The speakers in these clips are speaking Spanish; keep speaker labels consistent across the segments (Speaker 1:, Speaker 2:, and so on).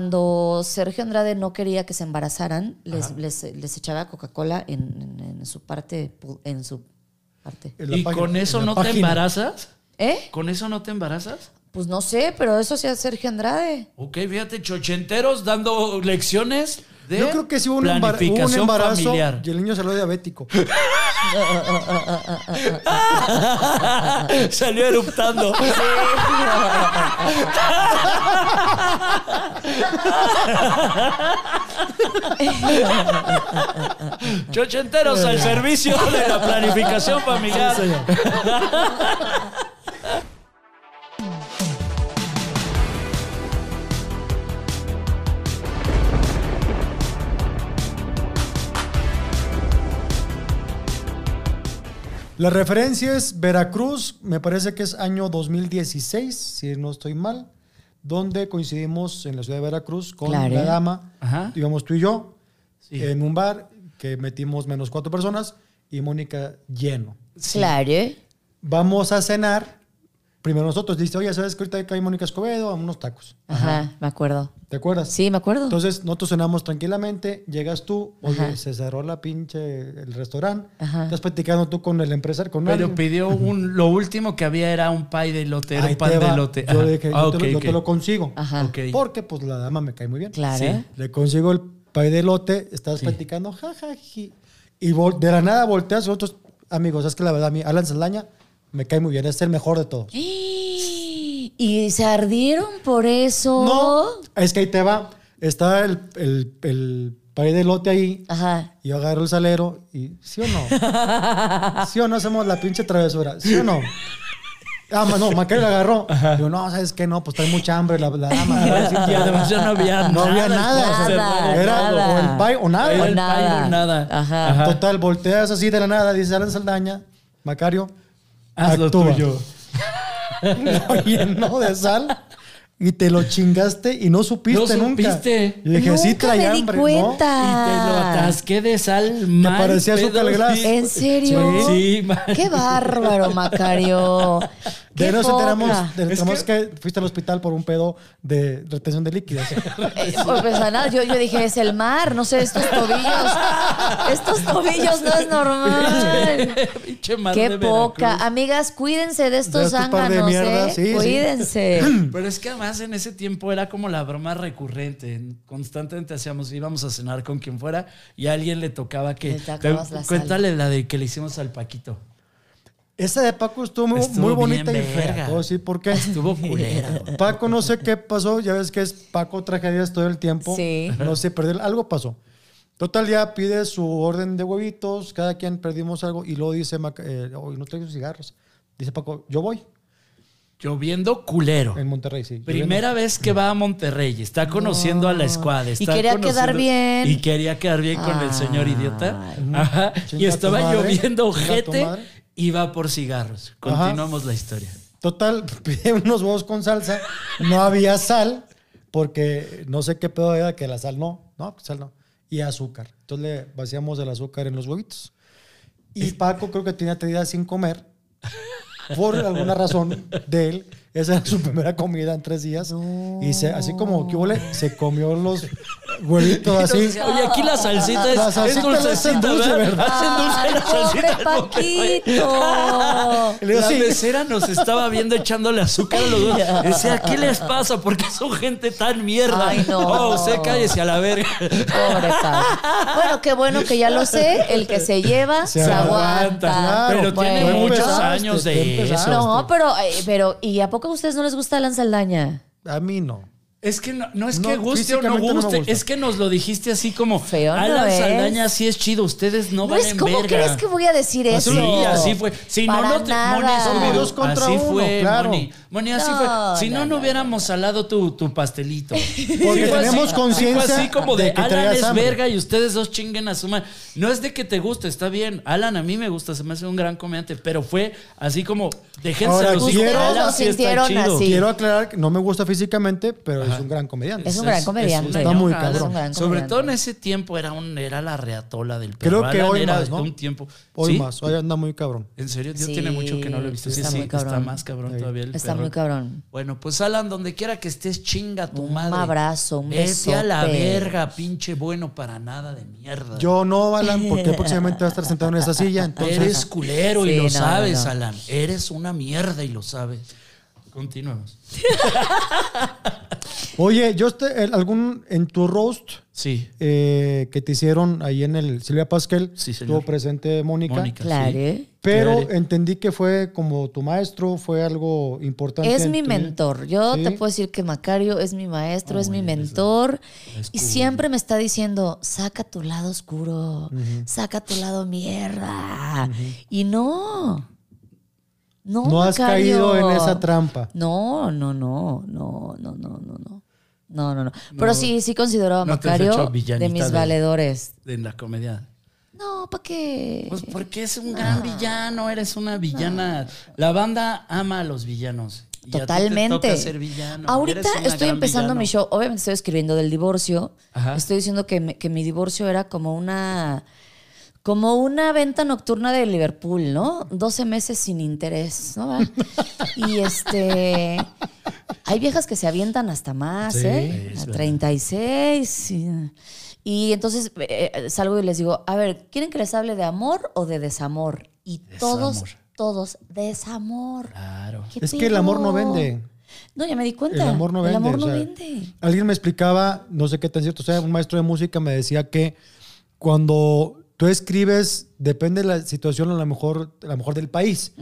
Speaker 1: Cuando Sergio Andrade no quería que se embarazaran, les,
Speaker 2: Ajá.
Speaker 1: les, les echaba Coca-Cola en, en- en su parte, pu- en su parte.
Speaker 3: En la
Speaker 2: ¿Y
Speaker 3: página-
Speaker 2: con eso
Speaker 3: en la
Speaker 2: no te
Speaker 3: página.
Speaker 2: embarazas?
Speaker 1: ¿Eh?
Speaker 2: ¿Con eso no te embarazas?
Speaker 1: Pues no sé, pero eso hacía Sergio Andrade.
Speaker 2: Ok, fíjate, chochenteros dando lecciones de
Speaker 3: Yo creo que sí hubo un, embar- hubo un
Speaker 2: planificación
Speaker 3: embarazo
Speaker 2: familiar.
Speaker 3: y el niño salió diabético.
Speaker 2: Salió eruptando. Chochenteros al servicio de la planificación familiar.
Speaker 3: La referencia es Veracruz, me parece que es año 2016, si no estoy mal, donde coincidimos en la ciudad de Veracruz con
Speaker 1: Claro.
Speaker 3: la dama,
Speaker 2: Ajá.
Speaker 3: digamos tú y yo,
Speaker 2: Sí.
Speaker 3: en un bar que metimos menos cuatro personas y Mónica lleno.
Speaker 1: Claro.
Speaker 3: Vamos a cenar. Primero nosotros, dice, oye, ¿sabes que ahorita cae Mónica Escobedo a unos tacos?
Speaker 1: Ajá, me acuerdo.
Speaker 3: ¿Te acuerdas?
Speaker 1: Sí, me acuerdo.
Speaker 3: Entonces, nosotros cenamos tranquilamente, llegas tú, oye,
Speaker 1: Ajá.
Speaker 3: se cerró la pinche el restaurante,
Speaker 1: Ajá.
Speaker 3: estás platicando tú con el empresario, con
Speaker 2: Pero
Speaker 3: alguien.
Speaker 2: pidió un. Lo último que había era un pie de elote. Era
Speaker 3: Ahí
Speaker 2: un pan
Speaker 3: te
Speaker 2: de
Speaker 3: va.
Speaker 2: elote.
Speaker 3: Yo
Speaker 2: Ajá.
Speaker 3: le dije,
Speaker 2: Ah,
Speaker 3: yo, te,
Speaker 2: ok,
Speaker 3: lo- yo
Speaker 2: ok.
Speaker 3: te lo consigo.
Speaker 1: Ajá.
Speaker 2: Ok.
Speaker 3: Porque pues la dama me cae muy bien.
Speaker 1: Claro.
Speaker 2: Sí.
Speaker 3: Le consigo el pay de lote, estás platicando, jajaja. Y vol- de la nada volteas y otros amigos, es que la verdad a mí, Alan Saldaña me cae muy bien, es el mejor de todos.
Speaker 1: Y se ardieron por eso.
Speaker 3: No, es que ahí te va, está el, el, el pay de lote ahí.
Speaker 1: Ajá.
Speaker 3: Y yo agarro el salero y ¿sí o no? ¿Sí o no hacemos la pinche travesura? ¿Sí o no? Ah, ma- no, Macario la agarró. Digo, no, ¿sabes qué? No, pues trae mucha hambre la, la dama. me va a decir
Speaker 2: Y
Speaker 3: que ya-
Speaker 2: además pues ya no había
Speaker 3: No había nada.
Speaker 2: nada. pues,
Speaker 3: o sea,
Speaker 1: Nada,
Speaker 3: era
Speaker 1: nada.
Speaker 3: o el pay o nada.
Speaker 2: Era el
Speaker 1: O
Speaker 2: pay
Speaker 1: nada.
Speaker 2: o nada.
Speaker 1: Ajá.
Speaker 3: Total, volteas así de la nada, dice Alan Saldaña, Macario,
Speaker 2: Haz lo
Speaker 3: actúa.
Speaker 2: tuyo.
Speaker 3: Lo llenó de sal y te lo chingaste y no supiste
Speaker 2: No
Speaker 3: nunca.
Speaker 2: supiste.
Speaker 3: Y dije, sí
Speaker 1: Nunca
Speaker 3: trae
Speaker 1: me di
Speaker 3: hambre,
Speaker 1: cuenta.
Speaker 2: Y te lo atasqué de sal
Speaker 3: ¿no?
Speaker 2: mal.
Speaker 3: Que parecía
Speaker 2: pedo,
Speaker 3: azúcar al glas.
Speaker 2: sí.
Speaker 1: Ah. ¿En serio?
Speaker 2: Sí, mal.
Speaker 1: Qué bárbaro, Macario.
Speaker 3: De
Speaker 1: Qué
Speaker 3: nos
Speaker 1: poca.
Speaker 3: enteramos, de-
Speaker 2: Es
Speaker 3: enteramos que... fuiste al hospital por un pedo de retención de líquidos.
Speaker 1: Eh, pues, a nada, yo, yo dije, es el mar, no sé, estos tobillos. Estos tobillos no es normal.
Speaker 2: Pinche mar
Speaker 1: Qué
Speaker 2: de
Speaker 1: poca.
Speaker 2: Veracruz.
Speaker 1: Amigas, cuídense de estos
Speaker 3: De este par de
Speaker 1: zánganos,
Speaker 3: mierdas, sí,
Speaker 1: ¿eh?
Speaker 3: sí.
Speaker 1: cuídense.
Speaker 2: Pero es que además en ese tiempo era como la broma recurrente. Constantemente hacíamos, íbamos a cenar con quien fuera y a alguien le tocaba que.
Speaker 1: Le tocabas la sal.
Speaker 2: cuéntale la de que le hicimos al Paquito.
Speaker 3: Esa de Paco estuvo muy,
Speaker 2: Estuvo
Speaker 3: muy
Speaker 2: bien
Speaker 3: bonita y
Speaker 2: verga.
Speaker 3: fea. Te voy a decir por qué.
Speaker 2: Estuvo culera. güey.
Speaker 3: Paco, no sé qué pasó. Ya ves que es Paco tragedias todo el tiempo.
Speaker 1: Sí.
Speaker 3: No sé, perder. Algo pasó. Total, ya pide su orden de huevitos. Cada quien perdimos algo. Y luego dice, Mac- eh, "Oye, no traigo cigarros. Dice Paco, yo voy.
Speaker 2: Lloviendo culero.
Speaker 3: En Monterrey, sí.
Speaker 2: Primera vez que va a Monterrey, está conociendo a la escuadra. está
Speaker 1: quería
Speaker 2: conociendo-
Speaker 1: quedar bien.
Speaker 2: Y quería quedar bien con el señor
Speaker 1: Ay.
Speaker 2: idiota. Ajá. Y
Speaker 3: Chinga tu
Speaker 2: estaba
Speaker 3: madre,
Speaker 2: lloviendo
Speaker 3: chinga tu
Speaker 2: gente
Speaker 3: madre.
Speaker 2: y va por cigarros.
Speaker 3: Ajá.
Speaker 2: Continuamos la historia.
Speaker 3: Total, pide unos huevos con salsa. No había sal, porque no sé qué pedo era que la sal no. No, sal no. Y azúcar. Entonces le vaciamos el azúcar en los huevitos. Y Paco creo que tenía tres días sin comer. Por alguna razón de él. Esa era su primera comida en tres días. Y se, así como que huele, se comió los huevitos así.
Speaker 2: Oye, aquí la salsita es,
Speaker 3: La salsita
Speaker 2: es dulcecita,
Speaker 3: es dulce,
Speaker 2: ¿verdad?
Speaker 3: ¿verdad?
Speaker 2: Hacen dulce
Speaker 1: Ay,
Speaker 2: la salsita.
Speaker 1: pobre Paquito.
Speaker 3: Y le digo,
Speaker 2: la
Speaker 3: "Sí".
Speaker 2: mesera nos estaba viendo echándole azúcar a los dos. Decía, ¿qué les pasa? ¿Por qué son gente tan mierda?
Speaker 1: Ay, no.
Speaker 2: Oh, usted cállese a la verga.
Speaker 1: Pobre Paco. Bueno, qué bueno que ya lo sé. El que se lleva se,
Speaker 3: Se
Speaker 1: aguanta. pues,
Speaker 3: aguanta, pues.
Speaker 2: Pero
Speaker 3: Bueno,
Speaker 2: tiene
Speaker 3: tú
Speaker 2: muchos
Speaker 3: empezaste,
Speaker 2: años
Speaker 3: tú
Speaker 2: de eso.
Speaker 3: empezaste.
Speaker 1: No, pero, eh, pero, ¿y a poco a ustedes no les gusta Alan Saldaña?
Speaker 3: A mí no.
Speaker 2: Es que no, no es
Speaker 3: No,
Speaker 2: que guste o no
Speaker 3: físicamente no me
Speaker 2: guste,
Speaker 3: gusta.
Speaker 2: es que nos lo dijiste así como
Speaker 1: Feo no
Speaker 2: Alan
Speaker 1: es".
Speaker 2: Saldaña sí es chido, ustedes no,
Speaker 1: No,
Speaker 2: van
Speaker 1: es
Speaker 2: en
Speaker 1: ¿Cómo
Speaker 2: verga.
Speaker 1: crees que voy a decir eso?
Speaker 2: Sí, así fue. Si no,
Speaker 1: Para
Speaker 2: no te
Speaker 1: nada.
Speaker 2: Moni,
Speaker 3: Somos dos contra
Speaker 2: así
Speaker 3: uno,
Speaker 2: fue,
Speaker 3: claro.
Speaker 2: Moni. Moni, así
Speaker 1: No,
Speaker 2: fue. Si no,
Speaker 1: no,
Speaker 2: no,
Speaker 1: no,
Speaker 2: hubiéramos salado tu, tu pastelito.
Speaker 3: Porque
Speaker 2: Sí fue así,
Speaker 3: tenemos
Speaker 2: sí fue
Speaker 3: conciencia
Speaker 2: así como de,
Speaker 3: de que
Speaker 2: Alan
Speaker 3: traías
Speaker 2: es
Speaker 3: hambre".
Speaker 2: verga y ustedes dos chinguen a su madre. No es de que te guste, está bien. Alan a mí me gusta, se me hace un gran comediante, pero fue así como, déjense
Speaker 3: Ahora,
Speaker 2: los
Speaker 3: ¿ustedes
Speaker 1: lo
Speaker 2: Alan sí está
Speaker 1: sintieron
Speaker 2: chido.
Speaker 1: así? Sí.
Speaker 3: Quiero aclarar que no me gusta físicamente, pero es un gran comediante.
Speaker 1: Es un gran comediante.
Speaker 3: Está muy cabrón.
Speaker 1: Es un gran
Speaker 2: Sobre
Speaker 1: comediante.
Speaker 2: todo en ese tiempo era un era la reatola del
Speaker 3: Creo
Speaker 2: perro.
Speaker 3: que
Speaker 2: Alan
Speaker 3: hoy
Speaker 2: era
Speaker 3: más, ¿no?
Speaker 2: un tiempo.
Speaker 3: Hoy
Speaker 2: ¿Sí?
Speaker 3: más, hoy anda muy cabrón.
Speaker 2: En serio, yo
Speaker 1: Sí,
Speaker 2: tiene mucho que no lo he visto. Sí,
Speaker 1: está
Speaker 2: sí,
Speaker 1: muy
Speaker 2: está
Speaker 1: cabrón.
Speaker 2: más cabrón todavía el
Speaker 1: Está
Speaker 2: perro
Speaker 1: muy cabrón.
Speaker 2: Bueno, pues Alan, donde quiera que estés, chinga tu
Speaker 1: Un
Speaker 2: madre.
Speaker 1: abrazo, un
Speaker 2: Vete a la
Speaker 1: besote.
Speaker 2: verga, pinche bueno para nada de mierda.
Speaker 3: Yo no, Alan, porque próximamente va a estar sentado en esa silla. Entonces,
Speaker 2: Eres culero y
Speaker 1: Sí,
Speaker 2: lo
Speaker 1: no,
Speaker 2: sabes,
Speaker 1: no, no.
Speaker 2: Alan. Eres una mierda y lo sabes. Continuemos.
Speaker 3: oye, yo este, el- algún en tu roast
Speaker 2: Sí.
Speaker 3: eh, que te hicieron ahí en el Silvia Pasquel,
Speaker 2: Sí, señor.
Speaker 3: estuvo presente Mónica.
Speaker 2: Mónica.
Speaker 1: Claro. ¿eh?
Speaker 2: sí.
Speaker 3: Pero
Speaker 2: Claro.
Speaker 3: entendí que fue como tu maestro, fue algo importante.
Speaker 1: Es
Speaker 3: en
Speaker 1: mi
Speaker 3: tu-
Speaker 1: mentor. Yo
Speaker 3: Sí.
Speaker 1: te puedo decir que Macario es mi maestro, es mi mentor. Y siempre me está diciendo, saca tu lado oscuro, saca tu lado mierda. Y no. No,
Speaker 3: No has
Speaker 1: Macario.
Speaker 3: caído en esa trampa.
Speaker 1: No, no, no, no, no, no, no, no. No, no, no. Pero sí, sí considero a
Speaker 2: no te has hecho
Speaker 1: Macario
Speaker 2: villanita
Speaker 1: de mis
Speaker 2: de-
Speaker 1: valedores.
Speaker 2: En la comedia.
Speaker 1: No, ¿para qué?
Speaker 2: Pues porque es un gran villano, eres una villana. La banda ama a los villanos. Y a ti te
Speaker 1: Totalmente.
Speaker 2: toca ser villano.
Speaker 1: Ahorita
Speaker 2: Eres una
Speaker 1: estoy
Speaker 2: gran
Speaker 1: empezando
Speaker 2: villano.
Speaker 1: mi show. Obviamente estoy escribiendo del divorcio.
Speaker 2: Ajá.
Speaker 1: Estoy diciendo que, me- que mi divorcio era como una. Como una venta nocturna de Liverpool, ¿no? 12 meses sin interés, ¿no? va? Y este. Hay viejas que se avientan hasta más,
Speaker 2: Sí,
Speaker 1: ¿eh?
Speaker 2: es
Speaker 1: A
Speaker 2: verdad.
Speaker 1: 36. Y, y entonces eh, eh, salgo y les digo, a ver, ¿quieren que les hable de amor o de desamor? Y todos,
Speaker 2: Desamor.
Speaker 1: todos, desamor.
Speaker 2: Claro.
Speaker 1: ¿Qué
Speaker 3: Es que el amor no
Speaker 1: pedo?
Speaker 3: vende.
Speaker 1: No, ya me di cuenta.
Speaker 3: El amor no vende.
Speaker 1: El amor
Speaker 3: o
Speaker 1: no
Speaker 3: sea,
Speaker 1: vende.
Speaker 3: Alguien me explicaba, no sé qué tan cierto sea, un maestro de música me decía que cuando tú escribes, depende de la situación, a lo mejor, a lo mejor del país.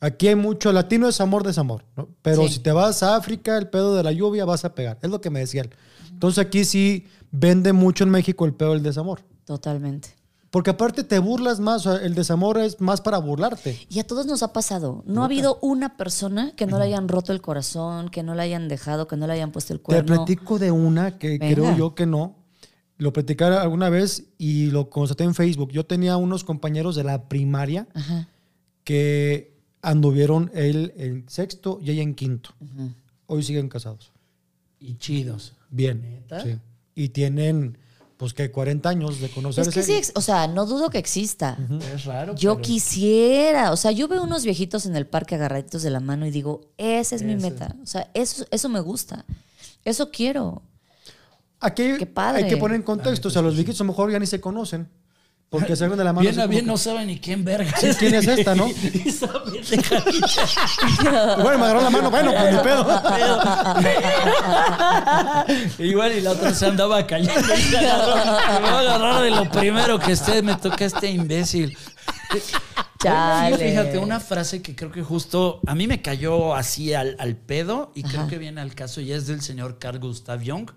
Speaker 3: Aquí hay mucho latino, es amor, desamor. ¿no? Pero
Speaker 1: Sí.
Speaker 3: si te vas a África, el pedo de la lluvia vas a pegar. Es lo que me decía él. Entonces aquí sí vende mucho en México el pedo del desamor.
Speaker 1: Totalmente.
Speaker 3: Porque aparte te burlas más, o sea, el desamor es más para burlarte.
Speaker 1: Y a todos nos ha pasado. No ha habido una persona que no le hayan roto el corazón, que no le hayan dejado, que no le hayan puesto el
Speaker 3: Te
Speaker 1: cuerno.
Speaker 3: platico de una que
Speaker 1: Venga.
Speaker 3: creo yo que no. Lo platicé alguna vez y lo constaté en Facebook. Yo tenía unos compañeros de la primaria
Speaker 1: Ajá.
Speaker 3: que anduvieron él en sexto y ella en quinto. Hoy siguen casados.
Speaker 2: Y chidos.
Speaker 3: Bien.
Speaker 2: ¿Neta?
Speaker 3: sí. Y tienen, pues que 40 años de conocerse.
Speaker 1: Es que sí, ex- o sea, no dudo que exista.
Speaker 2: Es raro.
Speaker 1: Yo
Speaker 2: pero-
Speaker 1: quisiera, o sea, yo veo unos viejitos en el parque agarraditos de la mano y digo, esa es mi
Speaker 2: Ese.
Speaker 1: meta. O sea, eso, eso me gusta. Eso quiero.
Speaker 3: Aquí
Speaker 1: Qué padre.
Speaker 3: hay que poner en
Speaker 2: Ah,
Speaker 3: contexto. O sea, los viejitos a lo mejor ya ni se conocen. Porque se agarran de la mano.
Speaker 2: Bien
Speaker 3: así
Speaker 2: a
Speaker 3: como
Speaker 2: bien
Speaker 3: que-
Speaker 2: no sabe ni quién verga.
Speaker 3: Sí, ¿quién es esta, no?
Speaker 2: Esa pendeja.
Speaker 3: Bueno, me agarró la mano. Bueno, pues ni pedo.
Speaker 2: Igual y la otra se andaba callando. y se agarró. Me voy a agarrar de lo primero que esté. Me toca este imbécil.
Speaker 1: Chale.
Speaker 2: Oye, Fíjate, una frase que creo que justo a mí me cayó así al, al pedo y creo que viene al caso y es del señor Carl Gustav Jung.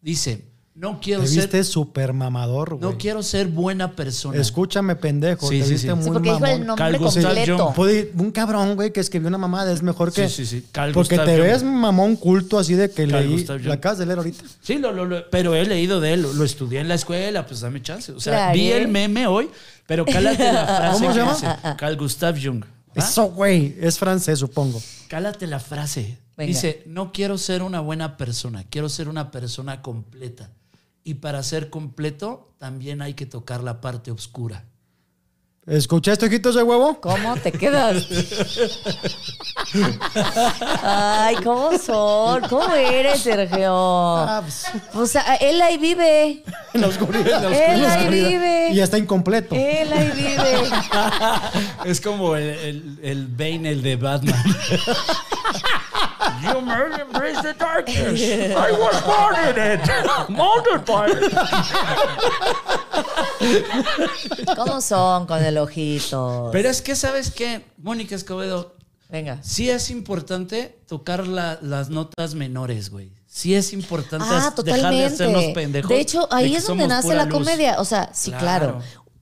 Speaker 2: Dice, no
Speaker 3: Te
Speaker 2: quiero ser,
Speaker 3: viste súper mamador, güey.
Speaker 2: no quiero ser buena persona.
Speaker 3: Escúchame, pendejo.
Speaker 2: Sí,
Speaker 3: te
Speaker 2: sí,
Speaker 3: viste
Speaker 2: sí.
Speaker 3: muy
Speaker 1: Sí, porque dijo el
Speaker 3: mamón.
Speaker 1: nombre
Speaker 2: Calvo, sí.
Speaker 1: completo.
Speaker 3: Puede- un cabrón, güey, que escribió una mamada es mejor que.
Speaker 2: Sí, sí, sí. Carl
Speaker 3: porque
Speaker 2: Gustav
Speaker 3: te
Speaker 2: Jung.
Speaker 3: ves mamón culto así de que
Speaker 2: Carl
Speaker 3: leí.
Speaker 2: Gustav Jung.
Speaker 3: La acabas de leer ahorita.
Speaker 2: Sí, lo- lo- lo- pero he leído de él, lo, lo estudié en la escuela, pues dame chance. O sea,
Speaker 1: Claro,
Speaker 2: vi
Speaker 1: ¿eh?
Speaker 2: el meme hoy, pero cálate la frase.
Speaker 3: ¿Cómo se
Speaker 2: que
Speaker 3: llama?
Speaker 2: dice Carl Gustav Jung. ¿va?
Speaker 3: Eso, güey. Es francés, supongo.
Speaker 2: Cálate la frase.
Speaker 1: Venga.
Speaker 2: Dice, no quiero ser una buena persona, quiero ser una persona completa. Y para ser completo, también hay que tocar la parte oscura.
Speaker 3: ¿Escuchaste, ojitos de huevo?
Speaker 1: ¿Cómo te quedas? Ay, ¿cómo son? ¿Cómo eres, Sergio?
Speaker 3: Ah, pues,
Speaker 1: O sea, él ahí vive.
Speaker 3: en la oscuridad. en la
Speaker 1: Él
Speaker 3: oscuridad.
Speaker 1: ahí vive. Eh,
Speaker 3: Y ya está incompleto.
Speaker 1: Él ahí vive.
Speaker 2: Es como el, el, el Bane, el de Batman.
Speaker 4: You may embrace the darkness. I was born in it, molded by it.
Speaker 1: ¿Cómo son con el ojito?
Speaker 2: Pero es que, ¿sabes qué? Mónica Escobedo,
Speaker 1: Venga.
Speaker 2: sí es importante tocar la- las notas menores, güey. Sí es importante
Speaker 1: Ah,
Speaker 2: as- dejar de
Speaker 1: totalmente.
Speaker 2: hacernos pendejos.
Speaker 1: De hecho, ahí
Speaker 2: que
Speaker 1: es donde
Speaker 2: somos
Speaker 1: nace
Speaker 2: pura
Speaker 1: la
Speaker 2: luz.
Speaker 1: comedia. O sea, sí, claro.
Speaker 2: Claro.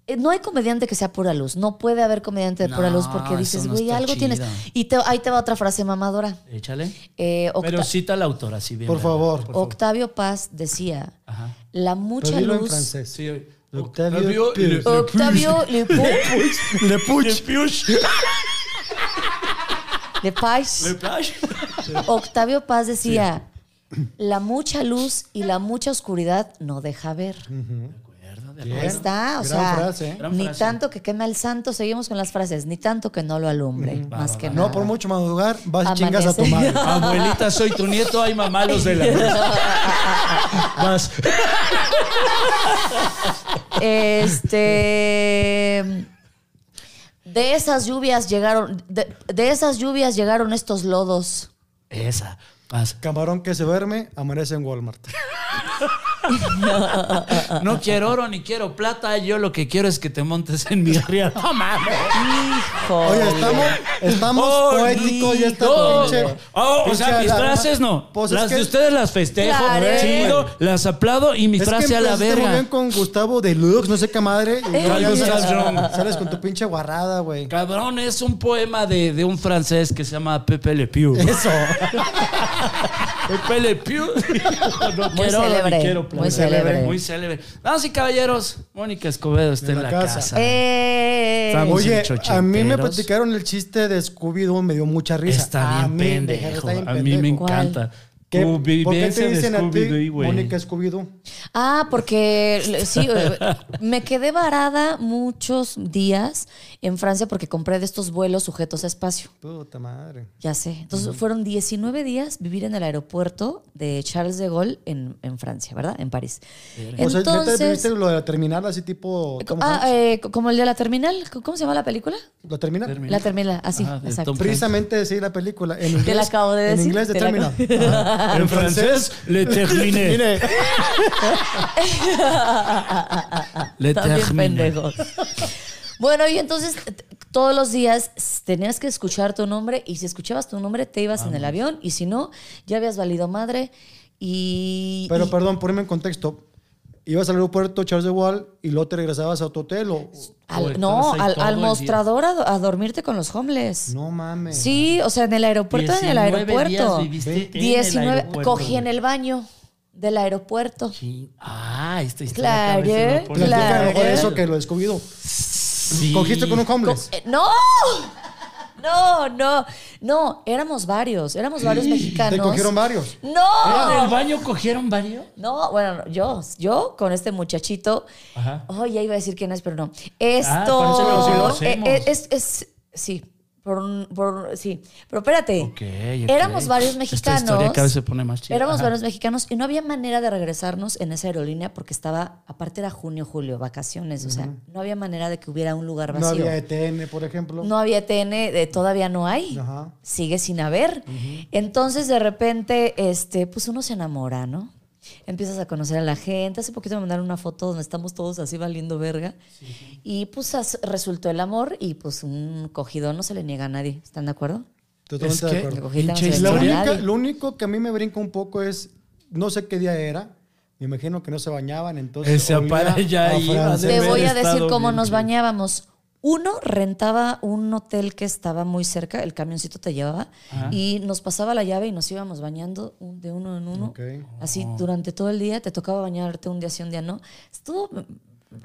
Speaker 1: Eh, No hay comediante que sea pura luz. No puede haber comediante de pura
Speaker 2: No,
Speaker 1: luz porque
Speaker 2: eso
Speaker 1: dices,
Speaker 2: no
Speaker 1: güey,
Speaker 2: está
Speaker 1: algo
Speaker 2: chido.
Speaker 1: tienes. Y te- ahí te va otra frase mamadora.
Speaker 2: Échale.
Speaker 1: Eh, Octa-
Speaker 2: Pero cita a la autora, sí bien.
Speaker 3: Por
Speaker 2: verdad.
Speaker 3: favor.
Speaker 1: Octavio Paz decía,
Speaker 2: Ajá.
Speaker 1: la
Speaker 3: Pero
Speaker 1: mucha
Speaker 3: dilo en
Speaker 1: luz...
Speaker 3: francés.
Speaker 2: Sí,
Speaker 3: Octavio
Speaker 2: Octavio
Speaker 3: Paz.
Speaker 2: Le-
Speaker 1: Octavio Le Pou-
Speaker 3: Le puch.
Speaker 2: Piush.
Speaker 1: Le Pais.
Speaker 2: Le Page.
Speaker 1: Octavio Paz decía, la mucha luz y la mucha oscuridad no deja ver.
Speaker 2: De acuerdo. ¿no? De
Speaker 3: Bien.
Speaker 1: Ahí está, o
Speaker 3: Gran
Speaker 1: sea,
Speaker 3: frase, ¿eh?
Speaker 2: Gran
Speaker 1: ni
Speaker 2: frase.
Speaker 1: tanto que queme el santo, seguimos con las frases, ni tanto que no lo alumbre, más que nada.
Speaker 3: Ah, No por mucho madrugar, vas y
Speaker 1: Amanece.
Speaker 3: chingas a tu madre.
Speaker 2: Abuelita, soy tu nieto, hay mamá los de la luz. Vas.
Speaker 1: Este. De esas lluvias llegaron. De, de esas lluvias llegaron estos lodos.
Speaker 2: Esa. Vas.
Speaker 3: Camarón que se duerme, amanece en Walmart.
Speaker 2: No quiero oro ni quiero plata. Yo lo que quiero es que te montes en mi ría. No mames.
Speaker 1: Oh,
Speaker 3: Oye, estamos, estamos
Speaker 2: Oh,
Speaker 3: poéticos y esta
Speaker 2: no.
Speaker 3: pinche.
Speaker 2: Oh, o
Speaker 3: pinche
Speaker 2: sea, mis
Speaker 3: alarma.
Speaker 2: frases no.
Speaker 3: Pues es
Speaker 2: las
Speaker 3: que-
Speaker 2: de ustedes las festejo,
Speaker 1: Claro.
Speaker 2: chido, las aplaudo y mi
Speaker 3: Es que pues, este
Speaker 2: frase a la
Speaker 3: empezaste muy bien
Speaker 2: verga.
Speaker 3: con Gustavo Deluxe, no sé qué madre. y
Speaker 2: Eh.
Speaker 3: ya
Speaker 2: Estás
Speaker 3: sales,
Speaker 2: wrong.
Speaker 3: sales con tu pinche guarrada, güey.
Speaker 2: Cabrón, es un poema de, de un francés que se llama Pepe Le Pew.
Speaker 3: Eso.
Speaker 2: Pepe Le Pew. No
Speaker 1: Muy
Speaker 2: quiero oro ni
Speaker 1: célebre,
Speaker 2: quiero
Speaker 1: muy
Speaker 2: plata.
Speaker 1: célebre.
Speaker 2: Muy célebre. Damas y caballeros, Mónica Escobedo está
Speaker 3: En
Speaker 2: en
Speaker 3: la
Speaker 2: la
Speaker 3: casa.
Speaker 2: casa.
Speaker 1: Eh,
Speaker 2: Estamos-
Speaker 3: Oye,
Speaker 2: Pinches
Speaker 3: a mí me
Speaker 2: ochenteros.
Speaker 3: platicaron el chiste de Scooby-Doo, me dio mucha risa. A
Speaker 2: Está bien
Speaker 3: mí,
Speaker 2: pendejo.
Speaker 3: está bien
Speaker 2: A mí me
Speaker 3: pendejo.
Speaker 1: ¿Cuál?
Speaker 2: encanta.
Speaker 3: ¿Qué-
Speaker 2: Tu
Speaker 3: ¿Por qué
Speaker 2: vivencia
Speaker 3: te
Speaker 2: de
Speaker 3: dicen a ti,
Speaker 2: Scooby-Doo, güey.
Speaker 3: Mónica Scooby-Doo?
Speaker 1: Ah, porque sí, eh, me quedé varada muchos días en Francia porque compré de estos vuelos sujetos a espacio.
Speaker 3: Puta madre.
Speaker 1: Ya sé. Entonces fueron 19 días vivir en el aeropuerto de Charles de Gaulle en, en Francia, ¿verdad? En París.
Speaker 3: o sea, Pues, ¿neta viste lo de la terminal así tipo. ¿Cómo
Speaker 1: Ah,
Speaker 3: sabes?
Speaker 1: eh, como el de la terminal. ¿Cómo se llama la película?
Speaker 3: ¿La terminal?
Speaker 2: Terminal.
Speaker 1: La terminal, así,
Speaker 2: Ah, de
Speaker 1: exacto.
Speaker 2: Tom
Speaker 3: Precisamente decir la película. En inglés,
Speaker 1: Te la acabo de
Speaker 3: en
Speaker 1: decir,
Speaker 3: inglés Ah, de
Speaker 1: te la
Speaker 3: terminal.
Speaker 1: acabo-
Speaker 3: Ajá.
Speaker 2: En francés, le terminé.
Speaker 3: Mire,
Speaker 2: Le
Speaker 1: También
Speaker 2: terminé.
Speaker 1: pendejos. Bueno, y entonces t- todos los días tenías que escuchar tu nombre y si escuchabas tu nombre te ibas en el avión y si no, ya habías valido madre y...
Speaker 3: Pero
Speaker 1: y-
Speaker 3: perdón, ponme en contexto. Ibas al aeropuerto Charles de Wall y luego te regresabas a tu hotel o.
Speaker 1: al-
Speaker 2: Joder,
Speaker 1: no,
Speaker 2: estabas ahí
Speaker 1: al,
Speaker 2: todo
Speaker 1: al
Speaker 2: el día.
Speaker 1: mostrador a, do- a dormirte con los homeless.
Speaker 3: No mames.
Speaker 1: Sí, o sea, en el aeropuerto, en el
Speaker 2: 19
Speaker 1: aeropuerto.
Speaker 2: días viviste en el
Speaker 1: 19,
Speaker 2: aeropuerto,
Speaker 1: cogí en
Speaker 2: güey.
Speaker 1: el baño del aeropuerto.
Speaker 2: Chin- Ah, esta historia.
Speaker 1: Claro,
Speaker 2: cada vez se me
Speaker 3: Platica
Speaker 2: pone-
Speaker 1: Claro.
Speaker 3: mejor eso que lo descubrido.
Speaker 2: Sí.
Speaker 3: Cogiste con un homeless.
Speaker 1: Eh, ¡No! No, no, no, éramos varios, éramos varios mexicanos.
Speaker 3: Te cogieron varios.
Speaker 2: ¿En el
Speaker 1: ¡No!
Speaker 2: baño cogieron varios?
Speaker 1: No, bueno, yo, yo con este muchachito.
Speaker 2: Ajá.
Speaker 1: Ay, ya iba a decir quién es, pero no.
Speaker 2: Ah, parece que lo
Speaker 1: Esto.
Speaker 2: conocemos.
Speaker 1: eh, eh, es, es- sí, por, un- por- sí. Pero espérate.
Speaker 2: Ok, ok.
Speaker 1: Éramos varios
Speaker 2: Esta
Speaker 1: mexicanos.
Speaker 2: historia cada vez se pone más chida.
Speaker 1: Éramos
Speaker 2: Ajá.
Speaker 1: varios mexicanos y no había manera de regresarnos en esa aerolínea porque estaba, aparte era junio, julio, vacaciones. O sea, no había manera de que hubiera un lugar
Speaker 3: No
Speaker 1: vacío.
Speaker 3: había ETN, por ejemplo.
Speaker 1: No había TN, eh, todavía no hay.
Speaker 3: Ajá.
Speaker 1: Sigue sin haber. Entonces, de repente, este, pues uno se enamora, ¿no? Empiezas a conocer a la gente. Hace poquito me mandaron una foto donde estamos todos así valiendo verga. Y pues as- resultó el amor y pues un cogido no se le niega a nadie. ¿Están de acuerdo?
Speaker 3: Totalmente de
Speaker 2: Es que-
Speaker 1: El
Speaker 3: acuerdo.
Speaker 1: cogido no se
Speaker 2: Pinche
Speaker 1: le
Speaker 3: La
Speaker 1: niega a
Speaker 2: historia.
Speaker 3: única-
Speaker 1: nadie.
Speaker 3: lo único que a mí me brinca un poco es, no sé qué día era, me imagino que no se bañaban, entonces...
Speaker 2: Ese
Speaker 3: olía
Speaker 2: para allá
Speaker 3: a
Speaker 2: iba,
Speaker 3: francés.
Speaker 1: Te
Speaker 2: haber
Speaker 1: voy a decir
Speaker 2: estado
Speaker 1: cómo
Speaker 2: bien
Speaker 1: nos
Speaker 2: rico.
Speaker 1: bañábamos. Uno rentaba un hotel que estaba muy cerca, el camioncito te llevaba, y nos pasaba la llave y nos íbamos bañando un- de uno en uno.
Speaker 3: Ok.
Speaker 1: Así durante todo el día te tocaba bañarte un día sí, un día no. Estuvo,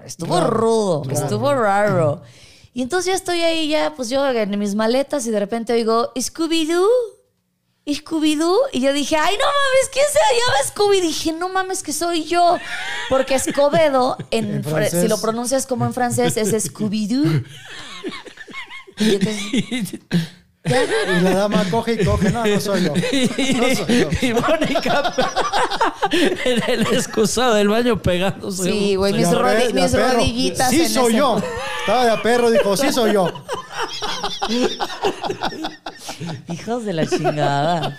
Speaker 1: estuvo rudo, estuvo raro. Y entonces ya estoy ahí, ya, pues yo en mis maletas y de repente oigo, Scooby-Doo. ¿Y Scooby-Doo? Y yo dije, ay, no mames, ¿quién se llama Scooby? Dije, no mames, que soy yo. Porque Escobedo, en
Speaker 3: En
Speaker 1: fr-
Speaker 3: francés.
Speaker 1: si lo pronuncias como en francés, es Scooby-Doo. Y entonces,
Speaker 3: Y la dama coge y coge, no, no soy yo. No soy yo.
Speaker 2: Y Mónica en el excusado del baño pegándose.
Speaker 1: Sí, güey,
Speaker 3: De
Speaker 1: mis,
Speaker 3: a pe-
Speaker 1: rodi-
Speaker 3: ¿eh? de a
Speaker 1: mis
Speaker 3: perro.
Speaker 1: rodillitas.
Speaker 3: Sí
Speaker 1: en
Speaker 3: soy
Speaker 1: ese-
Speaker 3: yo. Estaba de a perro, dijo, sí soy yo.
Speaker 1: Hijos de la chingada.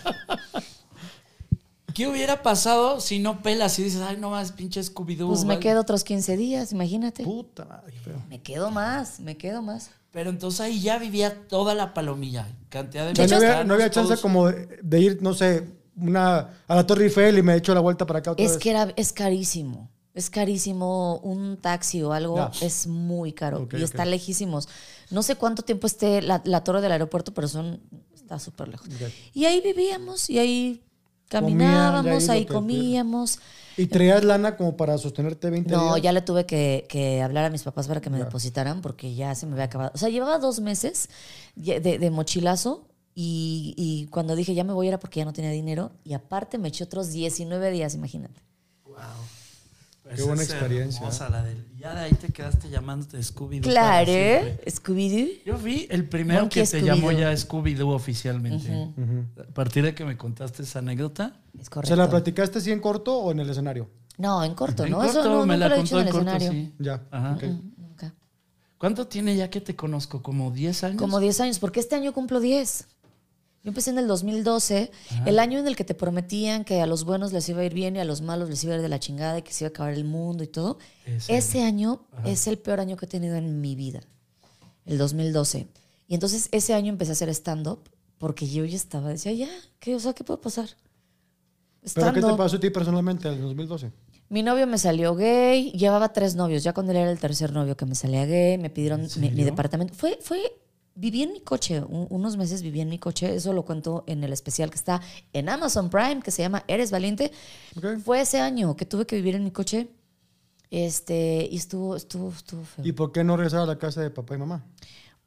Speaker 2: ¿Qué hubiera pasado si no pelas y dices, ay, no más, pinche Scooby-Doo?
Speaker 1: Pues me
Speaker 2: vale"?
Speaker 1: quedo otros 15 días, imagínate.
Speaker 3: Puta madre, qué feo.
Speaker 1: Me quedo más, me quedo más.
Speaker 2: Pero entonces ahí ya vivía toda la palomilla. Cantidad de
Speaker 3: O sea, no, había,
Speaker 2: mexicanos,
Speaker 3: no había chance
Speaker 2: todos.
Speaker 3: como de, de ir, no sé, una, a la Torre Eiffel y me echo la vuelta para acá otra
Speaker 1: Es
Speaker 3: vez.
Speaker 1: que era, es carísimo. Es carísimo un taxi o algo.
Speaker 3: Ya.
Speaker 1: Es muy caro.
Speaker 3: Ok,
Speaker 1: y está
Speaker 3: ok.
Speaker 1: lejísimos. No sé cuánto tiempo esté la, la torre del aeropuerto, pero son, está súper lejos. Y ahí vivíamos y ahí
Speaker 3: Comían,
Speaker 1: caminábamos,
Speaker 3: ya ahí
Speaker 1: ahí,
Speaker 3: lo que-
Speaker 1: comíamos.
Speaker 3: Y traías lana como para sostenerte 20
Speaker 1: No,
Speaker 3: días.
Speaker 1: ya le tuve que, que hablar a mis papás para que me depositaran porque ya se me había acabado. O sea, llevaba dos meses ye- de, de mochilazo y, y cuando dije ya me voy era porque ya no tenía dinero y aparte me eché otros 19 días, imagínate.
Speaker 3: Qué buena experiencia,
Speaker 2: Pues hermosa la del- ya de ahí te quedaste llamándote Scooby-Doo. para
Speaker 1: Claro,
Speaker 2: siempre.
Speaker 1: Scooby-Doo.
Speaker 2: Yo vi el primero
Speaker 1: Monkey
Speaker 2: que te llamó
Speaker 1: Scooby-Doo.
Speaker 2: ya Scooby-Doo oficialmente. A partir de que me contaste esa anécdota.
Speaker 1: Es
Speaker 3: ¿Se la
Speaker 1: correcto.
Speaker 3: platicaste así en corto o en el escenario?
Speaker 1: No, en corto,
Speaker 2: En
Speaker 1: ¿no?
Speaker 2: corto,
Speaker 1: Eso no,
Speaker 2: me
Speaker 1: nunca
Speaker 2: la
Speaker 1: lo he dicho en
Speaker 2: contó
Speaker 1: el
Speaker 2: en corto,
Speaker 1: escenario.
Speaker 2: sí.
Speaker 3: Ya.
Speaker 2: Ajá.
Speaker 3: ok.
Speaker 1: Nunca.
Speaker 2: ¿Cuánto tiene ya que te conozco? ¿Como 10 años?
Speaker 1: Como 10 años, porque este año cumplo 10. Yo empecé en el 2012, el año en el que te prometían que a los buenos les iba a ir bien y a los malos les iba a ir de la chingada y que se iba a acabar el mundo y todo.
Speaker 2: Ese
Speaker 1: Ese año es el peor año que he tenido en mi vida, el 2012. Y entonces ese año empecé a hacer stand-up porque yo ya estaba, decía, ya, ¿qué, o sea, ¿qué puede pasar?
Speaker 3: ¿Pero qué te
Speaker 1: Stand-up.
Speaker 3: pasó a ti personalmente en el 2012?
Speaker 1: Mi novio me salió gay, llevaba tres novios, ya cuando él era el tercer novio que me salía gay, me pidieron mi, mi departamento. Fue, fue, viví en mi coche, un- unos meses viví en mi coche, eso lo cuento en el especial que está en Amazon Prime, que se llama Eres Valiente.
Speaker 3: Ok.
Speaker 1: Fue ese año que tuve que vivir en mi coche, este, y estuvo, estuvo, estuvo feo.
Speaker 3: ¿Y por qué no regresar a la casa de papá y mamá?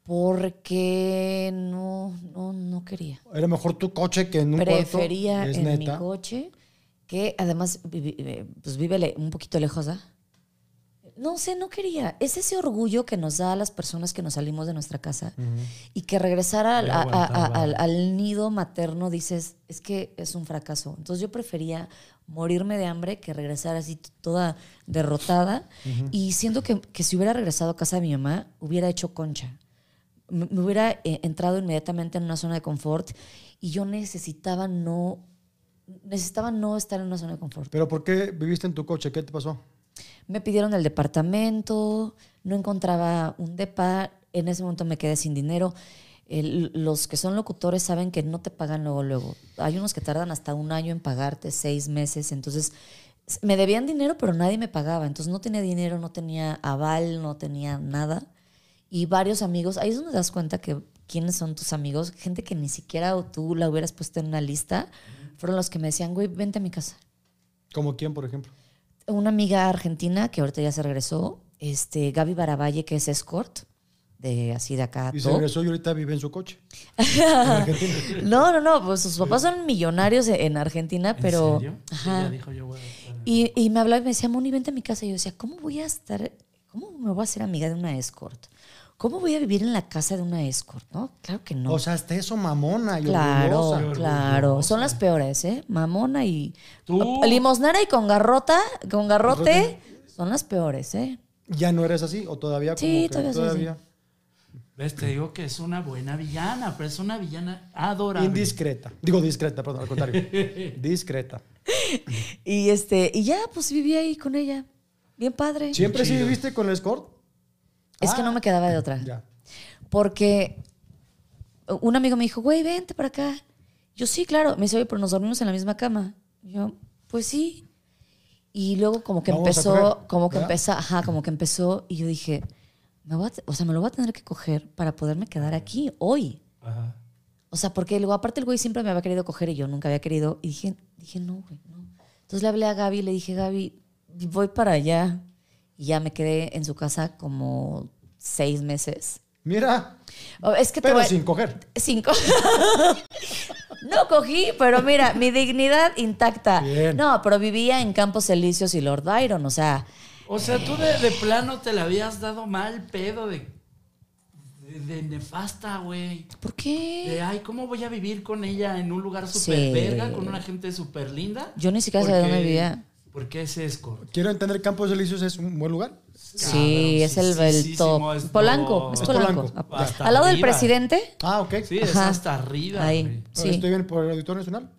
Speaker 1: Porque no, no, no quería.
Speaker 3: Era mejor tu coche que en un
Speaker 1: prefería
Speaker 3: cuarto. Es
Speaker 1: en mi
Speaker 3: neta.
Speaker 1: coche, que además vivi- eh, pues vive le- un poquito lejos, ¿ah? No sé, no quería. Es ese orgullo que nos da a las personas que nos salimos de nuestra casa y que regresar al, a- a- a- al- al nido materno dices, es que es un fracaso. Entonces yo prefería morirme de hambre que regresar así t- toda derrotada. Y siento que, que si hubiera regresado a casa de mi mamá, hubiera hecho concha me me hubiera eh, entrado inmediatamente en una zona de confort y yo necesitaba no necesitaba no estar en una zona de confort.
Speaker 3: ¿Pero por qué viviste en tu coche? ¿Qué te pasó?
Speaker 1: Me pidieron el departamento, no encontraba un depa, en ese momento me quedé sin dinero. El- los que son locutores saben que no te pagan luego luego. Hay unos que tardan hasta un año en pagarte, seis meses, entonces s- me debían dinero pero nadie me pagaba, entonces no tenía dinero, no tenía aval, no tenía nada. y varios amigos. Ahí es donde te das cuenta que quiénes son tus amigos, gente que ni siquiera tú la hubieras puesto en una lista, fueron los que me decían, güey, vente a mi casa.
Speaker 3: ¿Como quién, por ejemplo?
Speaker 1: Una amiga argentina que ahorita ya se regresó, este, Gaby Baravalle, que es escort, de así de acá.
Speaker 3: Y se
Speaker 1: top.
Speaker 3: regresó y ahorita vive en su coche. En Argentina.
Speaker 1: No, no, no, pues sus papás son millonarios en en Argentina,
Speaker 2: ¿En
Speaker 1: pero...
Speaker 2: serio?
Speaker 1: Ajá.
Speaker 2: Ella dijo, yo voy a estar en-
Speaker 1: Y, y me hablaba y me decía, Moni, vente a mi casa. Y yo decía, ¿cómo voy a estar, cómo me voy a hacer amiga de una escort? ¿Cómo voy a vivir en la casa de una escort? ¿No? Claro que no.
Speaker 3: O sea, hasta eso mamona y
Speaker 1: Claro,
Speaker 3: orgullosa.
Speaker 1: claro. Son las peores, ¿eh? Mamona y.
Speaker 2: Tú.
Speaker 1: Limosnera y con garrota, con garrote, son las peores, ¿eh?
Speaker 3: ¿Ya no eres así? ¿O todavía como
Speaker 1: Sí,
Speaker 3: que
Speaker 1: todavía soy así.
Speaker 2: ¿Ves? Te digo que es una buena villana, pero es una villana adorable.
Speaker 3: Indiscreta. Digo discreta, perdón, al contrario. discreta.
Speaker 1: Y este, y ya, pues viví ahí con ella. Bien padre.
Speaker 3: ¿Siempre sí viviste con el escort?
Speaker 1: Es que no me quedaba de otra.
Speaker 3: Ya.
Speaker 1: Porque un amigo me dijo, güey, vente para acá. Yo, sí, claro. Me dice, oye, pero nos dormimos en la misma cama. Yo, pues sí. Y luego como que
Speaker 3: Vamos a
Speaker 1: empezó,
Speaker 3: coger,
Speaker 1: como que
Speaker 3: ¿verdad?
Speaker 1: empezó, ajá, como que empezó. Y yo dije, me voy a t- o sea, me lo voy a tener que coger para poderme quedar aquí hoy.
Speaker 2: Ajá.
Speaker 1: O sea, porque luego aparte el güey siempre me había querido coger y yo nunca había querido. Y dije, dije no, güey, no. Entonces le hablé a Gaby y le dije, Gaby, voy para allá. Y ya me quedé en su casa como seis meses.
Speaker 3: Mira,
Speaker 1: Oh, Es que te
Speaker 3: pero
Speaker 1: voy-
Speaker 3: sin coger.
Speaker 1: Cinco. no cogí, pero mira, mi dignidad intacta.
Speaker 3: Bien.
Speaker 1: No, pero vivía en Campos Elíseos y Lord Byron, o sea,
Speaker 2: O sea, tú de, de plano te la habías dado mal pedo de, de, de nefasta, güey.
Speaker 1: ¿por qué?
Speaker 2: De, ay, ¿cómo voy a vivir con ella en un lugar súper
Speaker 1: Sí.
Speaker 2: verga, con una gente súper linda?
Speaker 1: Yo ni siquiera sabía
Speaker 2: Porque-
Speaker 1: dónde vivía.
Speaker 2: Porque es escort.
Speaker 3: Quiero entender, Campos Elíseos es un buen lugar.
Speaker 1: Sí,
Speaker 2: Cabrón,
Speaker 1: es el,
Speaker 2: sí,
Speaker 1: el
Speaker 2: sí, sí,
Speaker 1: top.
Speaker 2: no, es
Speaker 1: Polanco,
Speaker 2: todo-
Speaker 1: es
Speaker 3: Es
Speaker 1: Polanco.
Speaker 3: Polanco.
Speaker 1: Ah,
Speaker 2: Hasta
Speaker 1: Al lado del
Speaker 2: arriba.
Speaker 1: presidente.
Speaker 3: Ah, ok.
Speaker 2: Sí, es
Speaker 1: Ajá.
Speaker 2: hasta arriba.
Speaker 1: Ahí,
Speaker 2: güey.
Speaker 1: sí.
Speaker 3: Estoy bien por el Auditorio Nacional,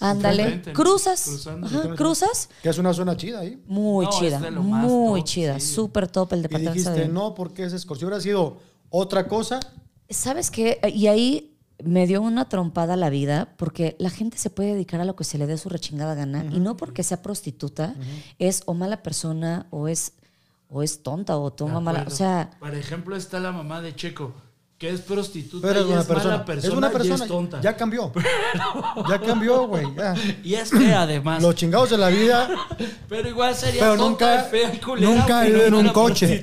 Speaker 1: Ándale.
Speaker 2: Enfrente,
Speaker 1: Cruzas.
Speaker 2: cruzando.
Speaker 1: Ajá, cruzas.
Speaker 3: que es una zona chida ahí.
Speaker 1: Muy
Speaker 2: No, este es
Speaker 1: chida,
Speaker 2: de lo más
Speaker 1: muy
Speaker 2: top,
Speaker 1: chida,
Speaker 2: sí.
Speaker 1: súper top el
Speaker 3: Y
Speaker 1: departamento.
Speaker 3: dijiste,
Speaker 1: de-
Speaker 3: no, porque es escort. Si hubiera sido otra cosa,
Speaker 1: ¿Sabes qué? Y ahí me dio una trompada la vida, porque la gente se puede dedicar a lo que se le dé su rechingada gana, y no porque sea prostituta, es o mala persona, o es, o es tonta, o
Speaker 2: De
Speaker 1: toma mala. O
Speaker 2: acuerdo.
Speaker 1: sea,
Speaker 2: Por ejemplo, está la mamá de Checo, que es prostituta
Speaker 3: pero es
Speaker 2: y
Speaker 3: una
Speaker 2: es
Speaker 3: persona.
Speaker 2: mala persona.
Speaker 3: Es una
Speaker 2: Y es tonta.
Speaker 3: persona. Ya cambió. Ya cambió, güey. ya.
Speaker 2: Y es fea, además.
Speaker 3: Los chingados de la vida.
Speaker 2: Pero igual sería
Speaker 3: Pero
Speaker 2: tonta,
Speaker 3: nunca,
Speaker 2: fea y culera.
Speaker 3: nunca ha
Speaker 2: pero
Speaker 3: vivido en
Speaker 2: no
Speaker 3: un
Speaker 2: era
Speaker 3: coche.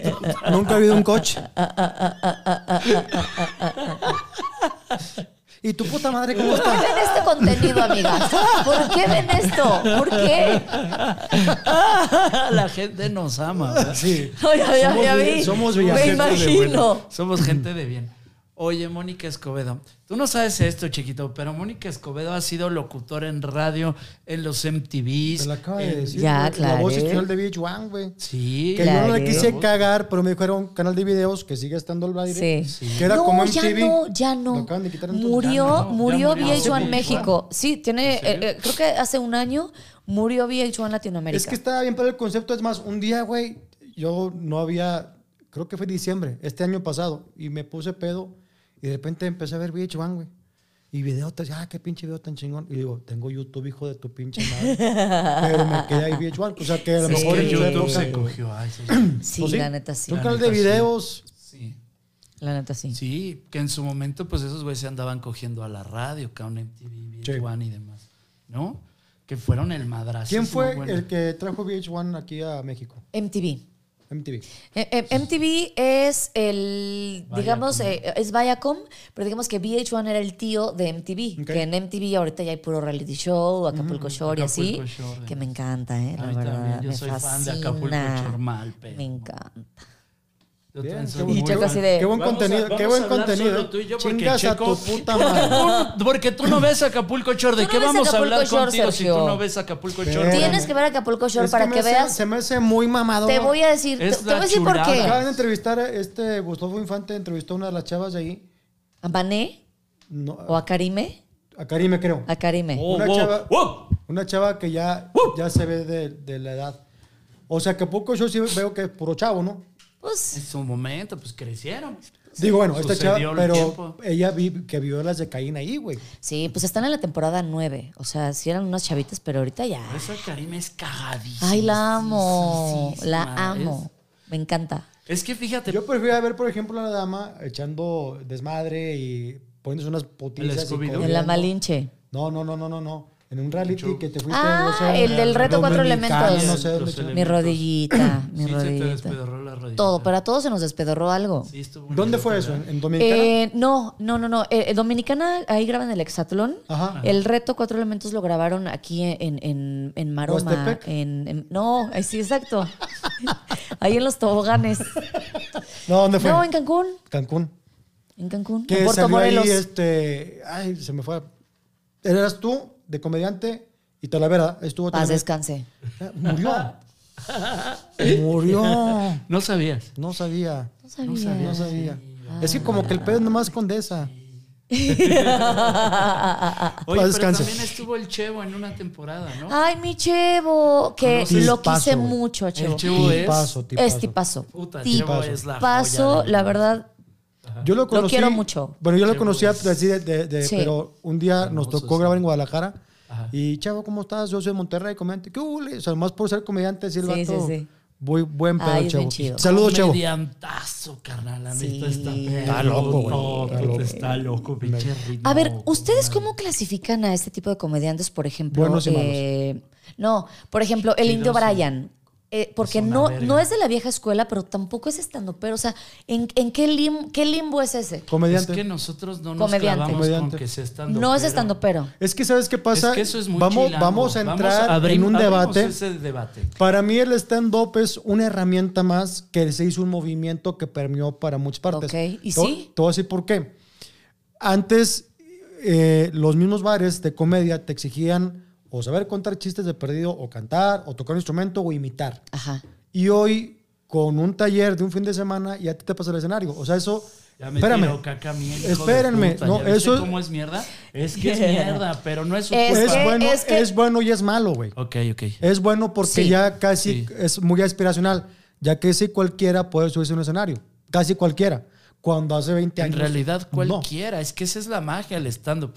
Speaker 2: prostituta.
Speaker 3: Nunca ha vivido en un coche. ¿Y tu puta madre cómo está?
Speaker 1: ven este contenido, amigas? ¿Por qué ven esto? ¿Por qué?
Speaker 2: La gente nos ama. ¿verdad?
Speaker 3: Sí.
Speaker 1: No, ya, ya-
Speaker 3: Somos
Speaker 1: ya
Speaker 3: vi-
Speaker 1: vi.
Speaker 3: somos
Speaker 1: Me
Speaker 3: villancicos de
Speaker 1: imagino.
Speaker 2: Somos gente de bien. Oye, Mónica Escobedo, tú no sabes esto, chiquito, pero Mónica Escobedo ha sido locutora en radio, en los MTVs.
Speaker 3: Te la acaba
Speaker 2: en-
Speaker 3: de decir.
Speaker 1: Ya,
Speaker 3: güey. La voz
Speaker 1: aclaré.
Speaker 3: estudió el de VH1, güey.
Speaker 2: Eh, Sí.
Speaker 3: Que yo no
Speaker 1: Claro.
Speaker 3: la quise cagar, pero me dijeron un canal de videos que sigue estando al aire.
Speaker 1: Sí.
Speaker 3: Que era
Speaker 1: no,
Speaker 3: como
Speaker 1: ya
Speaker 3: MTV.
Speaker 1: no, ya
Speaker 3: Lo
Speaker 1: no.
Speaker 3: acaban de quitar entonces.
Speaker 1: murió,
Speaker 2: Ya no, ya
Speaker 1: murió
Speaker 2: murió.
Speaker 1: VH1
Speaker 2: ¿Hace
Speaker 1: México. Sí, tiene, eh, eh, creo que hace un año murió VH1 Latinoamérica.
Speaker 3: Es que estaba bien para el concepto. Es más, un día, güey, yo no había, creo que fue diciembre, este año pasado, y me puse pedo y de repente empecé a ver VH1, güey. Y video, te- ah, qué pinche video tan chingón. Y digo, tengo YouTube, hijo de tu pinche madre. Pero me quedé ahí VH1. O sea, que a lo
Speaker 1: Sí.
Speaker 2: Es
Speaker 3: mejor
Speaker 2: que
Speaker 3: en su
Speaker 2: YouTube
Speaker 3: época-
Speaker 2: se cogió. ay, sí,
Speaker 1: sí,
Speaker 3: Pues sí.
Speaker 1: la neta sí.
Speaker 3: Un
Speaker 2: La
Speaker 3: canal de
Speaker 2: neta, sí.
Speaker 3: videos.
Speaker 2: sí.
Speaker 1: La neta sí.
Speaker 2: Sí, que en su momento, pues esos güeyes se andaban cogiendo a la radio, que a un MTV, VH1 y demás, ¿no? Que fueron el madrazo.
Speaker 3: ¿Quién fue el que trajo VH1 aquí a México?
Speaker 1: MTV.
Speaker 3: MTV.
Speaker 1: Eh, eh, MTV es el, digamos, eh, es Viacom, pero digamos que VH1 era el tío de MTV.
Speaker 3: Ok. Mm,
Speaker 1: Que en MTV ahorita ya hay puro reality show, Acapulco Shore y así.
Speaker 2: Acapulco Shore,
Speaker 1: que
Speaker 2: eh.
Speaker 1: me encanta, ¿eh?
Speaker 2: A
Speaker 1: La
Speaker 2: mí
Speaker 1: verdad.
Speaker 2: también, yo
Speaker 1: me
Speaker 2: soy
Speaker 1: fascina.
Speaker 2: fan de Acapulco Shore, mal pedo.
Speaker 1: Me encanta.
Speaker 2: Yo
Speaker 3: Bien,
Speaker 2: también soy
Speaker 3: qué
Speaker 2: muy
Speaker 1: Y Checo
Speaker 2: fan.
Speaker 1: así de.
Speaker 3: Qué buen
Speaker 2: Vamos a-
Speaker 3: contenido,
Speaker 2: vamos
Speaker 3: qué
Speaker 2: a
Speaker 3: buen
Speaker 2: hablar
Speaker 3: contenido.
Speaker 2: solo tú y yo, porque
Speaker 3: Chingas a
Speaker 2: Checo-
Speaker 3: tu puta madre.
Speaker 2: Tú- Porque tú no ves Acapulco Shore. ¿De
Speaker 1: Tú no
Speaker 2: qué
Speaker 1: ves
Speaker 2: vamos a
Speaker 1: Acapulco
Speaker 2: hablar
Speaker 1: Shore,
Speaker 2: contigo si tú
Speaker 1: Sergio.
Speaker 2: no ves Acapulco
Speaker 3: Pero-
Speaker 2: Shore?
Speaker 1: Tienes que ver Acapulco Shore
Speaker 3: Es
Speaker 1: para
Speaker 3: me
Speaker 1: que,
Speaker 3: hace-
Speaker 1: veas.
Speaker 3: Se me hace muy mamador.
Speaker 1: Te voy a decir, te,
Speaker 2: Es
Speaker 1: te
Speaker 2: la
Speaker 1: voy a decir por
Speaker 2: chulada.
Speaker 3: Acaban de
Speaker 1: qué.
Speaker 3: entrevistar a este Gustavo Infante, entrevistó a una de las chavas de ahí.
Speaker 1: ¿A Mané
Speaker 3: No,
Speaker 1: o a Karime?
Speaker 3: a Karime, creo.
Speaker 1: A Karime.
Speaker 2: Oh,
Speaker 3: Una
Speaker 2: wow,
Speaker 3: chava-
Speaker 2: wow.
Speaker 3: Una chava que ya, ya se ve de, de la edad. O sea, que poco yo sí veo que es puro chavo, ¿no?
Speaker 1: Pues,
Speaker 2: En su momento, pues crecieron.
Speaker 3: Digo, bueno, esta
Speaker 2: Sucedió
Speaker 3: chava,
Speaker 2: el
Speaker 3: pero
Speaker 2: tiempo.
Speaker 3: ella vi, que vio las de Caín ahí, güey.
Speaker 1: sí, pues están en la temporada 9. O sea, sí eran unas chavitas, pero ahorita ya.
Speaker 2: Esa Karime es cagadísima.
Speaker 1: Ay, la amo.
Speaker 2: Sí, sí, sí,
Speaker 1: La
Speaker 2: ma,
Speaker 1: amo. Me encanta.
Speaker 2: Es, es que fíjate,
Speaker 3: Yo prefiero ver, por ejemplo, a la dama echando desmadre y poniéndose unas
Speaker 2: El
Speaker 3: potizas. y
Speaker 2: Scooby-Doo.
Speaker 1: En la
Speaker 3: comiendo.
Speaker 1: malinche.
Speaker 3: No, no, no, no, no, no. En un reality que te fuiste.
Speaker 1: Ah,
Speaker 3: no sé,
Speaker 1: el del reto cuatro
Speaker 3: dominicano,
Speaker 1: elementos.
Speaker 3: No sé dónde
Speaker 2: Los
Speaker 3: chingados.
Speaker 1: Mi rodillita, mi
Speaker 2: sí se te
Speaker 1: rodillita.
Speaker 2: despedorró la rodilla.
Speaker 1: Todo, para todos se nos despedorró algo.
Speaker 2: Sí, estuvo una
Speaker 3: ¿Dónde fue eso?
Speaker 2: locura.
Speaker 3: ¿En, en Dominicana?
Speaker 1: Eh, no, no, no, no. Eh, eh, Dominicana, ahí graban el hexatlón.
Speaker 3: Ajá.
Speaker 1: El reto Cuatro Elementos lo grabaron aquí en, en, en Maroma.
Speaker 3: ¿Huastepec?
Speaker 1: En, en- no, eh, sí, exacto. ahí en los toboganes.
Speaker 3: No, ¿dónde fue?
Speaker 1: No, en Cancún.
Speaker 3: Cancún.
Speaker 1: En Cancún.
Speaker 3: Que
Speaker 1: en Puerto
Speaker 3: salió ahí
Speaker 1: Morelos.
Speaker 3: este. Ay, se me fue. Eras tú, de comediante, y Talavera. Estuvo
Speaker 1: Paz,
Speaker 3: Talavera.
Speaker 1: descanse.
Speaker 3: Murió. Murió.
Speaker 2: No sabías.
Speaker 3: No sabía.
Speaker 1: No sabía. Ah.
Speaker 3: No sabía. Es que como que el pedo es nomás condesa.
Speaker 2: Oye,
Speaker 3: Paz,
Speaker 2: pero
Speaker 3: descanse.
Speaker 2: también estuvo el Chevo en una temporada, ¿no?
Speaker 1: Ay, mi Chevo, que
Speaker 3: Conoces-
Speaker 1: lo quise
Speaker 3: Tipazo, güey.
Speaker 1: mucho a Chevo.
Speaker 2: el Chevo es...
Speaker 3: Tipazo, tipazo.
Speaker 1: Es tipazo.
Speaker 2: Puta, Chevo
Speaker 1: tipazo.
Speaker 2: es la joya de-
Speaker 1: la verdad.
Speaker 3: Yo lo conocí.
Speaker 1: quiero mucho.
Speaker 3: Bueno, yo lo conocía así de, de- de-
Speaker 1: Sí.
Speaker 3: pero un día nos
Speaker 2: Hermoso,
Speaker 3: tocó
Speaker 2: sí.
Speaker 3: grabar en Guadalajara.
Speaker 2: Ajá.
Speaker 3: Y chavo, ¿cómo estás? Yo soy de Monterrey, comediante. ¿Qué hule? O sea, más por ser comediante, sí, el
Speaker 1: Sí,
Speaker 3: vato.
Speaker 1: sí, sí.
Speaker 3: Muy buen pedo,
Speaker 1: Ay, es bien
Speaker 3: chavo.
Speaker 1: chido.
Speaker 3: Saludos, chavo.
Speaker 2: Comediantazo, carnal. La
Speaker 1: Sí.
Speaker 2: neta está perro.
Speaker 1: Está
Speaker 3: loco, güey.
Speaker 2: No,
Speaker 3: Está
Speaker 2: puta,
Speaker 3: loco.
Speaker 2: Está loco, pinche ritmo.
Speaker 1: A ver, ¿ustedes cómo clasifican a este tipo de comediantes, por ejemplo?
Speaker 3: Buenos y malos.
Speaker 1: eh, no, por ejemplo, el Indio Bryan. eh, porque
Speaker 2: Es una
Speaker 1: no,
Speaker 2: verga.
Speaker 1: no es de la vieja escuela, pero tampoco es estando. Pero, o sea, ¿en, en qué, lim- qué limbo es ese?
Speaker 2: Es
Speaker 3: Comediante.
Speaker 2: que nosotros no nos
Speaker 1: Comediante.
Speaker 2: clavamos
Speaker 3: Comediante.
Speaker 2: con que se estando
Speaker 1: No es estando, pero.
Speaker 3: Es que sabes qué pasa.
Speaker 2: Es que eso es muy
Speaker 3: vamos,
Speaker 2: chilango.
Speaker 3: vamos a entrar
Speaker 2: abrim-
Speaker 3: en un
Speaker 2: abrimos
Speaker 3: debate.
Speaker 2: ese debate.
Speaker 3: Para mí el stand-up es una herramienta más que se hizo un movimiento que permeó para muchas partes.
Speaker 1: Ok, ¿y
Speaker 3: Te voy-
Speaker 1: sí?
Speaker 3: Te voy a decir por qué. Antes, eh, los mismos bares de comedia te exigían o saber contar chistes de perdido, o cantar, o tocar un instrumento, o imitar.
Speaker 1: Ajá.
Speaker 3: Y hoy, con un taller de un fin de semana, ya te, te pasa el escenario. O sea, eso...
Speaker 2: Ya me
Speaker 3: espérame.
Speaker 2: tiró caca a mí, hijo de
Speaker 3: Espérenme,
Speaker 2: puta,
Speaker 3: no,
Speaker 2: ¿ya viste
Speaker 3: eso es-
Speaker 2: cómo es mierda? Es que es mierda, pero no es su
Speaker 1: Es
Speaker 3: Es,
Speaker 2: culpa.
Speaker 1: que-
Speaker 3: bueno,
Speaker 1: es que-
Speaker 3: es bueno y es malo, güey.
Speaker 2: Ok, ok.
Speaker 3: Es bueno porque
Speaker 1: Sí.
Speaker 3: ya casi
Speaker 2: Sí.
Speaker 3: es muy aspiracional, ya que si cualquiera puede subirse a un escenario, casi cualquiera, cuando hace 20
Speaker 2: En
Speaker 3: años.
Speaker 2: realidad
Speaker 3: no.
Speaker 2: cualquiera, es que esa es la magia del stand-up.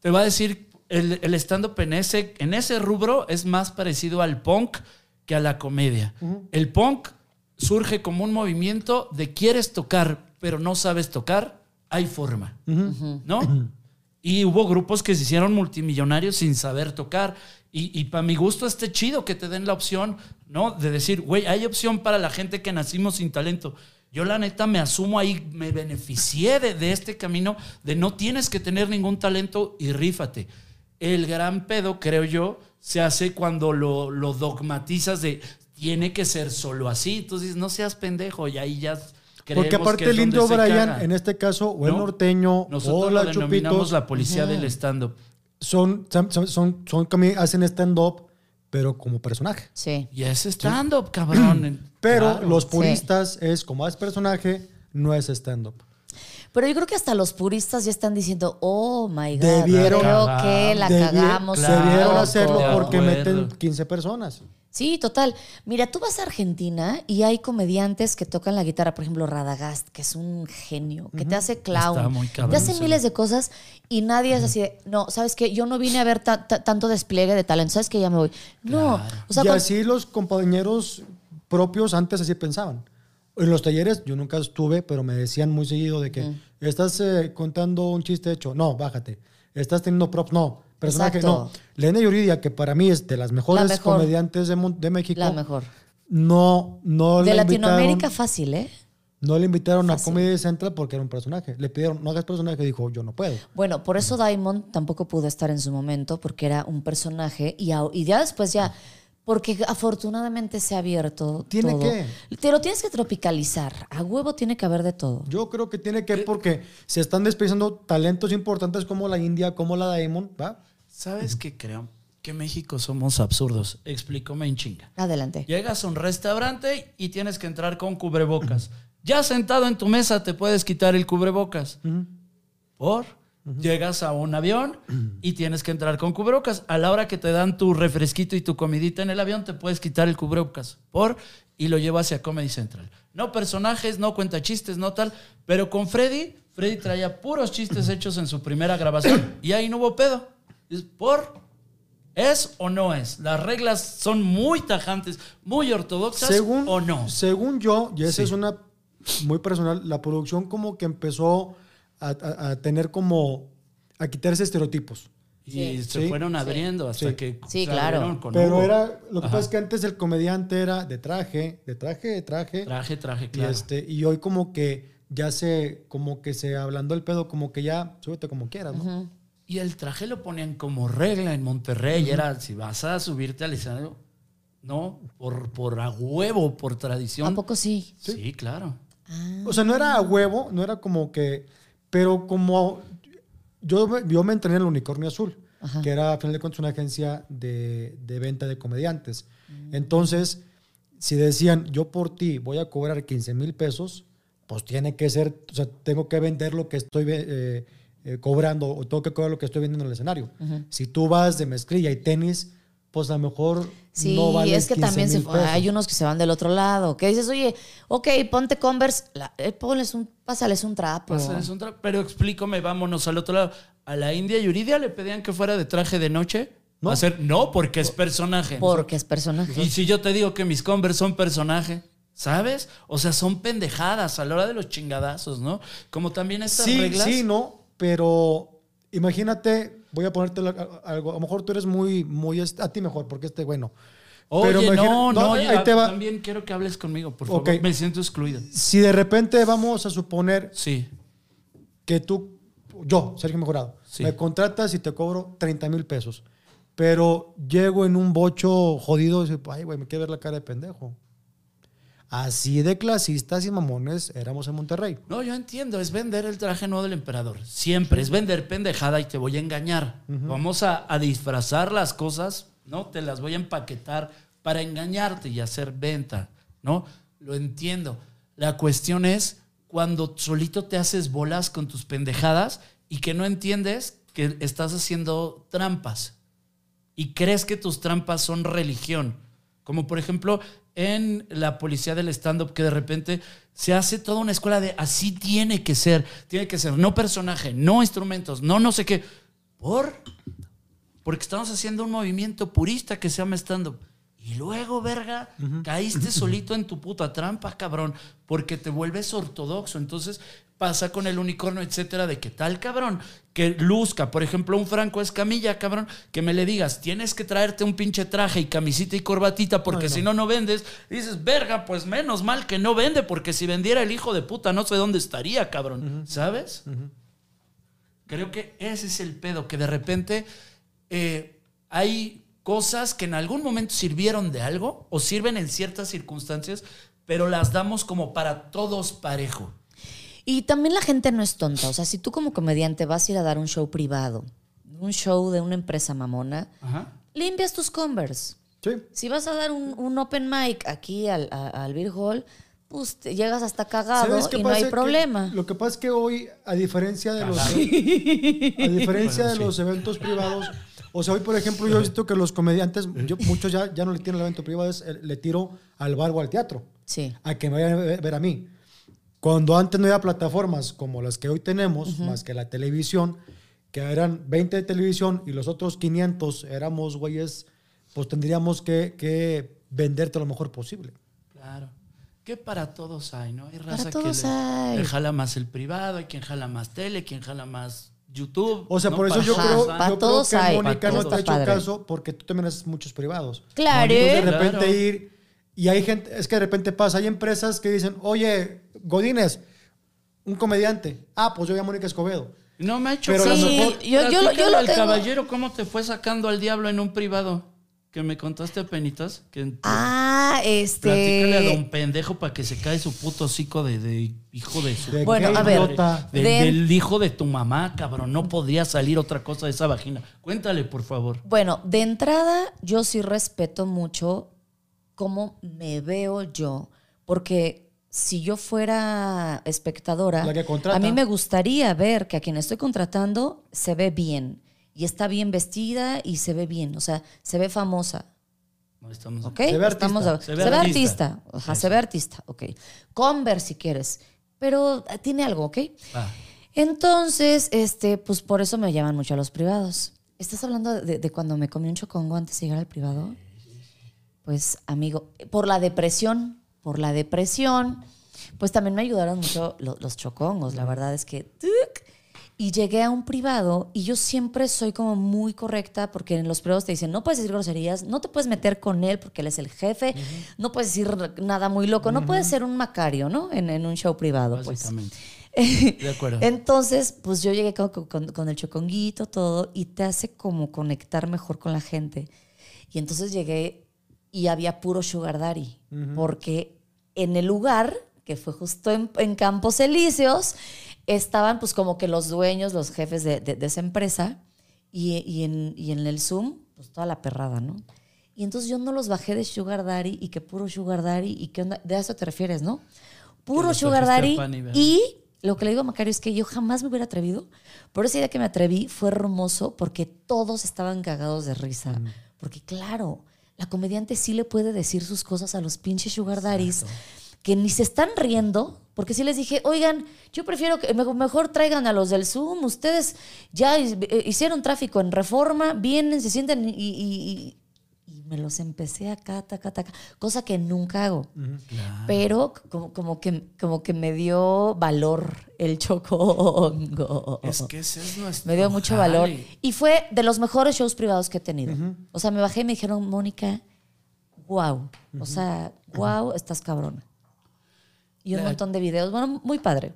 Speaker 2: Te va a decir, el, el stand-up en ese, en ese rubro es más parecido al punk que a la comedia. El punk surge como un movimiento de quieres tocar, pero no sabes tocar, hay forma, ¿no? Y hubo grupos que se hicieron multimillonarios sin saber tocar. Y, y para mi gusto esté chido que te den la opción, ¿no? De decir, güey, hay opción para la gente que nacimos sin talento. Yo la neta me asumo ahí, me beneficié de, de este camino de no tienes que tener ningún talento y rífate. El gran pedo, creo yo, se hace cuando lo, lo dogmatizas de tiene que ser solo así. Entonces, no seas pendejo y ahí ya... creemos
Speaker 3: Porque
Speaker 2: que
Speaker 3: aparte
Speaker 2: es
Speaker 3: el
Speaker 2: donde
Speaker 3: indio
Speaker 2: se
Speaker 3: Brian,
Speaker 2: caga.
Speaker 3: en este caso, o el
Speaker 2: No.
Speaker 3: norteño, o
Speaker 2: Nosotros
Speaker 3: la
Speaker 2: lo denominamos
Speaker 3: chupitos,
Speaker 2: la policía del stand-up.
Speaker 3: son, son, son, son, cami- hacen stand-up, pero como personaje.
Speaker 1: Sí.
Speaker 2: Y es stand-up, cabrón.
Speaker 3: Pero
Speaker 2: Claro.
Speaker 3: los puristas es como es personaje, no es stand-up.
Speaker 1: Pero yo creo que hasta los puristas ya están diciendo, oh my God,
Speaker 3: Debieron-
Speaker 1: creo que la
Speaker 3: Debi-
Speaker 1: cagamos. un
Speaker 3: Debieron
Speaker 1: poco".
Speaker 3: hacerlo
Speaker 2: De
Speaker 3: porque
Speaker 2: acuerdo.
Speaker 3: meten 15 personas.
Speaker 1: Sí, total. Mira, tú vas a Argentina y hay comediantes que tocan la guitarra, por ejemplo, Radagast, que es un genio, que te hace clown,
Speaker 2: Está muy cabrón
Speaker 1: te hace
Speaker 2: ese
Speaker 1: miles de cosas y nadie es así de, no, ¿sabes qué? Yo no vine a ver ta- ta- tanto despliegue de talento, ¿sabes qué? Ya me voy. No, o sea,
Speaker 3: y
Speaker 1: cuando-
Speaker 3: así los compañeros propios antes así pensaban. En los talleres yo nunca estuve, pero me decían muy seguido de
Speaker 1: Mm.
Speaker 3: que estás eh, contando un chiste hecho. No, bájate. Estás teniendo props. No, personaje
Speaker 1: Exacto.
Speaker 3: no. Lena Yuridia, que para mí es de las mejores
Speaker 1: mejor.
Speaker 3: comediantes de, Mon- de México.
Speaker 1: la mejor.
Speaker 3: No, no
Speaker 1: De
Speaker 3: la invitaron-
Speaker 1: Latinoamérica fácil, ¿eh?
Speaker 3: No le invitaron a
Speaker 1: Fácil.
Speaker 3: Comedy Central porque era un personaje. Le pidieron, no hagas personaje, dijo, yo no puedo.
Speaker 1: Bueno, por eso Diamond tampoco pudo estar en su momento, porque era un personaje y, a- y ya después ya, porque afortunadamente se ha abierto
Speaker 3: Tiene
Speaker 1: todo.
Speaker 3: que.
Speaker 1: Te lo tienes que tropicalizar, a huevo tiene que haber de todo.
Speaker 3: Yo creo que tiene que porque se están desperdiciando talentos importantes como la India, como la Diamond, ¿va?
Speaker 2: ¿Sabes qué creo? Que México somos absurdos. Explícame en chinga.
Speaker 1: Adelante.
Speaker 2: Llegas a un restaurante y tienes que entrar con cubrebocas. Ya sentado en tu mesa te puedes quitar el cubrebocas. Por. Llegas a un avión y tienes que entrar con cubrebocas. A la hora que te dan tu refresquito y tu comidita en el avión, te puedes quitar el cubrebocas. Por. Y lo llevo hacia Comedy Central. No personajes, no cuenta chistes, no tal. Pero con Freddy, Freddy traía puros chistes hechos en su primera grabación. Y ahí no hubo pedo. Es Por. ¿Es o no es? Las reglas son muy tajantes, muy ortodoxas
Speaker 3: Según,
Speaker 2: o no.
Speaker 3: Según yo, y esa
Speaker 2: Sí.
Speaker 3: es una muy personal, la producción como que empezó a, a- a tener como a quitarse estereotipos.
Speaker 2: Y
Speaker 1: Sí.
Speaker 2: se
Speaker 3: Sí.
Speaker 2: fueron abriendo hasta
Speaker 3: Sí.
Speaker 2: que
Speaker 1: Sí,
Speaker 2: se
Speaker 1: claro.
Speaker 2: abrieron con
Speaker 3: Pero
Speaker 2: Hugo.
Speaker 3: era, lo que
Speaker 2: Ajá.
Speaker 3: pasa es que antes el comediante era de traje, de traje, de traje.
Speaker 2: traje, traje,
Speaker 3: Y,
Speaker 2: claro.
Speaker 3: este, y hoy como que ya se, como que se ablandó el pedo, como que ya, súbete como quieras, ¿no?
Speaker 2: Y el traje lo ponían como regla en Monterrey. Era si vas a subirte al escenario, no, por, por a huevo, por
Speaker 1: ¿A
Speaker 2: tradición.
Speaker 1: poco sí? Ah,
Speaker 2: Sí, claro.
Speaker 3: O sea, no era a huevo, no era como que. Pero como. Yo, me- yo me entrené en el Unicornio Azul,
Speaker 1: Ajá.
Speaker 3: que era, a final de cuentas, una agencia de, de venta de comediantes. Entonces, si decían, yo por ti voy a cobrar 15 mil pesos, pues tiene que ser. O sea, tengo que vender lo que estoy ve- eh, eh, cobrando o tengo que cobrar lo que estoy vendiendo en el escenario. Si tú vas de mezclilla y tenis, pues a lo mejor.
Speaker 1: Sí,
Speaker 3: no vales
Speaker 1: es que también se,
Speaker 3: 15,000 pesos.
Speaker 1: hay unos que se van del otro lado, que dices, oye, ok, ponte Converse, la- eh, ponles un, pásales un trapo.
Speaker 2: Pásales un tra- Pero explícame, vámonos al otro lado. A la India Yuridia le pedían que fuera de traje de noche. No, hacer, no porque es personaje.
Speaker 1: Porque es personaje.
Speaker 2: Y si yo te digo que mis Converse son personaje, ¿sabes? O sea, son pendejadas a la hora de los chingadazos, ¿no? Como también estas
Speaker 3: Sí,
Speaker 2: reglas.
Speaker 3: sí, no, pero imagínate, voy a ponerte la- a- algo, a lo mejor tú eres muy, muy, est- a ti mejor, porque este, bueno.
Speaker 2: Oye,
Speaker 3: imagina-
Speaker 2: no, no,
Speaker 3: ahí
Speaker 2: ya-
Speaker 3: te va.
Speaker 2: también quiero que hables conmigo, por
Speaker 3: Ok.
Speaker 2: favor. Me siento excluido.
Speaker 3: Si de repente vamos a suponer
Speaker 2: Sí,
Speaker 3: que tú, yo, Sergio Mejorado,
Speaker 2: Sí.
Speaker 3: me contratas y te cobro 30 mil pesos, pero llego en un bocho jodido y digo, ay, güey, me quiere ver la cara de pendejo. Así de clasistas y mamones éramos en Monterrey.
Speaker 2: No, yo entiendo, es vender el traje nuevo del emperador. Siempre es vender pendejada y te voy a engañar. Vamos a, a disfrazar las cosas, ¿no? Te las voy a empaquetar para engañarte y hacer venta, ¿no? Lo entiendo. La cuestión es cuando solito te haces bolas con tus pendejadas y que no entiendes que estás haciendo trampas y crees que tus trampas son religión. Como por ejemplo en la policía del stand-up que de repente se hace toda una escuela de así tiene que ser, tiene que ser, no personaje, no instrumentos, no no sé qué. ¿Por? Porque estamos haciendo un movimiento purista que se llama stand-up. Y luego, verga, caíste solito en tu puta trampa, cabrón, porque te vuelves ortodoxo. Entonces pasa con el unicornio, etcétera, de que tal cabrón, que luzca, por ejemplo, un Franco Escamilla, cabrón, que me le digas, tienes que traerte un pinche traje y camisita y corbatita, porque si no, no vendes. Y dices, verga, pues menos mal que no vende, porque si vendiera el hijo de puta, no sé dónde estaría, cabrón, ¿sabes? Creo que ese es el pedo, que de repente eh, hay cosas que en algún momento sirvieron de algo o sirven en ciertas circunstancias, pero las damos como para todos parejo.
Speaker 1: Y también la gente no es tonta. O sea, si tú como comediante vas a ir a dar un show privado, un show de una empresa mamona,
Speaker 2: Ajá.
Speaker 1: limpias tus Converse.
Speaker 3: Sí.
Speaker 1: Si vas a dar un, un open mic aquí al, a- al Beer Hall, pues te llegas hasta cagado
Speaker 3: ¿Sabes qué
Speaker 1: y no
Speaker 3: pasa?
Speaker 1: hay
Speaker 3: Que-
Speaker 1: problema.
Speaker 3: lo que pasa es que hoy, a diferencia de los, a
Speaker 2: Cagado.
Speaker 3: diferencia
Speaker 2: Bueno,
Speaker 3: de
Speaker 2: sí.
Speaker 3: los eventos privados, o sea, hoy, por ejemplo, yo he visto que los comediantes, yo- muchos ya, ya no le tiran el evento privado, es, eh, le tiro al bar o al teatro,
Speaker 1: Sí.
Speaker 3: a que me vayan a ver ver a mí. Cuando antes no había plataformas como las que hoy tenemos, más que la televisión, que eran 20 de televisión y los otros 500 éramos güeyes, pues tendríamos que, que venderte lo mejor posible.
Speaker 2: Claro. Que para todos hay, ¿no? Hay raza
Speaker 1: todos
Speaker 2: que le-
Speaker 1: hay.
Speaker 2: le jala más el privado, hay quien jala más tele, quien jala más YouTube.
Speaker 3: O sea,
Speaker 2: ¿no?
Speaker 3: por eso
Speaker 2: Para
Speaker 3: yo
Speaker 2: todos
Speaker 3: creo,
Speaker 2: hay.
Speaker 1: Pa'
Speaker 3: yo creo
Speaker 1: todos
Speaker 3: que
Speaker 1: hay.
Speaker 3: Mónica
Speaker 1: Pa'
Speaker 3: no
Speaker 1: todos.
Speaker 3: te ha hecho
Speaker 1: Está padre.
Speaker 3: caso porque tú también haces muchos privados.
Speaker 1: Claro.
Speaker 3: Cuando tú De repente
Speaker 2: Claro.
Speaker 3: ir y hay gente, es que de repente pasa, hay empresas que dicen, oye, Godínez, un comediante. Ah, pues yo voy a Mónica Escobedo.
Speaker 2: No me ha hecho
Speaker 3: Pero
Speaker 2: caso.
Speaker 1: sí, yo- yo- yo lo
Speaker 2: Platícale al
Speaker 1: tengo.
Speaker 2: caballero cómo te fue sacando al diablo en un privado que me contaste a penitas. Que
Speaker 1: Ah,
Speaker 2: Platícale a don
Speaker 1: este.
Speaker 2: pendejo para que se cae su puto hocico de, de hijo de su
Speaker 3: De
Speaker 1: Bueno,
Speaker 3: qué
Speaker 1: a ver.
Speaker 3: idiota.
Speaker 2: de-
Speaker 1: Den-
Speaker 2: del hijo de tu mamá, cabrón. No podía salir otra cosa de esa vagina. Cuéntale, por favor.
Speaker 1: Bueno, de entrada, yo sí respeto mucho cómo me veo yo, porque si yo fuera espectadora,
Speaker 3: La que contrata.
Speaker 1: a mí me gustaría ver que a quien estoy contratando se ve bien y está bien vestida y se ve bien, o sea, se ve famosa.
Speaker 2: No, estamos-
Speaker 1: ¿ok?
Speaker 3: Se ve
Speaker 1: Estamos
Speaker 3: artista.
Speaker 1: a- se ve artista. Ajá, se ve artista, ok. Converse si quieres, pero eh, tiene algo, ¿ok?
Speaker 2: Va.
Speaker 1: Entonces, este, pues por eso me llaman mucho a los privados. ¿Estás hablando de, de cuando me comí un chocongo antes de llegar al privado? Pues, amigo, por la depresión, por la depresión, pues también me ayudaron mucho lo- los chocongos. La verdad es que. ¡tuc! Y llegué a un privado y yo siempre soy como muy correcta porque en los privados te dicen, no puedes decir groserías, no te puedes meter con él porque él es el jefe, no puedes decir nada muy loco, no puedes ser un macario, ¿no? En, en un show privado, pues. eh,
Speaker 2: Básicamente. De acuerdo.
Speaker 1: Entonces, pues yo llegué con, con- con el choconguito, todo, y te hace como conectar mejor con la gente. Y entonces llegué y había puro sugar daddy, porque en el lugar, que fue justo en, en Campos Elíseos, estaban pues como que los dueños, los jefes de, de- de esa empresa, y, y en, y en el Zoom, pues toda la perrada, ¿no? Y entonces yo no los bajé de sugar daddy y que puro sugar daddy y qué onda, de eso te refieres, ¿no? Puro
Speaker 2: los
Speaker 1: sugar
Speaker 2: trajiste a
Speaker 1: daddy
Speaker 2: Pan y Verga.
Speaker 1: y y lo que le digo a Macario es que yo jamás me hubiera atrevido, pero esa idea que me atreví fue hermoso porque todos estaban cagados de risa.
Speaker 2: Mm.
Speaker 1: Porque claro, la comediante sí le puede decir sus cosas a los pinches sugar daddies que ni se están riendo, porque sí les dije, oigan, yo prefiero que me- mejor traigan a los del Zoom, ustedes ya hi- eh, hicieron tráfico en reforma, vienen, se sienten y... y- y- y me los empecé acá, taca, taca, cosa que nunca hago. Pero como, como, que, como que me dio valor el chocongo.
Speaker 2: Es que ese es nuestro.
Speaker 1: me dio mucho valor.
Speaker 2: jale.
Speaker 1: Y fue de los mejores shows privados que he tenido. O sea, me bajé y me dijeron, Mónica, wow. O sea, wow, estás cabrona. Y un
Speaker 2: La-
Speaker 1: montón de videos. Bueno, muy padre.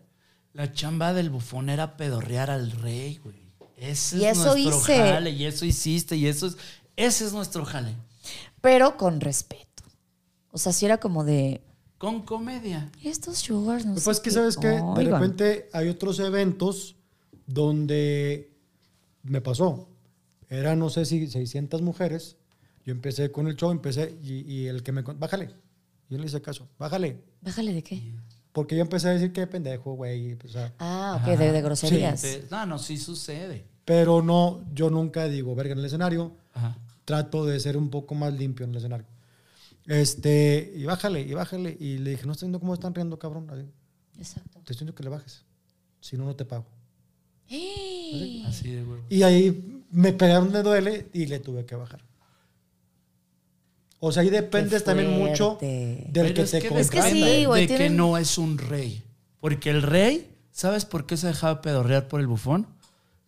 Speaker 2: La chamba del bufón era pedorrear al rey, güey. Ese
Speaker 1: Y
Speaker 2: es
Speaker 1: eso
Speaker 2: nuestro
Speaker 1: hice.
Speaker 2: jale, y eso hiciste, y eso es. Ese es nuestro jale.
Speaker 1: Pero con respeto. O sea, si era como de,
Speaker 2: Con comedia.
Speaker 1: estos sugars no
Speaker 3: Pues
Speaker 1: sé
Speaker 3: es que sabes que de
Speaker 1: oigan".
Speaker 3: repente hay otros eventos donde me pasó. Eran, no sé si 600 mujeres. Yo empecé con el show, empecé y, y el que me. con- Bájale. Yo le hice caso. Bájale.
Speaker 1: Bájale de qué.
Speaker 3: Porque yo empecé a decir que pendejo, güey. o sea,
Speaker 1: Ah, ok, de, de groserías.
Speaker 2: Te- No, no, sí sucede.
Speaker 3: pero no, yo nunca digo verga en el escenario.
Speaker 2: Ajá.
Speaker 3: Trato de ser un poco más limpio en el escenario. Este, y bájale, y bájale. Y le dije, no estoy viendo cómo están riendo, cabrón. Así,
Speaker 1: Exacto.
Speaker 3: Te estoy diciendo que le bajes. Si no, no te pago.
Speaker 1: ¡Eh!
Speaker 2: Así de huevo.
Speaker 3: Y ahí me pegaron de duele y le tuve que bajar. O sea, ahí dependes también mucho
Speaker 1: fuerte.
Speaker 3: del que
Speaker 2: Pero
Speaker 3: te
Speaker 2: es que
Speaker 1: Es
Speaker 3: contrata.
Speaker 1: que sí,
Speaker 2: depende
Speaker 1: güey,
Speaker 2: de que
Speaker 1: tienen-
Speaker 2: no es un rey. Porque el rey, ¿sabes por qué se dejaba pedorrear por el bufón?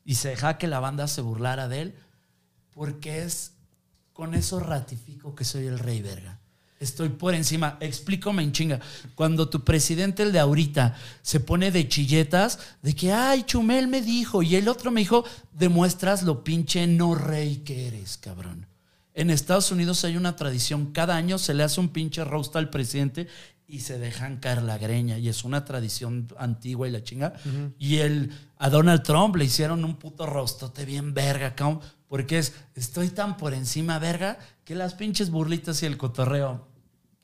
Speaker 2: Y se dejaba que la banda se burlara de él. Porque es. Con eso ratifico que soy el rey, verga. Estoy por encima. Explícame en chinga. Cuando tu presidente, el de ahorita, se pone de chilletas, de que, ay, Chumel me dijo y el otro me dijo, demuestras lo pinche no rey que eres, cabrón. En Estados Unidos hay una tradición, cada año se le hace un pinche roast al presidente y se dejan caer la greña y es una tradición antigua y la chinga. Y el, a Donald Trump le hicieron un puto rostote bien verga, cabrón, porque es, estoy tan por encima verga que las pinches burlitas y el cotorreo,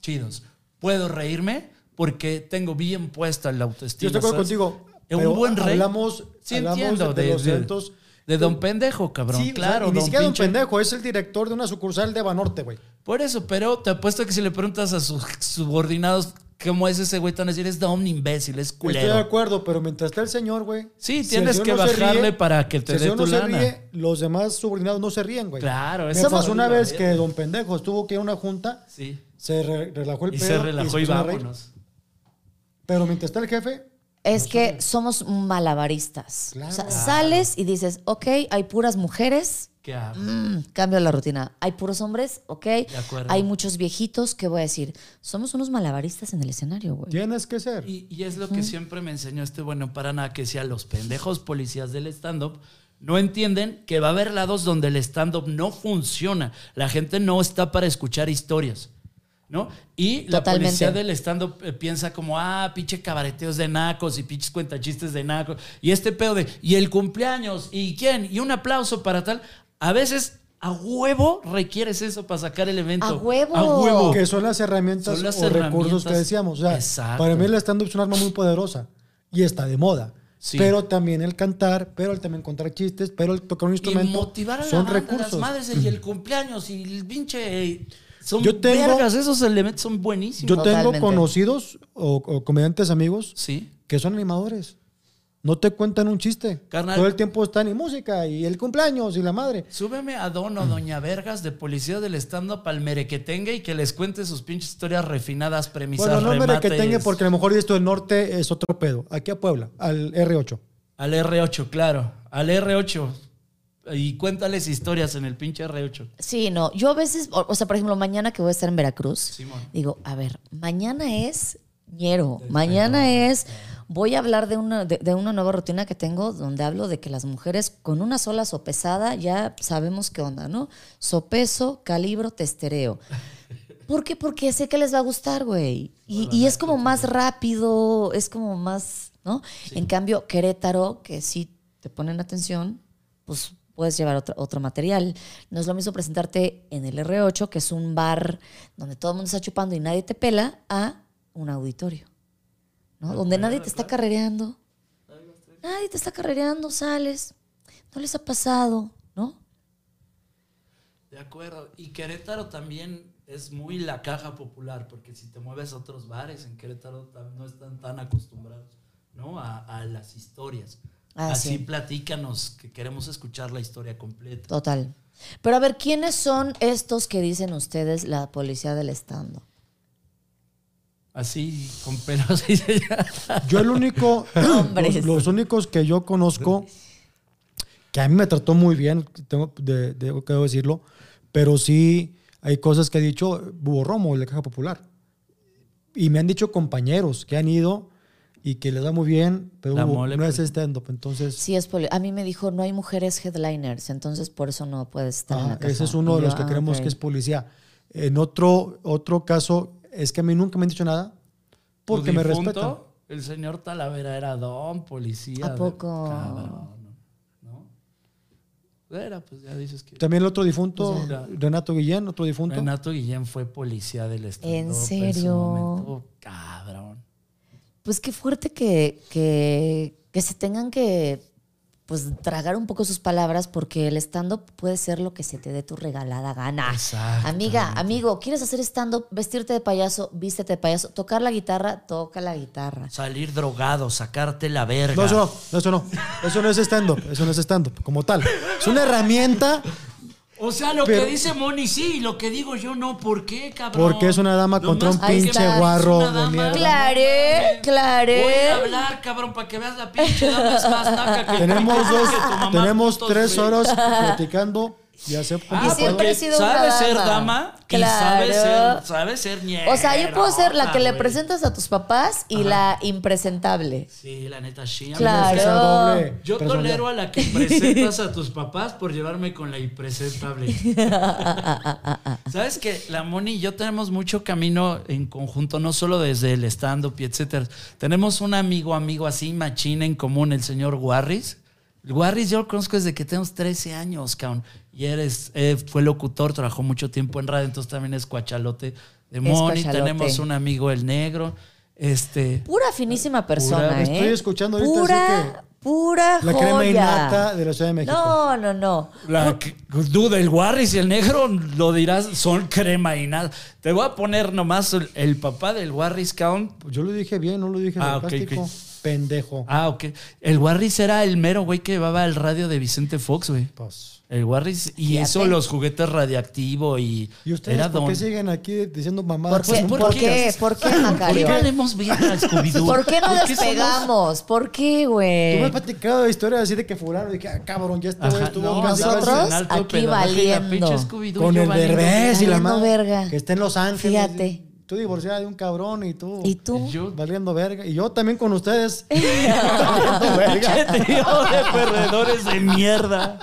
Speaker 2: chidos. Puedo reírme porque tengo bien puesta la
Speaker 3: Yo
Speaker 2: autoestima.
Speaker 3: estoy de acuerdo
Speaker 2: ¿sabes?
Speaker 3: contigo.
Speaker 2: Un
Speaker 3: pero
Speaker 2: buen rey.
Speaker 3: Hablamos,
Speaker 2: Sí,
Speaker 3: hablamos
Speaker 2: entiendo,
Speaker 3: de,
Speaker 2: de-
Speaker 3: los
Speaker 2: de-
Speaker 3: eventos.
Speaker 2: De don pendejo, cabrón.
Speaker 3: Sí, o sea,
Speaker 2: claro,
Speaker 3: y ni
Speaker 2: don
Speaker 3: siquiera
Speaker 2: pinche-
Speaker 3: don pendejo, es el director de una sucursal de Banorte, güey.
Speaker 2: Por eso, pero te apuesto que si le preguntas a sus subordinados cómo es ese güey, te van a decir, es un imbécil, es
Speaker 3: Estoy de
Speaker 2: culero.
Speaker 3: acuerdo, pero mientras está el señor, güey.
Speaker 2: Sí,
Speaker 3: si
Speaker 2: tienes
Speaker 3: el señor
Speaker 2: que
Speaker 3: se
Speaker 2: bajarle para que te
Speaker 3: si el
Speaker 2: dé
Speaker 3: señor
Speaker 2: tu
Speaker 3: no
Speaker 2: lana.
Speaker 3: Se ríe, los demás subordinados no se ríen, güey.
Speaker 2: Claro,
Speaker 3: Me
Speaker 2: eso
Speaker 3: pasó
Speaker 2: no-
Speaker 3: Pues, una vez
Speaker 2: no-
Speaker 3: que don pendejo estuvo que ir a una junta,
Speaker 2: Sí.
Speaker 3: se re- relajó el
Speaker 2: Y
Speaker 3: pedo
Speaker 2: se relajó y
Speaker 3: pusieron a reír.
Speaker 2: vámonos.
Speaker 3: Pero mientras está el jefe,
Speaker 1: Es que somos malabaristas. O sea,
Speaker 3: Claro.
Speaker 1: sales y dices, ok, hay puras mujeres,
Speaker 2: ¿Qué hago?
Speaker 1: mm, cambio la rutina. Hay puros hombres, ok.
Speaker 2: acuerdo.
Speaker 1: Hay muchos viejitos, ¿qué voy a decir? Somos unos malabaristas en el escenario, güey.
Speaker 3: tienes que ser.
Speaker 2: Y, y es lo que siempre me enseñó este bueno para nada, que sea los pendejos policías del stand-up. No entienden que va a haber lados donde el stand-up no funciona. La gente no está para escuchar historias. ¿No? Y la
Speaker 1: Totalmente.
Speaker 2: policía del stand-up eh, piensa como, ah, pinche cabareteos de nacos y pinches cuentachistes de nacos. Y este pedo de, y el cumpleaños, y quién, y un aplauso para tal. A veces, a huevo requieres eso para sacar el evento.
Speaker 1: ¡A huevo!
Speaker 2: A huevo.
Speaker 3: que son las herramientas
Speaker 2: Son las
Speaker 3: o recursos
Speaker 2: herramientas.
Speaker 3: que decíamos. O sea,
Speaker 2: Exacto.
Speaker 3: para mí el stand-up es un arma muy poderosa y está de moda.
Speaker 2: Sí.
Speaker 3: Pero también el cantar, pero el también contar chistes, pero el tocar un
Speaker 2: y
Speaker 3: instrumento.
Speaker 2: motivar a la
Speaker 3: son
Speaker 2: banda,
Speaker 3: recursos.
Speaker 2: las madres y el cumpleaños y el pinche eh, son
Speaker 3: Yo tengo-
Speaker 2: vergas, esos elementos son buenísimos.
Speaker 3: Yo
Speaker 1: Totalmente.
Speaker 3: tengo conocidos o, o comediantes amigos
Speaker 2: sí.
Speaker 3: que son animadores. No te cuentan un chiste.
Speaker 2: Carnal.
Speaker 3: Todo el tiempo están y música y el cumpleaños y la madre.
Speaker 2: Súbeme a Don o Doña Vergas de policía del stand-up al merequetengue y que les cuente sus pinches historias refinadas, premisas,
Speaker 3: Bueno, no me
Speaker 2: remates.
Speaker 3: que tenga porque a lo mejor esto del norte es otro pedo. Aquí a Puebla, al R8.
Speaker 2: Al R8, claro. Al R8. Y cuéntales historias en el pinche R8.
Speaker 1: Sí, no. Yo a veces, o, o sea, por ejemplo, mañana que voy a estar en Veracruz,
Speaker 2: Simón.
Speaker 1: digo, a ver, mañana es ñero, mañana es, voy a hablar de una, de, de una nueva rutina que tengo donde hablo de que las mujeres con una sola sopesada ya sabemos qué onda, ¿no? Sopeso, calibro, testereo. ¿Por qué? Porque sé que les va a gustar, güey. Y, y es como más rápido, es como más, ¿no? En cambio, Querétaro, que sí te ponen atención, pues puedes llevar otro, otro material. No es lo mismo presentarte en el R8, que es un bar donde todo el mundo está chupando y nadie te pela, a un auditorio, ¿no? Donde nadie te está carrereando. pues, Nadie te está carrereando, sales. No les ha pasado, ¿no?
Speaker 2: De acuerdo. Y Querétaro también es muy la caja popular, porque si te mueves a otros bares en Querétaro tam- no están tan acostumbrados, ¿no? A, a las historias.
Speaker 1: Ah,
Speaker 2: Así
Speaker 1: sí.
Speaker 2: platícanos, que queremos escuchar la historia completa.
Speaker 1: Total. Pero a ver, ¿quiénes son estos que dicen ustedes la policía del estando?
Speaker 2: Así, con pelos. y se-
Speaker 3: Yo el único,
Speaker 1: Hombres.
Speaker 3: los, los únicos que yo conozco, que a mí me trató muy bien, tengo, de, de- tengo que decirlo, pero sí hay cosas que ha dicho Buborromo, el de Caja Popular. Y me han dicho compañeros que han ido y que les da muy bien, pero
Speaker 2: La
Speaker 3: Hugo
Speaker 2: mole,
Speaker 3: no es
Speaker 2: pues.
Speaker 3: stand-up, entonces...
Speaker 1: Sí, es poli- A mí me dijo, no hay mujeres headliners, entonces por eso no puedes estar en
Speaker 3: Ajá,
Speaker 1: la casa.
Speaker 3: ese es uno
Speaker 1: Y
Speaker 3: de
Speaker 1: yo,
Speaker 3: los que
Speaker 1: ah,
Speaker 3: creemos
Speaker 1: ok.
Speaker 3: que es policía. En otro, otro caso, es que a mí nunca me han dicho nada porque
Speaker 2: Tu
Speaker 3: me
Speaker 2: difunto,
Speaker 3: respetan.
Speaker 2: El señor Talavera era don, policía.
Speaker 1: ¿A
Speaker 2: de-
Speaker 1: poco?
Speaker 2: Cabrón, ¿no? Era, pues ya dices que...
Speaker 3: También el otro difunto,
Speaker 1: Pues
Speaker 2: Ya.
Speaker 3: Renato Guillén, otro difunto.
Speaker 2: Renato Guillén fue policía del Estado.
Speaker 1: serio?
Speaker 2: cabrón.
Speaker 1: Pues qué fuerte que, que, que se tengan que pues tragar un poco sus palabras porque el stand-up puede ser lo que se te dé tu regalada gana.
Speaker 2: Exactamente.
Speaker 1: Amiga, amigo, ¿quieres hacer stand-up? Vestirte de payaso, vístete de payaso. Tocar la guitarra, toca la guitarra.
Speaker 2: Salir drogado, sacarte la verga.
Speaker 3: No, eso no, no, eso no. Eso no es stand-up, eso no es stand-up como tal. Es una herramienta
Speaker 2: O sea, lo
Speaker 3: Pero-
Speaker 2: que dice Moni sí, y lo que digo yo no. ¿Por qué, cabrón?
Speaker 3: Porque es una dama contra un
Speaker 2: Nomás porque
Speaker 3: pinche
Speaker 2: es una
Speaker 3: guarro
Speaker 2: dama.
Speaker 3: de mierda.
Speaker 1: Clare, clare.
Speaker 2: Voy a hablar, cabrón, para que veas la pinche dama es más naca que
Speaker 3: Tenemos
Speaker 2: que
Speaker 3: dos,
Speaker 2: tu mamá,
Speaker 3: tenemos
Speaker 2: putos,
Speaker 3: tres
Speaker 2: güey.
Speaker 3: horas platicando. Ya se
Speaker 2: Ah,
Speaker 1: Y
Speaker 3: cumplió.
Speaker 1: siempre
Speaker 2: porque
Speaker 1: he sido una
Speaker 2: sabe
Speaker 1: dama.
Speaker 2: ser dama y
Speaker 1: Claro.
Speaker 2: sabe ser, sabe ser ñera,
Speaker 1: O sea, yo puedo ser la que le
Speaker 2: güey.
Speaker 1: presentas a tus papás y la impresentable.
Speaker 2: Sí, la neta, sí. amigo.
Speaker 1: Claro.
Speaker 3: Esa doble
Speaker 2: Yo
Speaker 3: personalidad.
Speaker 2: tolero a la que presentas a tus papás por llevarme con la impresentable. Sabes que la Moni y yo tenemos mucho camino en conjunto, no solo desde el stand-up y etcétera. Tenemos un amigo, amigo así, machina en común, el señor Warris. El Warris yo lo conozco desde que tenemos 13 años, cabrón. Y eres, eh, fue locutor, trabajó mucho tiempo en radio, entonces también es cuachalote de Moni.
Speaker 1: cuachalote.
Speaker 2: Tenemos un amigo, el negro. Este.
Speaker 1: Pura finísima persona,
Speaker 3: Pura-
Speaker 1: ¿eh?
Speaker 3: estoy escuchando ahorita,
Speaker 1: Pura,
Speaker 3: así
Speaker 1: pura
Speaker 3: La
Speaker 1: joya.
Speaker 3: crema innata de la Ciudad de México.
Speaker 1: No, no, no.
Speaker 2: La que- duda, el Warris y el negro, lo dirás, son crema y nada. Te voy a poner nomás el, el papá del Warris Count.
Speaker 3: Yo lo dije bien, no lo dije
Speaker 2: Ah,
Speaker 3: sarcástico.
Speaker 2: ok, ok.
Speaker 3: Pendejo.
Speaker 2: Ah, ok. El Warris era el mero güey que llevaba el radio de Vicente Fox, güey.
Speaker 3: Pues,
Speaker 2: El Warris y
Speaker 1: Fíjate.
Speaker 2: hizo los juguetes radiactivo y,
Speaker 3: ¿Y ustedes
Speaker 2: era
Speaker 3: por
Speaker 2: don.
Speaker 3: qué siguen aquí diciendo mamadas?
Speaker 1: ¿Por qué?
Speaker 3: Pues,
Speaker 1: ¿Por,
Speaker 2: ¿por
Speaker 1: qué?
Speaker 2: qué?
Speaker 1: ¿Por qué,
Speaker 2: ¿Por qué
Speaker 1: Macario?
Speaker 2: valemos bien a Scooby-Doo?
Speaker 1: ¿Por qué no
Speaker 2: somos-
Speaker 1: despegamos? ¿Por qué,
Speaker 3: Tú me
Speaker 1: güey?
Speaker 3: has platicado de historias así de que fulano, dije, ah, cabrón, ya este güey
Speaker 2: Ajá,
Speaker 3: estuvo
Speaker 2: no,
Speaker 3: en Gaza,
Speaker 1: nosotros
Speaker 2: andabas en alto
Speaker 1: aquí
Speaker 2: pedalaje y la
Speaker 1: valiendo.
Speaker 2: pinche Scooby-Doo
Speaker 3: con
Speaker 2: yo
Speaker 3: el
Speaker 2: valiendo.
Speaker 3: Derbez y la
Speaker 1: valiendo
Speaker 3: madre
Speaker 1: verga.
Speaker 3: que está en Los Ángeles.
Speaker 1: Fíjate.
Speaker 3: Tú divorciada de un cabrón y tú
Speaker 1: ¿Y tú?
Speaker 2: Yo-
Speaker 3: valiendo verga. Y yo también con ustedes.
Speaker 1: Eh,
Speaker 2: ¡Qué trío de perdedores de mierda!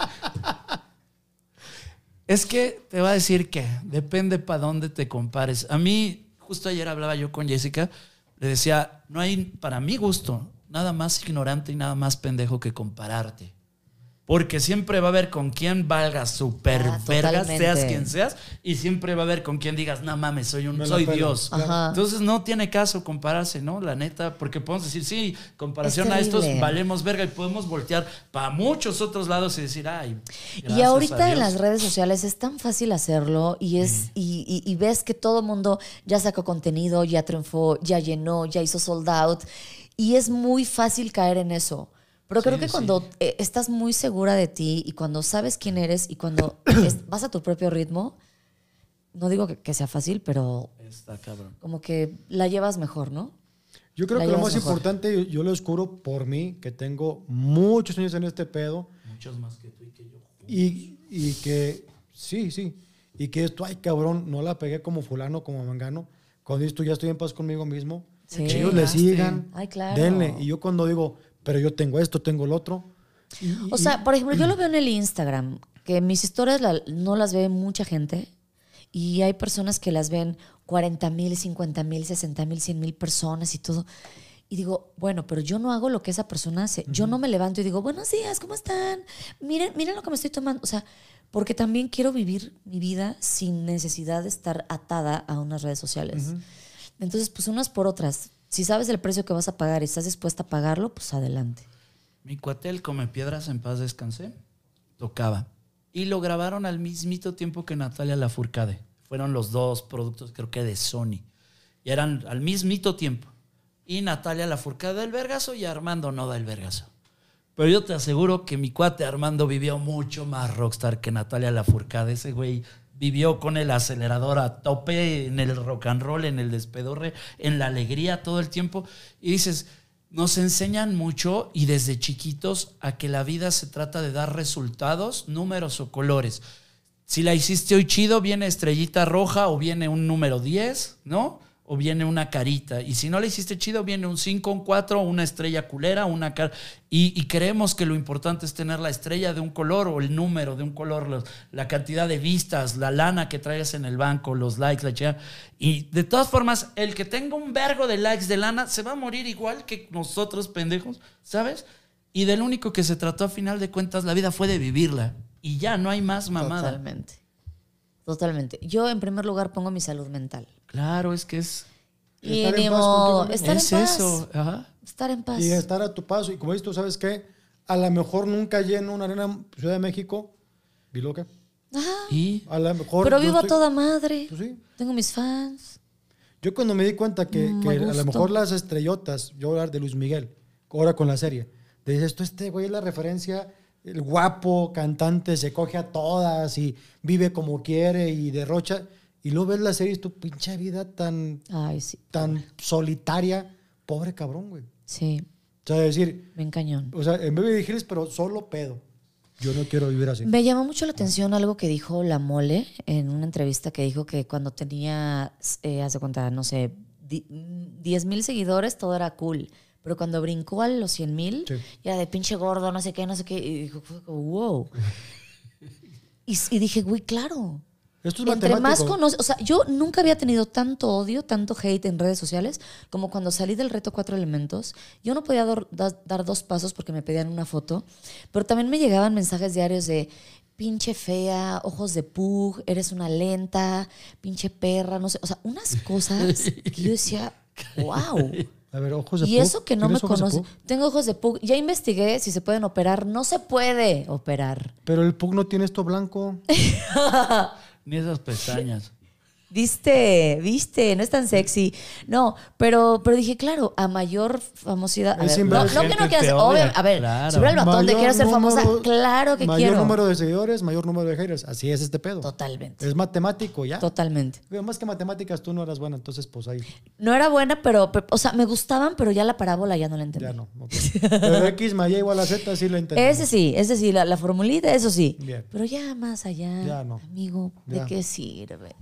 Speaker 2: Es que te va a decir que depende para dónde te compares. A mí, justo ayer hablaba yo con Jessica, le decía, no hay, para mi gusto, nada más ignorante y nada más pendejo que compararte. Porque siempre va a haber con quién valgas super
Speaker 1: Ah,
Speaker 2: vergas, seas
Speaker 1: totalmente.
Speaker 2: quien seas, y siempre va a haber con quien digas, no mames, soy un,
Speaker 3: Me la
Speaker 2: soy
Speaker 3: pela".
Speaker 2: Dios.
Speaker 1: Ajá.
Speaker 2: Entonces no tiene caso compararse, ¿no? La neta, porque podemos decir, sí, comparación
Speaker 1: Es
Speaker 2: a estos,
Speaker 1: terrible.
Speaker 2: valemos verga y podemos voltear para muchos otros lados y decir, ay.
Speaker 1: Y
Speaker 2: gracias a
Speaker 1: ahorita en
Speaker 2: Dios. Mm.
Speaker 1: las redes sociales es tan fácil hacerlo y es y, y- y ves que todo mundo ya sacó contenido, ya triunfó, ya llenó, ya hizo sold out y es muy fácil caer en eso. Pero creo
Speaker 2: Sí,
Speaker 1: que
Speaker 2: sí.
Speaker 1: cuando eh, estás muy segura de ti y cuando sabes quién eres y cuando es- vas a tu propio ritmo, no digo que, que sea fácil, pero
Speaker 2: Está cabrón.
Speaker 1: como que la llevas mejor, ¿no?
Speaker 3: Yo creo
Speaker 1: La
Speaker 3: que lo
Speaker 1: llevas
Speaker 3: más
Speaker 1: mejor.
Speaker 3: importante, yo, yo lo descubro por mí, que tengo muchos años en este pedo.
Speaker 2: Muchos más que tú y que yo.
Speaker 3: Y, y que, sí, sí. Y que esto, ay, cabrón, no la pegué como fulano, como mangano. Cuando dices tú, ya estoy en paz conmigo mismo.
Speaker 1: Sí.
Speaker 3: Que ellos le
Speaker 2: Chingaste.
Speaker 3: sigan.
Speaker 1: Ay, claro.
Speaker 3: Denle. Y yo cuando digo, pero yo tengo esto, tengo el otro. y-
Speaker 1: O sea, por ejemplo, yo lo veo en el Instagram, que mis historias la- no las ve mucha gente y hay personas que las ven 40 mil, 50 mil, 60 mil, 100 mil personas y todo. Y digo, bueno, pero yo no hago lo que esa persona hace. Yo no me levanto y digo, buenos días, ¿cómo están? Miren, miren lo que me estoy tomando. O sea, porque también quiero vivir mi vida sin necesidad de estar atada a unas redes sociales. Entonces, pues unas por otras. Si sabes el precio que vas a pagar y estás dispuesta a pagarlo, pues adelante.
Speaker 2: Mi cuatel come piedras en paz descansé. Tocaba. Y lo grabaron al mismito tiempo que Natalia Lafourcade. Fueron los dos productos, creo que de Sony. Y eran al mismito tiempo. Y Natalia Lafourcade del vergazo y Armando no del vergazo. Pero yo te aseguro que mi cuate Armando vivió mucho más rockstar que Natalia Lafourcade. Ese güey vivió con el acelerador a tope, en el rock and roll, en el despedorre, en la alegría todo el tiempo. Y dices, nos enseñan mucho y desde chiquitos a que la vida se trata de dar resultados, números o colores. Si la hiciste hoy chido, viene estrellita roja o viene un número 10, ¿no? O viene una carita. Y si no la hiciste chido, viene un 5, un 4, una estrella culera, una cara. Y, y creemos que lo importante es tener la estrella de un color o el número de un color, los- la cantidad de vistas, la lana que traigas en el banco, los likes, la chica. Y de todas formas, el que tenga un vergo de likes de lana se va a morir igual que nosotros, pendejos, ¿sabes? Y del único que se trató a final de cuentas la vida fue de vivirla. Y ya no hay más mamada.
Speaker 1: Totalmente. Totalmente. Yo, en primer lugar, pongo mi salud mental.
Speaker 2: Claro, es que es,
Speaker 1: Y
Speaker 3: Estar en
Speaker 1: ni
Speaker 3: paz
Speaker 1: modo-
Speaker 3: contigo mismo.
Speaker 1: estar
Speaker 2: es
Speaker 1: en paz.
Speaker 2: eso. ajá.
Speaker 1: Estar en paz.
Speaker 3: y estar a tu paso. Y como dices tú, ¿sabes qué? A lo mejor nunca lleno una arena en Ciudad de México. ¿Y lo que?
Speaker 1: Ajá.
Speaker 2: Y
Speaker 3: A lo mejor.
Speaker 1: Pero
Speaker 3: yo
Speaker 1: vivo a
Speaker 3: estoy-
Speaker 1: toda madre.
Speaker 3: Pues sí.
Speaker 1: Tengo mis fans.
Speaker 3: Yo cuando me di cuenta que,
Speaker 1: Mm,
Speaker 3: que
Speaker 1: me
Speaker 3: a
Speaker 1: gustó.
Speaker 3: lo mejor las estrellotas, yo voy a hablar de Luis Miguel, ahora con la serie, te dices, tú este güey es la referencia el guapo cantante se coge a todas y vive como quiere y derrocha. Y luego ves la serie y tu pinche vida tan,
Speaker 1: Ay, sí.
Speaker 3: tan solitaria. Pobre cabrón, güey. O
Speaker 1: Sí,
Speaker 3: sea, decir,
Speaker 1: bien cañón.
Speaker 3: o sea, en vez de dirigirles, pero solo pedo. Yo no quiero vivir así.
Speaker 1: Me llamó mucho la atención algo que dijo La Mole en una entrevista que dijo que cuando tenía, eh, hace cuenta, no sé, di- 10 mil seguidores, todo era cool. Pero cuando brincó a los 100 mil,
Speaker 3: Sí.
Speaker 1: ya de pinche gordo, no sé qué, no sé qué, y dijo, fue como, wow. Y, s- y dije, güey, claro.
Speaker 3: Esto es
Speaker 1: Entre más
Speaker 3: matemático.
Speaker 1: conoces, o sea, yo nunca había tenido tanto odio, tanto hate en redes sociales como cuando salí del reto Cuatro Elementos. Yo no podía dor- da- dar dos pasos porque me pedían una foto, pero también me llegaban mensajes diarios de pinche fea, ojos de pug, eres una lenta, pinche perra, no sé, o sea, unas cosas que yo decía, wow.
Speaker 3: A ver, ojos de
Speaker 1: Y
Speaker 3: pug.
Speaker 1: eso que no me
Speaker 3: ¿Tienes ojos de
Speaker 1: conoce.
Speaker 3: pug?
Speaker 1: Tengo ojos de pug. Ya investigué si se pueden operar. No se puede operar.
Speaker 3: Pero el pug no tiene esto blanco.
Speaker 2: Ni esas pestañas.
Speaker 1: Viste, viste, no es tan sexy. No, pero, pero dije, claro, a mayor famosidad. A ver,
Speaker 3: Es sin
Speaker 1: no,
Speaker 3: ver
Speaker 1: no que
Speaker 2: gente
Speaker 1: no quieras,
Speaker 2: te
Speaker 1: obvio,
Speaker 2: odia,
Speaker 1: a ver,
Speaker 2: claro.
Speaker 1: sobre el batón de quiero ser famosa,
Speaker 3: número-
Speaker 1: claro que
Speaker 3: mayor
Speaker 1: quiero.
Speaker 3: número de seguidores, mayor número de haters. Así es este pedo.
Speaker 1: Totalmente,
Speaker 3: Es matemático ya.
Speaker 1: totalmente.
Speaker 3: Digo, Más que matemáticas, tú no eras buena, entonces pues ahí
Speaker 1: No era buena, pero, pero, o sea, me gustaban, pero ya la parábola ya no la entendí.
Speaker 3: ya no. ok. Pero X más Y igual a Z sí lo entendí.
Speaker 1: Ese sí, ese sí, la, la formulita, eso sí.
Speaker 3: Bien.
Speaker 1: Pero ya más allá,
Speaker 3: Ya no.
Speaker 1: amigo, ¿de
Speaker 3: Ya.
Speaker 1: qué sirve?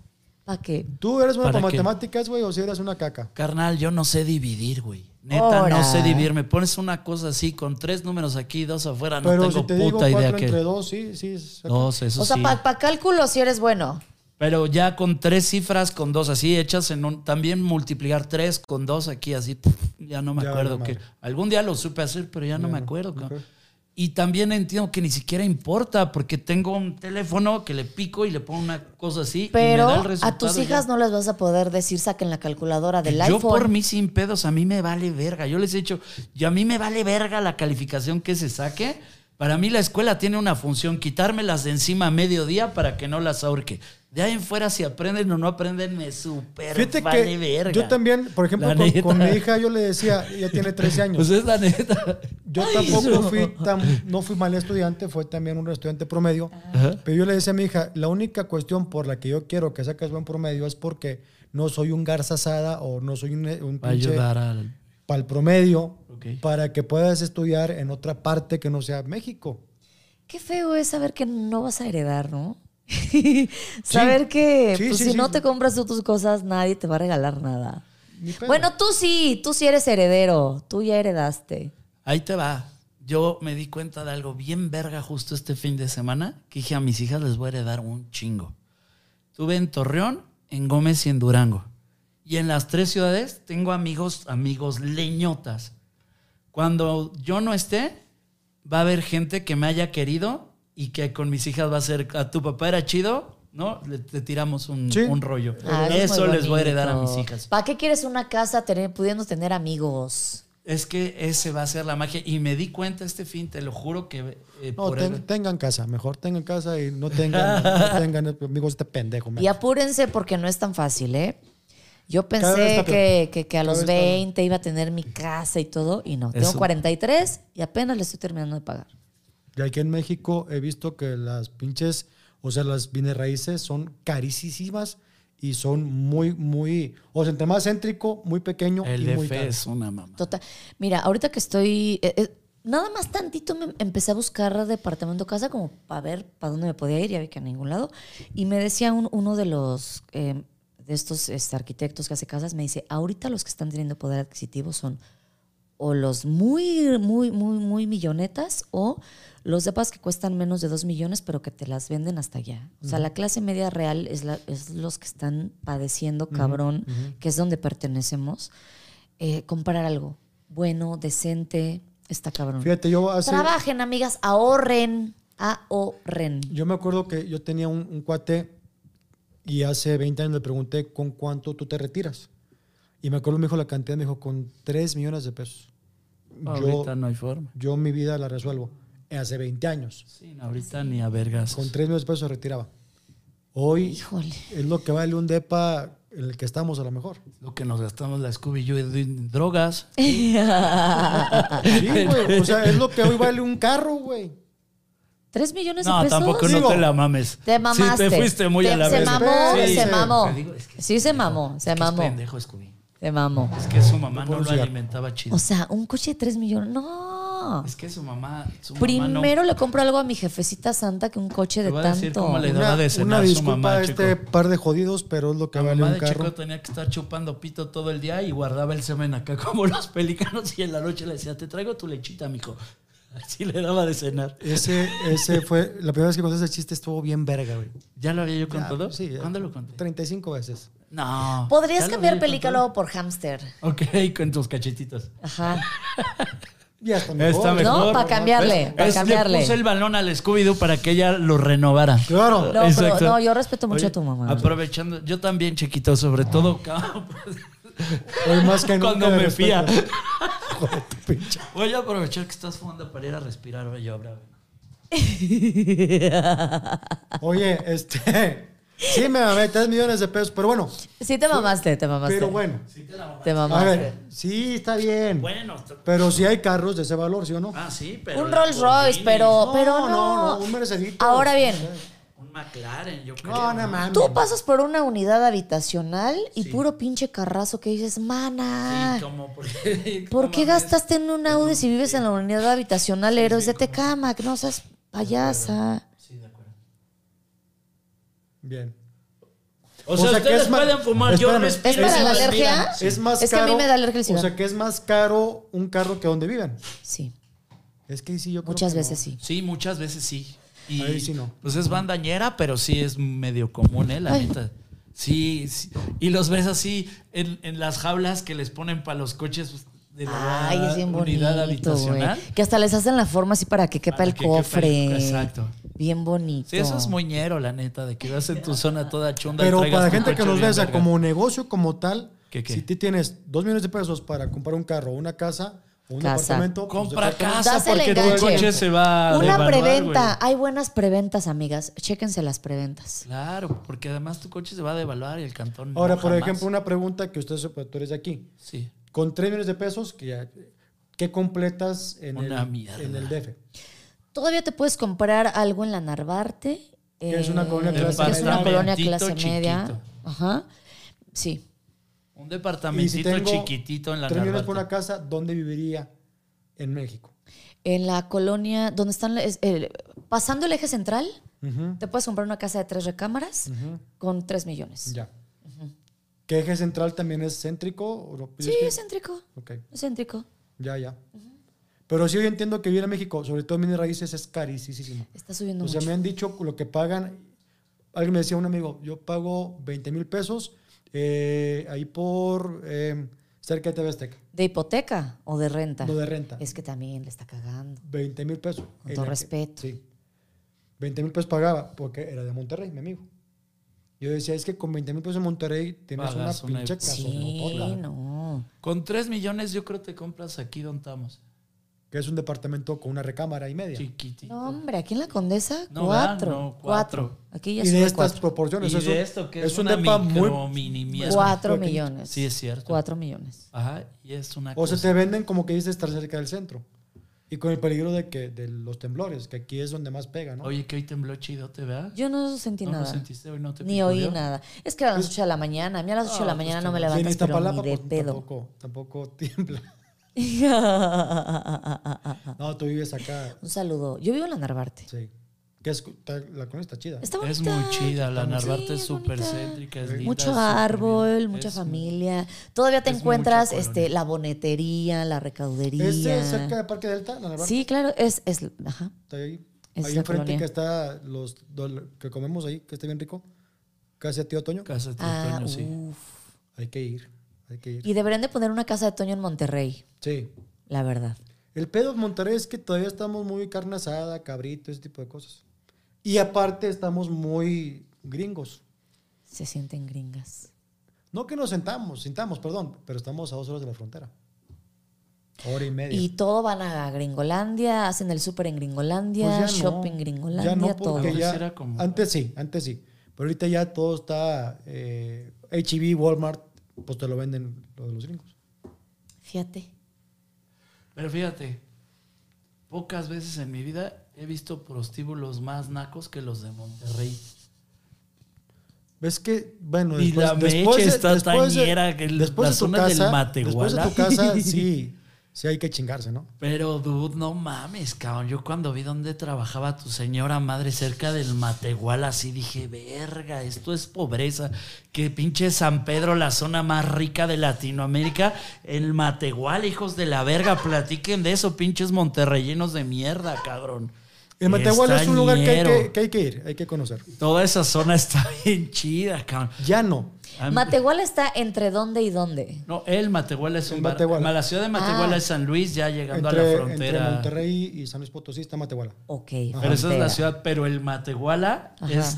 Speaker 1: ¿Para qué?
Speaker 3: ¿Tú eres buena
Speaker 2: ¿Para
Speaker 3: para
Speaker 2: qué?
Speaker 3: matemáticas, güey, o si eras una caca?
Speaker 2: Carnal, yo no sé dividir, güey. Neta,
Speaker 1: Ahora.
Speaker 2: no sé dividir. Me pones una cosa así, con tres números aquí, dos afuera, Ah, no
Speaker 3: Pero
Speaker 2: tengo
Speaker 3: si te digo
Speaker 2: puta
Speaker 3: cuatro
Speaker 2: idea
Speaker 3: entre
Speaker 2: que.
Speaker 3: dos, sí, sí. es-
Speaker 2: Dos, eso
Speaker 1: o sea,
Speaker 2: sí.
Speaker 1: para cálculo sí eres bueno.
Speaker 2: Pero ya con tres cifras, con dos así hechas en un. También multiplicar tres con dos aquí, así. pf, Ya no me
Speaker 3: Ya,
Speaker 2: acuerdo.
Speaker 3: la
Speaker 2: que
Speaker 3: madre.
Speaker 2: Algún día lo supe hacer, pero ya no me acuerdo. cabrón. Y también entiendo que ni siquiera importa, porque tengo un teléfono que le pico y le pongo una cosa así. y me da el
Speaker 1: Pero a
Speaker 2: resultado
Speaker 1: tus
Speaker 2: ya.
Speaker 1: hijas no les vas a poder decir saquen la calculadora del
Speaker 2: Yo
Speaker 1: iPhone.
Speaker 2: por mí sin pedos, a mí me vale verga. Yo les he dicho, yo a mí me vale verga la calificación que se saque. Para mí la escuela tiene una función, quitármelas de encima a mediodía para que no las ahorque. De ahí en fuera si aprenden o no aprenden, me super
Speaker 3: Fíjate
Speaker 2: vale
Speaker 3: que
Speaker 2: verga.
Speaker 3: yo también, por ejemplo,
Speaker 2: La
Speaker 3: con,
Speaker 2: neta.
Speaker 3: con mi hija yo le decía, ella tiene 13 años.
Speaker 2: Pues es la neta.
Speaker 3: Yo
Speaker 2: Ay,
Speaker 3: tampoco
Speaker 2: no.
Speaker 3: fui tan, no fui mal estudiante, fue también un estudiante promedio. Pero yo le decía a mi hija, la única cuestión por la que yo quiero que saques buen promedio es porque no soy un garza asada o no soy un, un
Speaker 2: Va a
Speaker 3: pinche
Speaker 2: ayudar al...
Speaker 3: para el promedio
Speaker 2: Ok.
Speaker 3: para que puedas estudiar en otra parte que no sea México.
Speaker 1: Qué feo es saber que no vas a heredar, ¿no? saber que
Speaker 3: Sí,
Speaker 1: pues,
Speaker 3: sí,
Speaker 1: si
Speaker 3: sí.
Speaker 1: no te compras tú tus cosas, nadie te va a regalar nada.
Speaker 3: Ni pedo.
Speaker 1: Bueno, tú sí, tú sí eres heredero, tú ya heredaste.
Speaker 2: Ahí te va. Yo me di cuenta de algo bien verga justo este fin de semana, que dije a mis hijas les voy a heredar un chingo. Estuve en Torreón, en Gómez y en Durango. Y en las tres ciudades tengo amigos, amigos leñotas. Cuando yo no esté, va a haber gente que me haya querido y que con mis hijas va a ser, a tu papá era chido, ¿no? Le, te tiramos un,
Speaker 3: Sí.
Speaker 2: un rollo.
Speaker 1: Ah,
Speaker 2: eso les voy a heredar a mis hijas.
Speaker 1: ¿Para qué quieres una casa tener, pudiendo tener amigos?
Speaker 2: Es que ese va a ser la magia. Y me di cuenta este fin, te lo juro que... eh,
Speaker 3: No,
Speaker 2: por
Speaker 3: ten-
Speaker 2: el-
Speaker 3: tengan casa, mejor tengan casa y no tengan, no tengan amigos este pendejo. man.
Speaker 1: Y apúrense porque no es tan fácil, ¿eh? Yo
Speaker 3: Cada vez
Speaker 1: pensé
Speaker 3: está peor.
Speaker 1: que, que- que a
Speaker 3: Cada
Speaker 1: los
Speaker 3: vez está peor.
Speaker 1: 20 iba a tener mi casa y todo, y no. Tengo
Speaker 2: Eso.
Speaker 1: 43 y apenas le estoy terminando de pagar.
Speaker 3: Y aquí en México he visto que las pinches, o sea, las bienes raíces son carísimas y son muy, muy, o sea, entre más céntrico, muy pequeño
Speaker 2: El
Speaker 3: y muy
Speaker 2: DF
Speaker 3: caro.
Speaker 2: es una mamá.
Speaker 1: Total. Mira, ahorita que estoy. eh, eh, nada más tantito me empecé a buscar departamento casa como para ver para dónde me podía ir, ya vi que a ningún lado. Y me decía un- uno de los. eh, de estos este, arquitectos que hace casas, me dice: ahorita los que están teniendo poder adquisitivo son o los muy, muy, muy, muy millonetas o los depas que cuestan menos de 2 millones pero que te las venden hasta allá. O sea, la clase media real es, la, es los que están padeciendo cabrón, que es donde pertenecemos. Eh, comprar algo bueno, decente, está cabrón.
Speaker 3: Fíjate, yo hace,
Speaker 1: Trabajen, amigas, ahorren, ahorren.
Speaker 3: yo me acuerdo que yo tenía un, un cuate y hace 20 años le pregunté con cuánto tú te retiras. Y me acuerdo me dijo la cantidad, me dijo con 3 millones de pesos. Yo,
Speaker 2: Ahorita no hay forma.
Speaker 3: yo mi vida la resuelvo. Hace 20 años.
Speaker 2: Sí, no, ahorita ni a vergas.
Speaker 3: Con 3 millones de pesos se retiraba. Hoy
Speaker 1: Híjole.
Speaker 3: es lo que vale un depa en el que estamos a lo mejor.
Speaker 2: Lo que nos gastamos la Scooby Doo en drogas.
Speaker 3: Sí, güey. O sea, es lo que hoy vale un carro, güey.
Speaker 1: ¿Tres millones de
Speaker 2: No,
Speaker 1: pesos?
Speaker 2: tampoco no
Speaker 3: Digo,
Speaker 2: te la mames.
Speaker 1: Te mamaste.
Speaker 2: Sí, te fuiste muy
Speaker 1: Te-
Speaker 2: a la
Speaker 1: Se
Speaker 2: vez.
Speaker 1: mamó,
Speaker 3: Sí,
Speaker 1: se
Speaker 3: sí.
Speaker 1: mamó.
Speaker 2: Te digo, es que-
Speaker 1: Sí, se mamó, se
Speaker 2: Es que es
Speaker 1: mamó.
Speaker 2: pendejo, Scooby.
Speaker 1: Se mamó.
Speaker 2: Es que su mamá
Speaker 3: puedo
Speaker 2: no lo
Speaker 3: llegar.
Speaker 2: alimentaba chido.
Speaker 1: O sea, un coche de tres millones. No.
Speaker 2: Es que su mamá. Su mamá
Speaker 1: Primero
Speaker 2: no.
Speaker 1: le compro algo a mi jefecita santa que un coche de
Speaker 2: Te voy a decir
Speaker 1: tanto.
Speaker 2: cómo le- daba
Speaker 3: Una,
Speaker 2: de cenar
Speaker 3: una
Speaker 2: su
Speaker 3: disculpa
Speaker 2: mamá,
Speaker 3: a este par de jodidos, pero es lo que
Speaker 2: La
Speaker 3: vale
Speaker 2: mamá
Speaker 3: un
Speaker 2: de Chico
Speaker 3: carro.
Speaker 2: tenía que estar chupando pito todo el día y guardaba el semen acá como los pelícanos y en la noche le decía, te traigo tu lechita, mijo. Así le daba de cenar.
Speaker 3: Ese, ese fue, la primera vez que conté ese chiste estuvo bien verga, güey.
Speaker 2: ¿Ya lo había yo contado?
Speaker 3: Ah, sí, ya.
Speaker 2: ¿Cuándo lo conté?
Speaker 3: 35 veces.
Speaker 2: No. ¿Ya
Speaker 1: ¿Podrías
Speaker 2: lo
Speaker 1: cambiar
Speaker 2: había yo
Speaker 1: pelícano por hámster?
Speaker 2: contado? Ok, con tus cachetitos.
Speaker 1: Ajá.
Speaker 3: Ya está mejor.
Speaker 2: Está mejor.
Speaker 1: No, para cambiarle, para
Speaker 2: Es- Le
Speaker 1: cambiarle.
Speaker 2: puse el balón al Scooby-Doo para que ella lo renovara.
Speaker 3: Claro.
Speaker 1: No,
Speaker 2: Exacto.
Speaker 1: pero no, yo respeto mucho
Speaker 2: Oye,
Speaker 1: a tu mamá.
Speaker 2: Aprovechando, yo también, chiquito, sobre todo cabrón,
Speaker 3: Hoy más Ah. que nunca
Speaker 2: cuando
Speaker 3: de
Speaker 2: me
Speaker 3: respeto.
Speaker 2: fía.
Speaker 3: Hijo de tu pinche.
Speaker 2: Voy a aprovechar que estás fumando para ir a respirar hoy, ahora. güey.
Speaker 3: Oye, este. Sí, me mamé 3 millones de pesos, pero bueno.
Speaker 1: Sí, te mamaste, te mamaste.
Speaker 3: Pero bueno.
Speaker 1: Te
Speaker 3: A
Speaker 1: mamaste.
Speaker 3: ver, sí, está bien.
Speaker 2: Bueno, está-
Speaker 3: Pero sí hay carros de ese valor, ¿sí o no?
Speaker 2: ah, sí, pero.
Speaker 1: Un Rolls Royce,
Speaker 2: Lamborghini,
Speaker 1: pero,
Speaker 3: No,
Speaker 1: pero no.
Speaker 3: no, no, un Mercedito.
Speaker 1: Ahora bien,
Speaker 2: Un McLaren, yo creo.
Speaker 3: No, no mames.
Speaker 1: tú pasas por una unidad habitacional y puro pinche carrazo que dices, mana.
Speaker 2: Sí, como porque.
Speaker 1: ¿Por qué
Speaker 2: no mames.
Speaker 1: gastaste en un Audi si vives en la unidad habitacional Héroes de Tecama? Que no seas payasa.
Speaker 2: Sí, de acuerdo.
Speaker 3: Bien.
Speaker 2: O sea, ustedes pueden fumar, yo
Speaker 3: espérame,
Speaker 2: respiro.
Speaker 1: ¿Es para
Speaker 3: más-
Speaker 1: la alergia?
Speaker 3: mira, Es más
Speaker 1: Es que a
Speaker 3: caro.
Speaker 1: mí me da alergia el
Speaker 3: O
Speaker 1: cigarro.
Speaker 3: sea, que es más caro un carro que donde vivan.
Speaker 1: Sí,
Speaker 3: Es que ahí sí yo creo
Speaker 1: muchas
Speaker 3: que no.
Speaker 1: veces sí.
Speaker 2: Sí, muchas veces sí. Y
Speaker 3: Ahí sí no.
Speaker 2: Pues es bandañera, pero sí es medio común, ¿eh? La
Speaker 1: Ay.
Speaker 2: neta. Sí, sí. Y los ves así en, en las jaulas que les ponen para los coches pues, de la
Speaker 1: Ay, es bien
Speaker 2: unidad
Speaker 1: bonito, güey.
Speaker 2: habitacional.
Speaker 1: Que hasta les hacen la forma así para que quepa
Speaker 2: Para
Speaker 1: el
Speaker 2: que quepa el-
Speaker 1: cofre.
Speaker 2: exacto.
Speaker 1: Bien bonito.
Speaker 2: Sí, eso es moñero, la neta, de que vas en tu zona toda chunda. y
Speaker 3: Pero
Speaker 2: traigas
Speaker 3: para la
Speaker 2: tu
Speaker 3: gente que
Speaker 2: coche
Speaker 3: nos
Speaker 2: bien
Speaker 3: ve, o sea,
Speaker 2: verga.
Speaker 3: como negocio como tal,
Speaker 2: ¿Qué, qué?
Speaker 3: si tú tienes dos millones de pesos para comprar un carro, una casa, o un
Speaker 1: Casa.
Speaker 3: apartamento, pues,
Speaker 2: Compra
Speaker 3: departamento.
Speaker 2: casa
Speaker 1: Das el
Speaker 2: porque tu
Speaker 1: enganche.
Speaker 2: coche se va a
Speaker 1: Una
Speaker 2: devaluar,
Speaker 1: preventa.
Speaker 2: güey.
Speaker 1: Hay buenas preventas, amigas. Chéquense las preventas.
Speaker 2: Claro, porque además tu coche se va a devaluar y el cantón. no,
Speaker 3: Ahora, por
Speaker 2: jamás.
Speaker 3: ejemplo, una pregunta que ustedes, pues, tú eres de aquí.
Speaker 2: Sí.
Speaker 3: Con tres millones de pesos, que ya- ¿qué completas en,
Speaker 2: Una
Speaker 3: el,
Speaker 2: mierda.
Speaker 3: en el DF?
Speaker 1: Todavía te puedes comprar algo en la Narvarte. eh,
Speaker 3: Que es una colonia
Speaker 1: que
Speaker 3: clase
Speaker 1: es una
Speaker 3: media.
Speaker 1: colonia
Speaker 2: Departamentito
Speaker 1: clase media.
Speaker 2: chiquito.
Speaker 1: Ajá. Sí.
Speaker 2: Un
Speaker 3: Y si
Speaker 2: departamentito
Speaker 3: tengo
Speaker 2: chiquitito en la
Speaker 3: tres millones por
Speaker 2: Narvarte.
Speaker 3: una casa, ¿dónde viviría en México?
Speaker 1: En la colonia donde están es- el- pasando el eje central, te puedes comprar una casa de tres recámaras con tres millones.
Speaker 3: Ya. ¿Qué eje central también es céntrico? ¿O no?
Speaker 2: Pues
Speaker 1: Sí,
Speaker 3: Es que-
Speaker 1: es céntrico.
Speaker 3: Ok,
Speaker 1: Es céntrico.
Speaker 3: ya, ya. Pero sí, yo entiendo que vivir en México, sobre todo en mis raíces, es carísimo.
Speaker 1: Está subiendo
Speaker 3: O
Speaker 1: mucho.
Speaker 3: sea, Pues me han dicho lo que pagan. Alguien me decía, un amigo, yo pago 20 mil pesos eh, ahí por eh, cerca de TV Azteca.
Speaker 1: ¿De hipoteca o de renta?
Speaker 3: No, de renta.
Speaker 1: Es que también le está cagando.
Speaker 3: 20 mil pesos.
Speaker 1: Con
Speaker 3: En
Speaker 1: todo
Speaker 3: la que-
Speaker 1: respeto.
Speaker 3: sí. 20 mil pesos pagaba porque era de Monterrey, mi amigo. Yo decía, es que con 20 mil pesos en Monterrey tienes
Speaker 2: Pagas
Speaker 3: una
Speaker 2: una-
Speaker 3: pinche casa. pues,
Speaker 1: Sí, no.
Speaker 2: Con 3 millones yo creo te compras aquí donde estamos.
Speaker 3: Que es un departamento con una recámara y media.
Speaker 2: Chiquitito.
Speaker 1: No, hombre, aquí en la Condesa,
Speaker 2: No,
Speaker 1: cuatro.
Speaker 2: ¿verdad? No,
Speaker 1: cuatro.
Speaker 2: cuatro.
Speaker 1: Aquí ya
Speaker 3: Y de
Speaker 1: sube
Speaker 3: estas
Speaker 1: cuatro.
Speaker 3: proporciones.
Speaker 2: y
Speaker 3: eso
Speaker 2: de esto que es,
Speaker 3: es un
Speaker 2: una
Speaker 3: depa muy...
Speaker 2: micro mini mierda.
Speaker 1: Cuatro
Speaker 3: Porque-
Speaker 1: millones.
Speaker 2: Sí, es cierto.
Speaker 1: Cuatro millones.
Speaker 2: Ajá, y es una
Speaker 3: O se
Speaker 2: cosa.
Speaker 3: te venden como que dices estar cerca del centro. Y con el peligro de que de los temblores, que aquí es donde más pega, ¿no?
Speaker 2: Oye, que hoy tembló chido, ¿te vea?
Speaker 1: Yo no sentí
Speaker 2: no,
Speaker 1: nada.
Speaker 2: no sentiste hoy, no te Ah, pues
Speaker 1: ni
Speaker 2: picó,
Speaker 1: oí
Speaker 2: ¿vio?
Speaker 1: nada. Es que eran las ocho de la mañana. A mí a las ocho de la mañana no me
Speaker 3: Y en
Speaker 1: levantas, pero
Speaker 3: Pues Iztapalapa,
Speaker 1: ni de
Speaker 3: pues,
Speaker 1: pedo.
Speaker 3: Tampoco, tampoco tiembla. No, tú vives acá.
Speaker 1: Un saludo. Yo vivo en la Narvarte.
Speaker 3: Sí. Que es, está- la colonia está chida.
Speaker 1: Está bonita.
Speaker 2: Es muy chida, la Narvarte
Speaker 1: Sí,
Speaker 2: es súper
Speaker 1: bonita.
Speaker 2: céntrica, es linda, es
Speaker 1: Mucho
Speaker 2: súper
Speaker 1: árbol,
Speaker 2: bien.
Speaker 1: mucha
Speaker 2: Es-
Speaker 1: familia. Todavía te
Speaker 2: es mucha
Speaker 1: encuentras
Speaker 2: colonia.
Speaker 1: este, la bonetería, la recaudería.
Speaker 3: ¿Es eh, cerca de Parque Delta? La Narvarte.
Speaker 1: Sí, claro, es, es ajá.
Speaker 3: Está ahí.
Speaker 1: Es
Speaker 3: ahí
Speaker 1: la
Speaker 3: enfrente
Speaker 1: colonia.
Speaker 3: que está los dol- que comemos ahí, que está bien rico. Casi a tío Toño.
Speaker 2: Casa de
Speaker 1: Ah,
Speaker 2: Toño, sí.
Speaker 1: uf.
Speaker 3: Hay que ir. Hay que ir.
Speaker 1: Y deberían de poner una casa de Toño en Monterrey,
Speaker 3: Sí.
Speaker 1: la verdad.
Speaker 3: El pedo de Monterrey es que todavía estamos muy carne asada, cabrito, ese tipo de cosas. Y aparte estamos muy gringos.
Speaker 1: Se sienten gringas.
Speaker 3: No que nos sentamos, sintamos, perdón, pero estamos a dos horas de la frontera. Hora y media.
Speaker 1: Y todo van a Gringolandia, hacen el súper en Gringolandia,
Speaker 3: Pues ya no.
Speaker 1: shopping Gringolandia,
Speaker 3: Ya no,
Speaker 1: todo.
Speaker 3: porque ya-
Speaker 2: Antes era como-
Speaker 3: Antes sí, antes sí. Pero ahorita ya todo está eh, HEB, Walmart, pues te lo venden los, los gringos.
Speaker 1: Fíjate.
Speaker 2: Pero fíjate, Pocas veces en mi vida he visto prostíbulos más nacos que los de Monterrey.
Speaker 3: Ves que, bueno,
Speaker 2: Ni
Speaker 3: después,
Speaker 2: la
Speaker 3: después
Speaker 2: mecha
Speaker 3: de-
Speaker 2: está
Speaker 3: después de-
Speaker 2: tañera que el-
Speaker 3: después
Speaker 2: la
Speaker 3: de tu
Speaker 2: zona del
Speaker 3: casa, después de
Speaker 2: Matehuala.
Speaker 3: tu casa, sí, sí hay que chingarse, ¿no?
Speaker 2: Pero, dude, no mames, cabrón. Yo cuando vi dónde trabajaba tu señora madre cerca del Matehuala, así dije, verga, esto es pobreza. Que pinche San Pedro, la zona más rica de Latinoamérica, el Matehuala, hijos de la verga, platiquen de eso, pinches monterrellenos de mierda, cabrón.
Speaker 3: El Matehuala es un lugar que hay que,
Speaker 2: Estañero.
Speaker 3: que hay que ir, hay que conocer.
Speaker 2: Toda esa zona está bien chida, cabrón.
Speaker 3: Ya no.
Speaker 2: A mí-
Speaker 1: Matehuala está entre dónde y dónde.
Speaker 2: No, el Matehuala es
Speaker 3: El
Speaker 2: un bar-
Speaker 3: Matehuala.
Speaker 2: La ciudad de Matehuala
Speaker 1: Ah.
Speaker 2: es San Luis, ya llegando a
Speaker 3: Entre,
Speaker 2: la
Speaker 3: entre
Speaker 2: frontera.
Speaker 3: Monterrey y San Luis Potosí está Matehuala.
Speaker 1: Ok.
Speaker 2: Pero esa es la
Speaker 1: frontera.
Speaker 2: ciudad, pero el Matehuala
Speaker 1: Ajá.
Speaker 2: es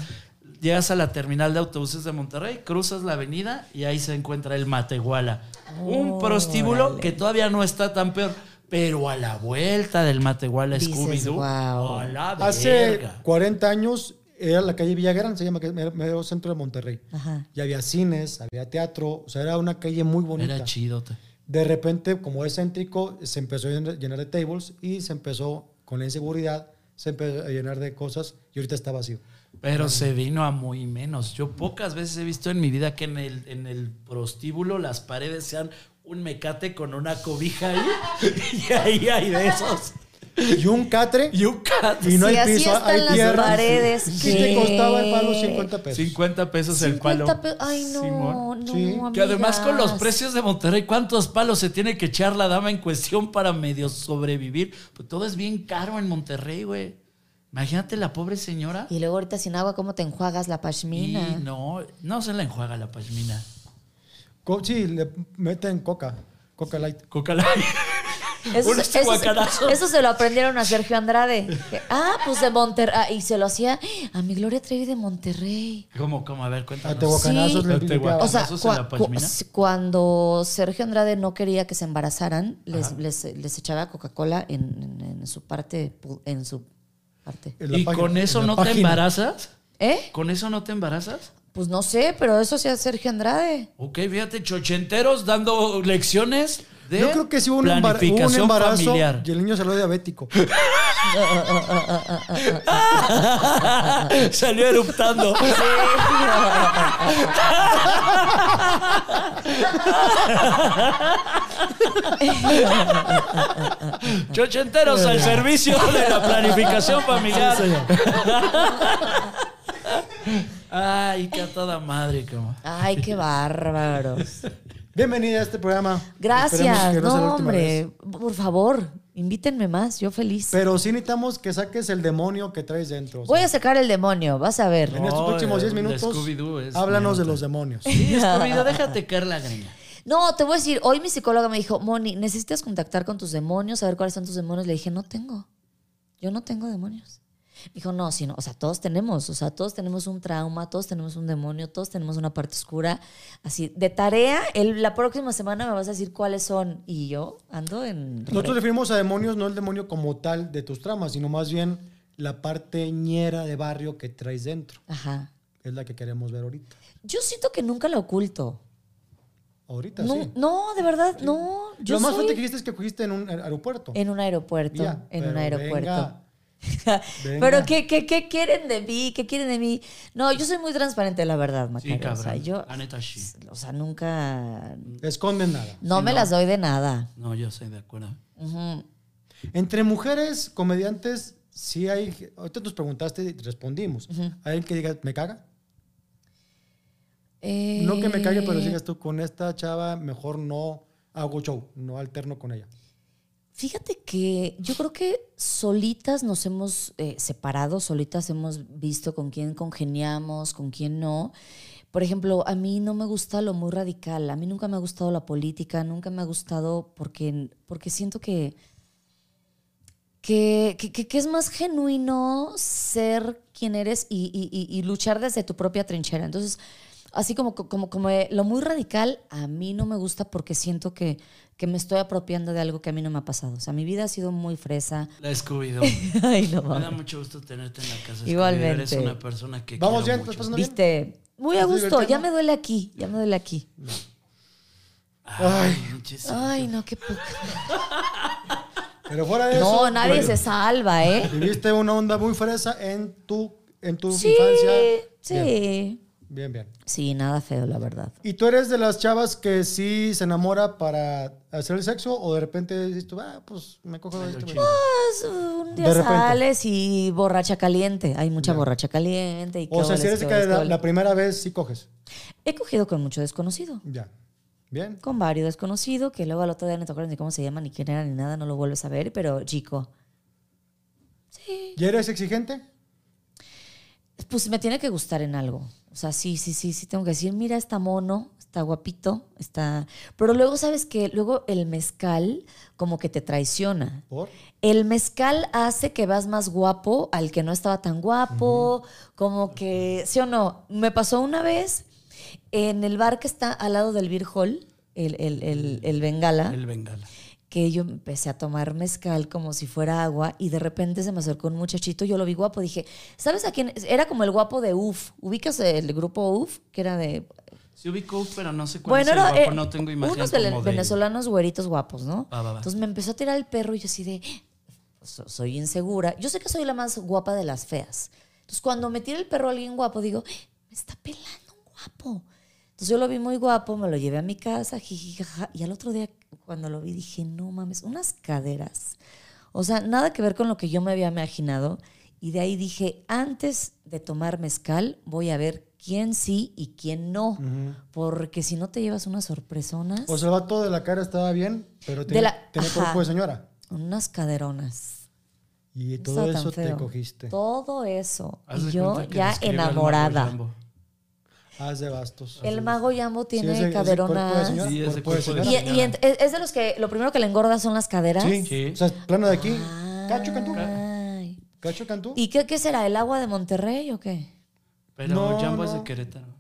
Speaker 2: llegas a la terminal de autobuses de Monterrey, cruzas la avenida y ahí se encuentra el Matehuala. Un prostíbulo
Speaker 1: Oh, Órale.
Speaker 2: que todavía no está tan peor, pero a la vuelta del Matehuala
Speaker 1: Dices,
Speaker 2: Scooby-Doo.
Speaker 1: "Guau".
Speaker 2: a la
Speaker 3: Hace
Speaker 2: Ah, verga.
Speaker 3: 40 años era la calle Villagrán, se llama, que es mero- mero centro de Monterrey.
Speaker 1: Ajá.
Speaker 3: Y había cines, había teatro, o sea, era una calle muy bonita.
Speaker 2: Era chido. te-
Speaker 3: De repente, como es céntrico, se empezó a llenar llenar de tables y se empezó con la inseguridad, se empezó a llenar de cosas y ahorita está vacío.
Speaker 2: Pero se vino a muy menos. Yo pocas veces he visto en mi vida que en el, en el prostíbulo las paredes sean un mecate con una cobija ahí. y ahí hay de esos.
Speaker 3: Y un catre
Speaker 2: Y un cat.
Speaker 3: y no
Speaker 1: Sí,
Speaker 3: hay
Speaker 1: así
Speaker 3: piso,
Speaker 1: están
Speaker 3: hay
Speaker 1: las
Speaker 3: tierra.
Speaker 1: paredes,
Speaker 3: Sí,
Speaker 1: ¿qué?
Speaker 3: te costaba el palo 50 pesos.
Speaker 2: 50 pesos el
Speaker 1: 50
Speaker 2: palo.
Speaker 1: pe- Ay, no,
Speaker 2: Simón.
Speaker 1: no,
Speaker 3: Sí.
Speaker 2: Que además con los
Speaker 1: amigas.
Speaker 2: precios de Monterrey, ¿cuántos palos se tiene que echar la dama en cuestión para medio sobrevivir? Pues todo es bien caro en Monterrey, güey. Imagínate la pobre señora.
Speaker 1: Y luego ahorita sin agua, ¿cómo te enjuagas la
Speaker 2: Y
Speaker 1: pashmina?
Speaker 2: no, no se la enjuaga la pashmina.
Speaker 3: Co- sí, le meten coca, coca light.
Speaker 2: Coca Light.
Speaker 1: Eso,
Speaker 2: Un
Speaker 1: se- eso se-
Speaker 2: guacanazo.
Speaker 1: eso se lo aprendieron a Sergio Andrade. Que, Ah, pues de Monterrey. y se lo hacía a mi Gloria Trevi de Monterrey.
Speaker 2: ¿Cómo, cómo? A ver,
Speaker 3: Ah, A
Speaker 2: cuéntanos.
Speaker 3: tehuacanazos
Speaker 1: Sí.
Speaker 3: le
Speaker 2: A Tehuacán.
Speaker 3: limpiaban.
Speaker 1: O sea,
Speaker 2: ¿Guacanazos en la
Speaker 1: cua-
Speaker 2: pashmina?
Speaker 1: cu- cuando Sergio Andrade no quería que se embarazaran, les, les- les echaba Coca-Cola en, en- en su parte. pu- En su parte.
Speaker 3: En la
Speaker 2: ¿Y
Speaker 3: página-
Speaker 2: con eso
Speaker 3: en la
Speaker 2: no te
Speaker 3: página.
Speaker 2: embarazas?
Speaker 1: ¿Eh?
Speaker 2: ¿Con eso no te embarazas?
Speaker 1: Pues no sé, pero eso hacía Sergio Andrade.
Speaker 2: Ok, fíjate, chochenteros dando lecciones de
Speaker 3: Yo creo que sí hubo un, embar- hubo un
Speaker 2: planificación
Speaker 3: embarazo
Speaker 2: familiar.
Speaker 3: y el niño salió diabético.
Speaker 2: Salió eruptando. Chochenteros al servicio de la planificación familiar. Ay, qué a toda madre, como.
Speaker 1: Ay, qué bárbaros.
Speaker 3: Bienvenida a este programa. Esperemos
Speaker 1: Gracias.
Speaker 3: que
Speaker 1: No,
Speaker 3: sea la última
Speaker 1: hombre.
Speaker 3: vez.
Speaker 1: Por favor, invítenme más. Yo feliz.
Speaker 3: Pero sí necesitamos que saques el demonio que traes dentro. o sea,
Speaker 1: Voy a sacar el demonio, vas a ver.
Speaker 3: en estos
Speaker 2: No,
Speaker 3: próximos 10
Speaker 2: el de
Speaker 3: minutos,
Speaker 2: Scooby-Doo es
Speaker 3: háblanos de
Speaker 2: minuto.
Speaker 3: los demonios.
Speaker 2: Sí, Scooby-Doo, déjate caer la greña.
Speaker 1: No, te voy a decir, hoy mi psicóloga me dijo, Moni, necesitas contactar con tus demonios, saber cuáles son tus demonios. Le dije, no tengo. Yo no tengo demonios. Me dijo, no, sino, o sea, todos tenemos, o sea, todos tenemos un trauma, todos tenemos un demonio, todos tenemos una parte oscura. Así, de tarea, el- la próxima semana me vas a decir cuáles son. Y yo ando en...
Speaker 3: Nosotros referimos a demonios no el demonio como tal de tus tramas, sino más bien la parte ñera de barrio que traes dentro.
Speaker 1: Ajá.
Speaker 3: Es la que queremos ver ahorita.
Speaker 1: Yo siento que nunca la oculto.
Speaker 3: Ahorita
Speaker 1: No,
Speaker 3: sí.
Speaker 1: no, de verdad, no. Yo
Speaker 3: Lo más
Speaker 1: soy-
Speaker 3: fuerte que dijiste es que cogiste en un aer- aeropuerto.
Speaker 1: En un aeropuerto.
Speaker 3: Ya,
Speaker 1: en un
Speaker 3: pero
Speaker 1: aeropuerto.
Speaker 3: venga, venga.
Speaker 1: Pero ¿qué, qué, qué quieren de mí? ¿Qué quieren de mí? No, yo soy muy transparente, la verdad, Macario.
Speaker 2: cabrón.
Speaker 1: O sea, yo,
Speaker 2: La neta, sí.
Speaker 1: o sea, nunca...
Speaker 3: Esconden nada.
Speaker 1: No me las doy de nada.
Speaker 2: No, yo estoy de acuerdo.
Speaker 1: Ujú.
Speaker 3: Entre mujeres, comediantes, sí hay. Ahorita nos preguntaste y respondimos. ¿Hay alguien que diga, me caga?
Speaker 1: Eh,
Speaker 3: No que me cague, pero sigas tú con esta chava, mejor no hago show, no alterno con ella.
Speaker 1: Fíjate que yo creo que solitas nos hemos eh, separado, solitas hemos visto con quién congeniamos, con quién no. Por ejemplo, a mí no me gusta lo muy radical, a mí nunca me ha gustado la política, nunca me ha gustado porque, porque siento que, que, que- que- que es más genuino ser quien eres y, y- y- y luchar desde tu propia trinchera. Entonces, así como, como, como eh, lo muy radical, a mí no me gusta porque siento que, que me estoy apropiando de algo que a mí no me ha pasado. O sea, mi vida ha sido muy fresa.
Speaker 2: La Scooby-Doo.
Speaker 1: Ay, no
Speaker 2: Me da
Speaker 1: mames.
Speaker 2: mucho gusto tenerte en la casa.
Speaker 1: Igualmente.
Speaker 2: Scooby-Doo. Eres una persona que
Speaker 3: Vamos ya,
Speaker 2: quiero
Speaker 3: estás
Speaker 2: mucho.
Speaker 3: pasando bien.
Speaker 1: Viste, muy a
Speaker 3: ¿Estás
Speaker 1: gusto, ya
Speaker 3: divirtiendo?
Speaker 1: me duele aquí, ya me duele aquí.
Speaker 2: Ay, muchísimo.
Speaker 1: Ay, no, qué poca.
Speaker 3: Pero fuera de Ah, eso.
Speaker 1: No, nadie
Speaker 3: bueno,
Speaker 1: se salva, ¿eh?
Speaker 3: Viviste una onda muy fresa en tu, en tu
Speaker 1: Sí,
Speaker 3: infancia.
Speaker 1: sí.
Speaker 3: Bien, bien, bien.
Speaker 1: Sí, nada feo, la verdad.
Speaker 3: ¿Y tú eres de las chavas que sí se enamora para hacer el sexo o de repente dices tú, ah, pues me cojo de este güey"?
Speaker 1: Pues, un día
Speaker 3: De repente.
Speaker 1: sales y borracha caliente. Hay mucha borracha caliente. Y qué
Speaker 3: O sea,
Speaker 1: bolas,
Speaker 3: si eres
Speaker 1: qué
Speaker 3: de
Speaker 1: bolas,
Speaker 3: que
Speaker 1: qué
Speaker 3: la,
Speaker 1: bolas.
Speaker 3: la primera vez sí coges.
Speaker 1: He cogido con mucho desconocido.
Speaker 3: Ya. Bien.
Speaker 1: Con varios desconocidos que luego al otro día no te acuerdas ni cómo se llaman, ni quién era, ni nada, no lo vuelves a ver, pero chico.
Speaker 3: ¿Y eres exigente?
Speaker 1: Pues me tiene que gustar en algo. O sea, sí, sí, sí, sí, tengo que decir, mira, está mono, está guapito, está... Pero luego, ¿sabes que Luego el mezcal como que te traiciona.
Speaker 3: ¿Por?
Speaker 1: El mezcal hace que vas más guapo al que no estaba tan guapo, como que, sí o no, me pasó una vez en el bar que está al lado del Beer Hall, el, el, el, el Bengala,
Speaker 2: El bengala.
Speaker 1: que yo empecé a tomar mezcal como si fuera agua y de repente se me acercó un muchachito, yo lo vi guapo, dije, ¿sabes a quién? es? Era como el guapo de UF, ubicas el grupo UF, que era de
Speaker 2: Sí ubico, pero no sé
Speaker 1: bueno,
Speaker 2: cuál es el
Speaker 1: era,
Speaker 2: guapo,
Speaker 1: eh,
Speaker 2: no tengo imagen
Speaker 1: Unos
Speaker 2: como
Speaker 1: vele-
Speaker 2: de-
Speaker 1: venezolanos güeritos guapos, ¿no?
Speaker 2: Va, va, va.
Speaker 1: Entonces me empezó a tirar el perro y yo así de, "So- soy insegura. Yo sé que soy la más guapa de las feas. Entonces cuando me tira el perro a alguien guapo, digo, me está pelando un guapo. Entonces yo lo vi muy guapo, me lo llevé a mi casa, jiji, jaja, y al otro día cuando lo vi dije, no mames, unas caderas. O sea, nada que ver con lo que yo me había imaginado. Y de ahí dije, antes de tomar mezcal, voy a ver quién sí y quién no. Porque si no te llevas unas sorpresonas,
Speaker 3: O sea, el vato de la cara estaba bien, pero
Speaker 1: De
Speaker 3: tenía,
Speaker 1: la-
Speaker 3: tenía
Speaker 1: ajá.
Speaker 3: cuerpo de señora.
Speaker 1: unas caderonas.
Speaker 3: Y
Speaker 1: No
Speaker 3: todo
Speaker 1: estaba tan
Speaker 3: eso te
Speaker 1: feo.
Speaker 3: cogiste.
Speaker 1: Todo eso.
Speaker 2: Haz
Speaker 1: y
Speaker 2: de
Speaker 1: yo
Speaker 2: cuenta que
Speaker 1: ya
Speaker 2: describe al mago
Speaker 1: enamorada.
Speaker 2: Jambo.
Speaker 3: Haz de bastos.
Speaker 1: El mago Yambo tiene
Speaker 3: ese- ese cuerpo de
Speaker 1: caderonas.
Speaker 3: señora,
Speaker 2: Sí, ese
Speaker 3: cuerpo de
Speaker 2: cuerpo de
Speaker 3: señora.
Speaker 1: y y
Speaker 2: señora.
Speaker 1: ent- es es de los que lo primero que le engorda son las caderas.
Speaker 3: Sí.
Speaker 2: Sí.
Speaker 3: O sea, plano de aquí. Cacho Cantú.
Speaker 1: Ay.
Speaker 3: Cacho Cantú.
Speaker 1: Ah. ¿Y qué, qué será? ¿El agua de Monterrey o qué?
Speaker 2: Pero
Speaker 3: No,
Speaker 2: Jambo es
Speaker 3: no.
Speaker 2: de Querétaro.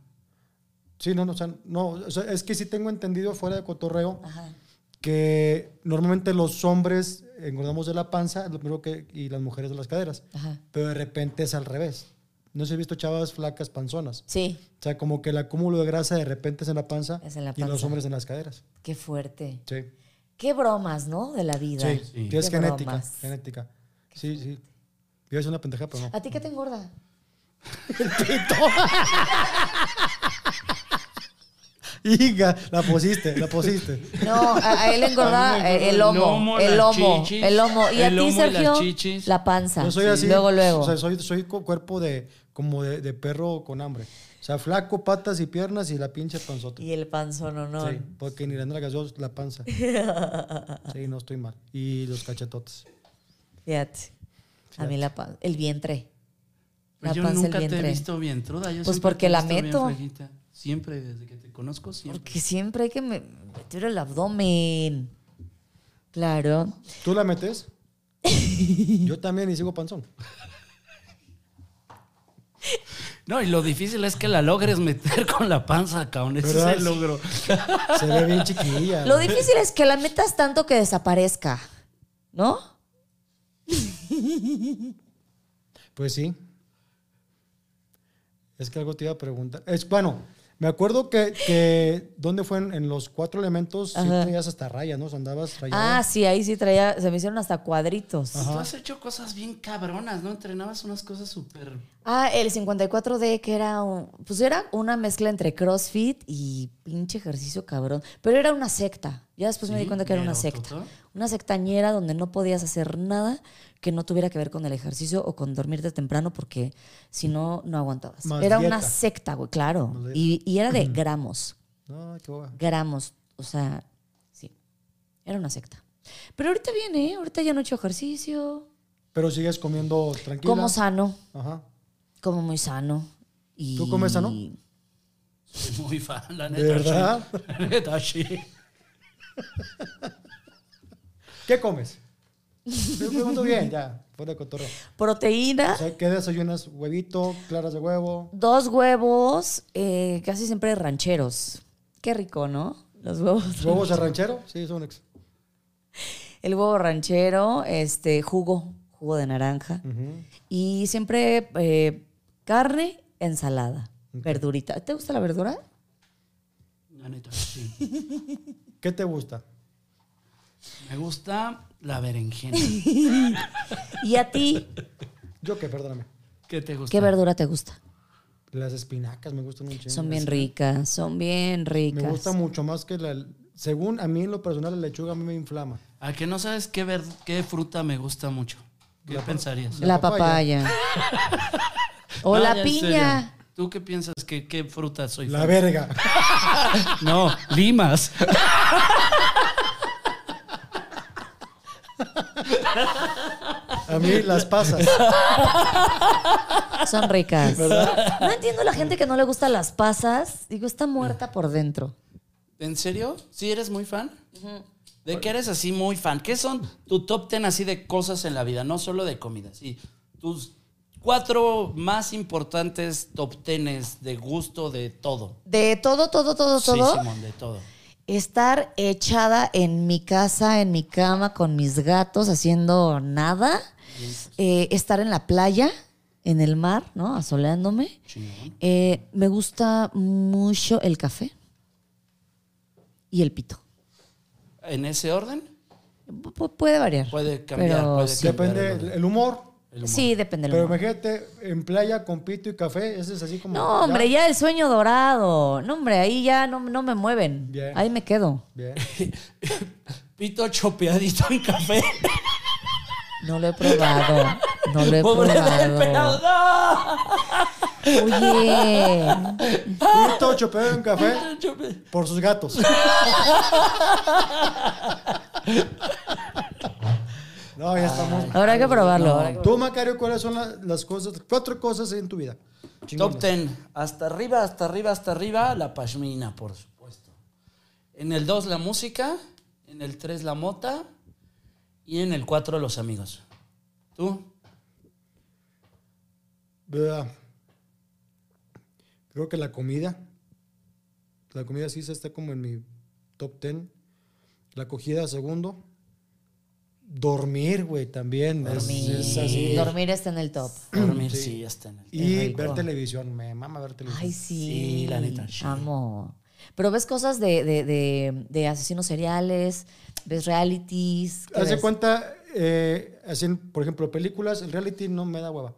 Speaker 3: Sí, no, no, o sea, no, o sea, es que sí tengo entendido fuera de cotorreo
Speaker 1: Ajá.
Speaker 3: que normalmente los hombres engordamos de la panza es lo primero que, y las mujeres de las caderas,
Speaker 1: Ajá.
Speaker 3: pero de repente es al revés. No se he visto chavas flacas panzonas.
Speaker 1: Sí.
Speaker 3: O sea, como que el acúmulo de grasa de repente es en la panza,
Speaker 1: Es en la
Speaker 3: y los
Speaker 1: panza.
Speaker 3: hombres en las caderas.
Speaker 1: Qué fuerte.
Speaker 3: Sí,
Speaker 1: Qué bromas, ¿no? De la vida.
Speaker 3: sí,
Speaker 2: Sí.
Speaker 3: sí, es
Speaker 1: Qué
Speaker 3: genética,
Speaker 1: bromas.
Speaker 3: genética. Sí, sí. Yo es una pendeja, pero no.
Speaker 1: ¿A ti qué te engorda?
Speaker 3: Higa, la pusiste, la pusiste.
Speaker 1: No, a, a él le engorda
Speaker 2: A mí me engorda
Speaker 1: eh, el
Speaker 2: el
Speaker 1: lomo,
Speaker 2: lomo,
Speaker 1: el
Speaker 2: las
Speaker 1: lomo,
Speaker 2: chichis,
Speaker 1: el lomo. Y a
Speaker 2: el
Speaker 1: ti,
Speaker 2: lomo y las
Speaker 1: Sergio,
Speaker 2: chichis.
Speaker 1: la panza.
Speaker 3: Yo soy así.
Speaker 1: Luego, luego.
Speaker 3: O sea, soy, soy cu- cuerpo de como de, de perro con hambre. O sea, flaco, patas y piernas y la pinche panzota.
Speaker 1: Y el panzón, no, no.
Speaker 3: Sí, porque ni la nalgas yo la panza. Sí, no estoy mal. Y los cachetotes.
Speaker 1: Fíjate. A mí la panza, el vientre. La
Speaker 2: Pues yo
Speaker 1: panza,
Speaker 2: nunca
Speaker 1: el
Speaker 2: te he
Speaker 1: vientre.
Speaker 2: visto vientruda. Yo
Speaker 1: Pues
Speaker 2: siempre
Speaker 1: porque
Speaker 2: te he
Speaker 1: la
Speaker 2: visto bien
Speaker 1: meto.
Speaker 2: flaquita. Siempre, desde que te conozco, siempre.
Speaker 1: Porque siempre hay que me, meter el abdomen. Claro.
Speaker 3: ¿Tú la metes? Yo también y sigo panzón.
Speaker 2: No, y lo difícil es que la logres meter con la panza, cabrón. Ese
Speaker 3: ¿Verdad?
Speaker 2: es el logro.
Speaker 3: Se ve bien chiquilla.
Speaker 1: Lo difícil es que la metas tanto que desaparezca, ¿no?
Speaker 3: Pues sí. Es que algo te iba a preguntar. Es, bueno, me acuerdo que, que ¿dónde fue? En, en los cuatro elementos, sí
Speaker 1: Ajá.
Speaker 3: traías hasta rayas, ¿no? O sea, Andabas rayado.
Speaker 1: Ah, sí, ahí sí traía, se me hicieron hasta cuadritos.
Speaker 2: Pues Tú has hecho cosas bien cabronas, ¿no? Entrenabas unas cosas súper.
Speaker 1: Ah, el 54D, que era un- pues era una mezcla entre CrossFit y pinche ejercicio cabrón. Pero era una secta. Ya después me di
Speaker 2: Sí,
Speaker 1: cuenta que era una
Speaker 2: mero,
Speaker 1: secta.
Speaker 2: totó.
Speaker 1: Una sectañera donde no podías hacer nada que no tuviera que ver con el ejercicio o con dormirte temprano porque si no, no aguantabas.
Speaker 3: Más
Speaker 1: era
Speaker 3: dieta.
Speaker 1: una secta, güey, claro.
Speaker 3: Más dieta.
Speaker 1: Y, y era de gramos
Speaker 3: No, Ah, qué boba.
Speaker 1: gramos. O sea, sí. Era una secta. Pero ahorita viene, ¿eh? ahorita ya no he hecho ejercicio.
Speaker 3: Pero sigues comiendo tranquila.
Speaker 1: Como sano,
Speaker 3: Ajá.
Speaker 1: como muy sano. Y
Speaker 3: ¿Tú comes sano?
Speaker 2: Soy muy fan, la
Speaker 3: ¿De
Speaker 2: neta.
Speaker 3: verdad?
Speaker 2: sí. La neta, sí.
Speaker 3: ¿Qué comes? Te pregunto bien, ya, fuera de cotorreo.
Speaker 1: Proteína,
Speaker 3: O sea, ¿qué desayunas? Huevito, claras de huevo.
Speaker 1: dos huevos, eh, casi siempre rancheros. Qué rico, ¿no? Los huevos.
Speaker 3: ¿Huevos de ranchero? Sí, son ex.
Speaker 1: El huevo ranchero, este, jugo, jugo de naranja. Y siempre eh, carne, ensalada, verdurita. ¿Te gusta la verdura?
Speaker 2: La neta, sí.
Speaker 3: ¿Qué te gusta?
Speaker 2: Me gusta la berenjena.
Speaker 1: ¿Y a ti
Speaker 3: Yo que, perdóname.
Speaker 2: ¿Qué te gusta?
Speaker 1: qué verdura te gusta?
Speaker 3: Las espinacas me gustan un chingo.
Speaker 1: Son bien ricas, son bien ricas.
Speaker 3: Me gusta mucho más que la. Según a mí en lo personal, la lechuga a mí me inflama.
Speaker 2: ¿A que no sabes qué, ver- qué fruta me gusta mucho? ¿Qué pensarías?
Speaker 1: La
Speaker 3: La
Speaker 1: papaya.
Speaker 3: papaya.
Speaker 1: o
Speaker 2: No,
Speaker 1: la
Speaker 2: ya en
Speaker 1: piña.
Speaker 2: serio. ¿Tú qué piensas? ¿Qué, qué fruta soy?
Speaker 3: La verga.
Speaker 2: No, limas.
Speaker 3: A mí las pasas.
Speaker 1: Son ricas. No entiendo la gente que no le gusta las pasas. Digo, está muerta por dentro.
Speaker 2: ¿En serio? ¿Sí eres muy fan? ¿De qué eres así muy fan? ¿Qué son tu top ten así de cosas en la vida? No solo de comida, sí. Tus cuatro más importantes top tenes de gusto de todo.
Speaker 1: De todo, todo, todo, todo.
Speaker 2: Sí, Simón, de todo.
Speaker 1: Estar echada en mi casa, en mi cama, con mis gatos, haciendo nada. Eh, estar en la playa, en el mar, ¿no? Asoleándome.
Speaker 2: Chingón.
Speaker 1: Eh, me gusta mucho el café y el pito.
Speaker 2: ¿En ese orden?
Speaker 1: Pu- pu- puede variar.
Speaker 2: Puede cambiar, puede
Speaker 1: sí.
Speaker 2: cambiar.
Speaker 3: Depende el- el humor.
Speaker 2: El humor.
Speaker 1: Sí, depende del
Speaker 3: Pero
Speaker 1: humor.
Speaker 3: imagínate, en playa con pito y café, ese es así
Speaker 2: Mm.
Speaker 3: como.
Speaker 1: No, hombre, ya el sueño dorado. No, hombre, ahí ya no, no me mueven.
Speaker 3: Bien.
Speaker 1: Ahí me quedo.
Speaker 3: Bien.
Speaker 2: Pito chopeadito en café.
Speaker 1: No lo he probado. No lo he
Speaker 2: Pobre del pelado.
Speaker 1: probado. Oye.
Speaker 3: Pito chopeado en café
Speaker 2: ¡No! Chope-
Speaker 3: por sus gatos. No, ya estamos.
Speaker 1: Habrá que probarlo. habrá que-
Speaker 3: Tú, Macario, ¿cuáles son la- las cosas, cuatro cosas en tu vida?
Speaker 2: Top
Speaker 3: Chingonas.
Speaker 2: ten. Hasta arriba, hasta arriba, hasta arriba. La pashmina, por supuesto. En el 2, la música. En el 3, la mota. Y en el 4, los amigos. ¿Tú?
Speaker 3: Vea. Creo que la comida. La comida sí se está como en mi top ten. La acogida segundo. Dormir, güey, también. es-
Speaker 1: Dormir.
Speaker 3: es así.
Speaker 1: Dormir está en el top.
Speaker 2: Dormir, sí, ya está en el.
Speaker 3: Y
Speaker 1: rico.
Speaker 3: ver televisión. Me mama ver televisión.
Speaker 1: Ay, sí.
Speaker 2: Sí, la neta, sí.
Speaker 1: Amo. Pero ves cosas de, de, de, de asesinos seriales, ves realities. ¿qué
Speaker 3: Haz de
Speaker 1: ves?
Speaker 3: cuenta, eh, hacen, por ejemplo, películas, el reality no me da hueva.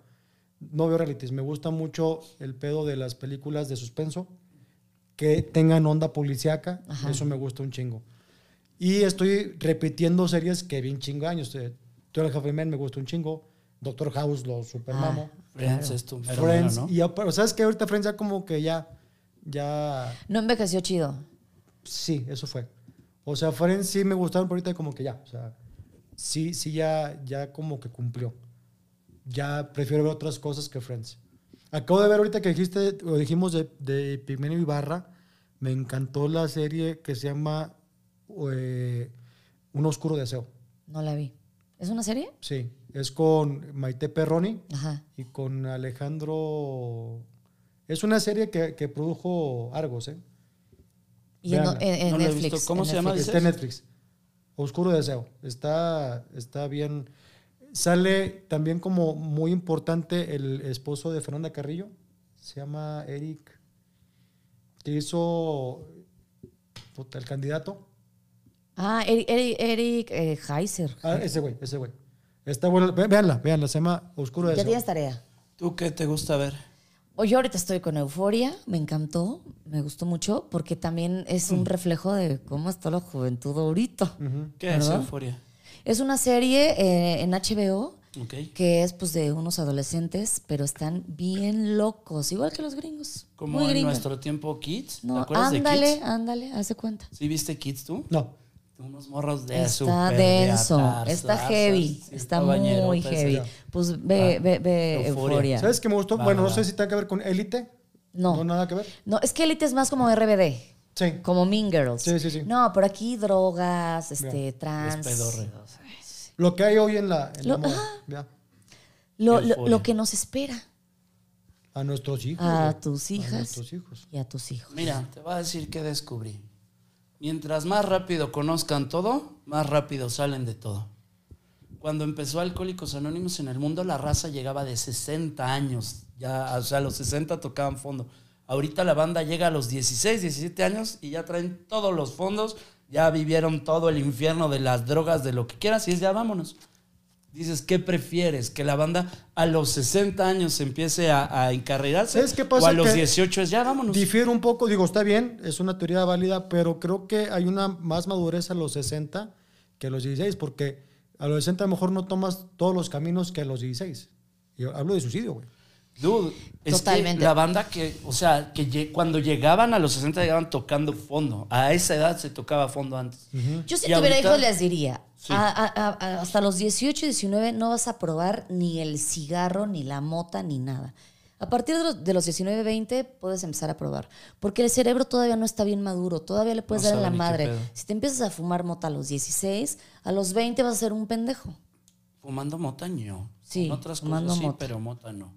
Speaker 3: No veo realities. Me gusta mucho el pedo de las películas de suspenso que tengan onda policiaca. Eso me gusta un chingo. Y estoy repitiendo series que vi un chingo de años. Eh, Tú eres Jefe Men, me gusta un chingo. Doctor House, lo supermamo.
Speaker 2: Friends es tu mero
Speaker 3: Friends.
Speaker 2: mero, Ah, ¿no?
Speaker 3: Y ya, pero ¿sabes que Ahorita Friends ya como que ya, ya,
Speaker 1: No envejeció chido.
Speaker 3: sí, eso fue. O sea, Friends sí me gustaron, pero ahorita como que ya, o sea, sí, sí ya, ya como que cumplió. Ya prefiero ver otras cosas que Friends. Acabo de ver ahorita que dijiste, o dijimos de, de Pimeno Ibarra, me encantó la serie que se llama eh, Un Oscuro Deseo.
Speaker 1: No la vi. ¿Es una serie?
Speaker 3: Sí, es con Maite Perroni
Speaker 1: Ajá.
Speaker 3: y con Alejandro... Es una serie que, que produjo Argos, ¿eh?
Speaker 1: Y en,
Speaker 3: Véanla.
Speaker 1: en- en
Speaker 2: No la he
Speaker 1: Netflix.
Speaker 2: visto. ¿Cómo
Speaker 1: en
Speaker 2: se llama?
Speaker 1: Netflix.
Speaker 3: Está en Netflix. Oscuro Deseo. Está, está bien. Sale también como muy importante el esposo de Fernanda Carrillo. Se llama Eric. Que hizo puta, el candidato.
Speaker 1: Ah, Eric, Eric, Eric, eh, Heiser.
Speaker 3: Ah, ese güey, ese güey. Está buena. ve- Véanla, véanla. Se llama Oscuro
Speaker 1: Ya
Speaker 3: Deseo.
Speaker 1: tienes tarea.
Speaker 2: ¿Tú qué te gusta ver?
Speaker 1: Oye, yo ahorita estoy con euforia, me encantó, me gustó mucho, porque también es un reflejo de cómo está la juventud ahorita.
Speaker 2: ¿Qué es
Speaker 1: ¿Verdad?
Speaker 2: Euforia?
Speaker 1: Es una serie eh, en HBO
Speaker 2: Ok.
Speaker 1: que es pues de unos adolescentes, pero están bien locos, igual que los gringos.
Speaker 2: Como
Speaker 1: Muy
Speaker 2: en
Speaker 1: gringos.
Speaker 2: nuestro tiempo Kids. ¿Te
Speaker 1: No,
Speaker 2: acuerdas de
Speaker 1: ándale,
Speaker 2: Kids?
Speaker 1: ándale, hace cuenta.
Speaker 2: ¿Sí viste Kids tú?
Speaker 3: No.
Speaker 2: Unos morros de
Speaker 1: Está
Speaker 2: súper de
Speaker 1: denso,
Speaker 2: atar,
Speaker 1: está
Speaker 2: zar,
Speaker 1: heavy,
Speaker 2: zar, sí,
Speaker 1: está
Speaker 2: bañero,
Speaker 1: muy
Speaker 2: pues,
Speaker 1: heavy.
Speaker 2: ya.
Speaker 1: Pues ve,
Speaker 2: Ah,
Speaker 1: ve, ve,
Speaker 2: Euforia.
Speaker 1: euforia.
Speaker 3: ¿Sabes qué me gustó?
Speaker 2: Va,
Speaker 3: bueno, no
Speaker 2: va.
Speaker 3: sé si tenga que ver con Élite.
Speaker 1: No.
Speaker 3: No, nada que ver.
Speaker 1: No, es que Elite es más como RBD.
Speaker 3: Sí.
Speaker 1: Como Mean Girls.
Speaker 3: Sí, sí, sí.
Speaker 1: No, pero aquí drogas, este, trans.
Speaker 2: Es pedorre.
Speaker 1: o sea,
Speaker 3: Lo que hay hoy en la, en la
Speaker 1: Lo-
Speaker 3: moda.
Speaker 1: ah.
Speaker 3: Ya.
Speaker 1: Lo, lo-
Speaker 2: Euforia.
Speaker 1: lo que nos espera
Speaker 3: A nuestros hijos.
Speaker 1: a
Speaker 3: güey.
Speaker 1: tus
Speaker 3: A
Speaker 1: hijas
Speaker 3: nuestros hijos.
Speaker 1: y a tus hijos.
Speaker 2: Mira, te voy a decir qué descubrí. Mientras más rápido conozcan todo, más rápido salen de todo. Cuando empezó Alcohólicos Anónimos en el mundo, la raza llegaba de 60 años. Ya, o sea, a los 60 tocaban fondo. Ahorita la banda llega a los 16, 17 años y ya traen todos los fondos, ya vivieron todo el infierno de las drogas, de lo que quieras, y es ya vámonos. Dices, ¿qué prefieres? ¿Que la banda a los 60 años empiece a, a encarrerarse?
Speaker 3: ¿Sabes qué pasa?
Speaker 2: ¿O a los
Speaker 3: Que
Speaker 2: 18 es ya vámonos?
Speaker 3: Difiero un poco, digo, está bien, es una teoría válida, pero creo que hay una más madurez a los 60 que a los 16, porque a los 60 a lo mejor no tomas todos los caminos que a los 16. Yo hablo de suicidio, güey.
Speaker 2: Dude, es
Speaker 1: Totalmente.
Speaker 2: que la banda que, o sea, que lle- cuando llegaban a los 60 llegaban tocando fondo. A esa edad se tocaba fondo antes.
Speaker 1: Yo si
Speaker 2: Y
Speaker 1: tuviera
Speaker 2: ahorita-
Speaker 1: hijos les diría,
Speaker 2: Sí.
Speaker 1: a- a- a- hasta los 18 y 19 no vas a probar ni el cigarro, ni la mota, ni nada. A partir de los, de los 19, 20 puedes empezar a probar, porque el cerebro todavía no está bien maduro, todavía le puedes
Speaker 2: No
Speaker 1: dar en la
Speaker 2: sabe ni qué
Speaker 1: madre.
Speaker 2: pedo.
Speaker 1: Si te empiezas a fumar mota a los 16, a los 20 vas a ser un pendejo.
Speaker 2: Fumando mota, no.
Speaker 1: Sí,
Speaker 2: Con otras
Speaker 1: fumando
Speaker 2: cosas sí,
Speaker 1: mota.
Speaker 2: pero mota no.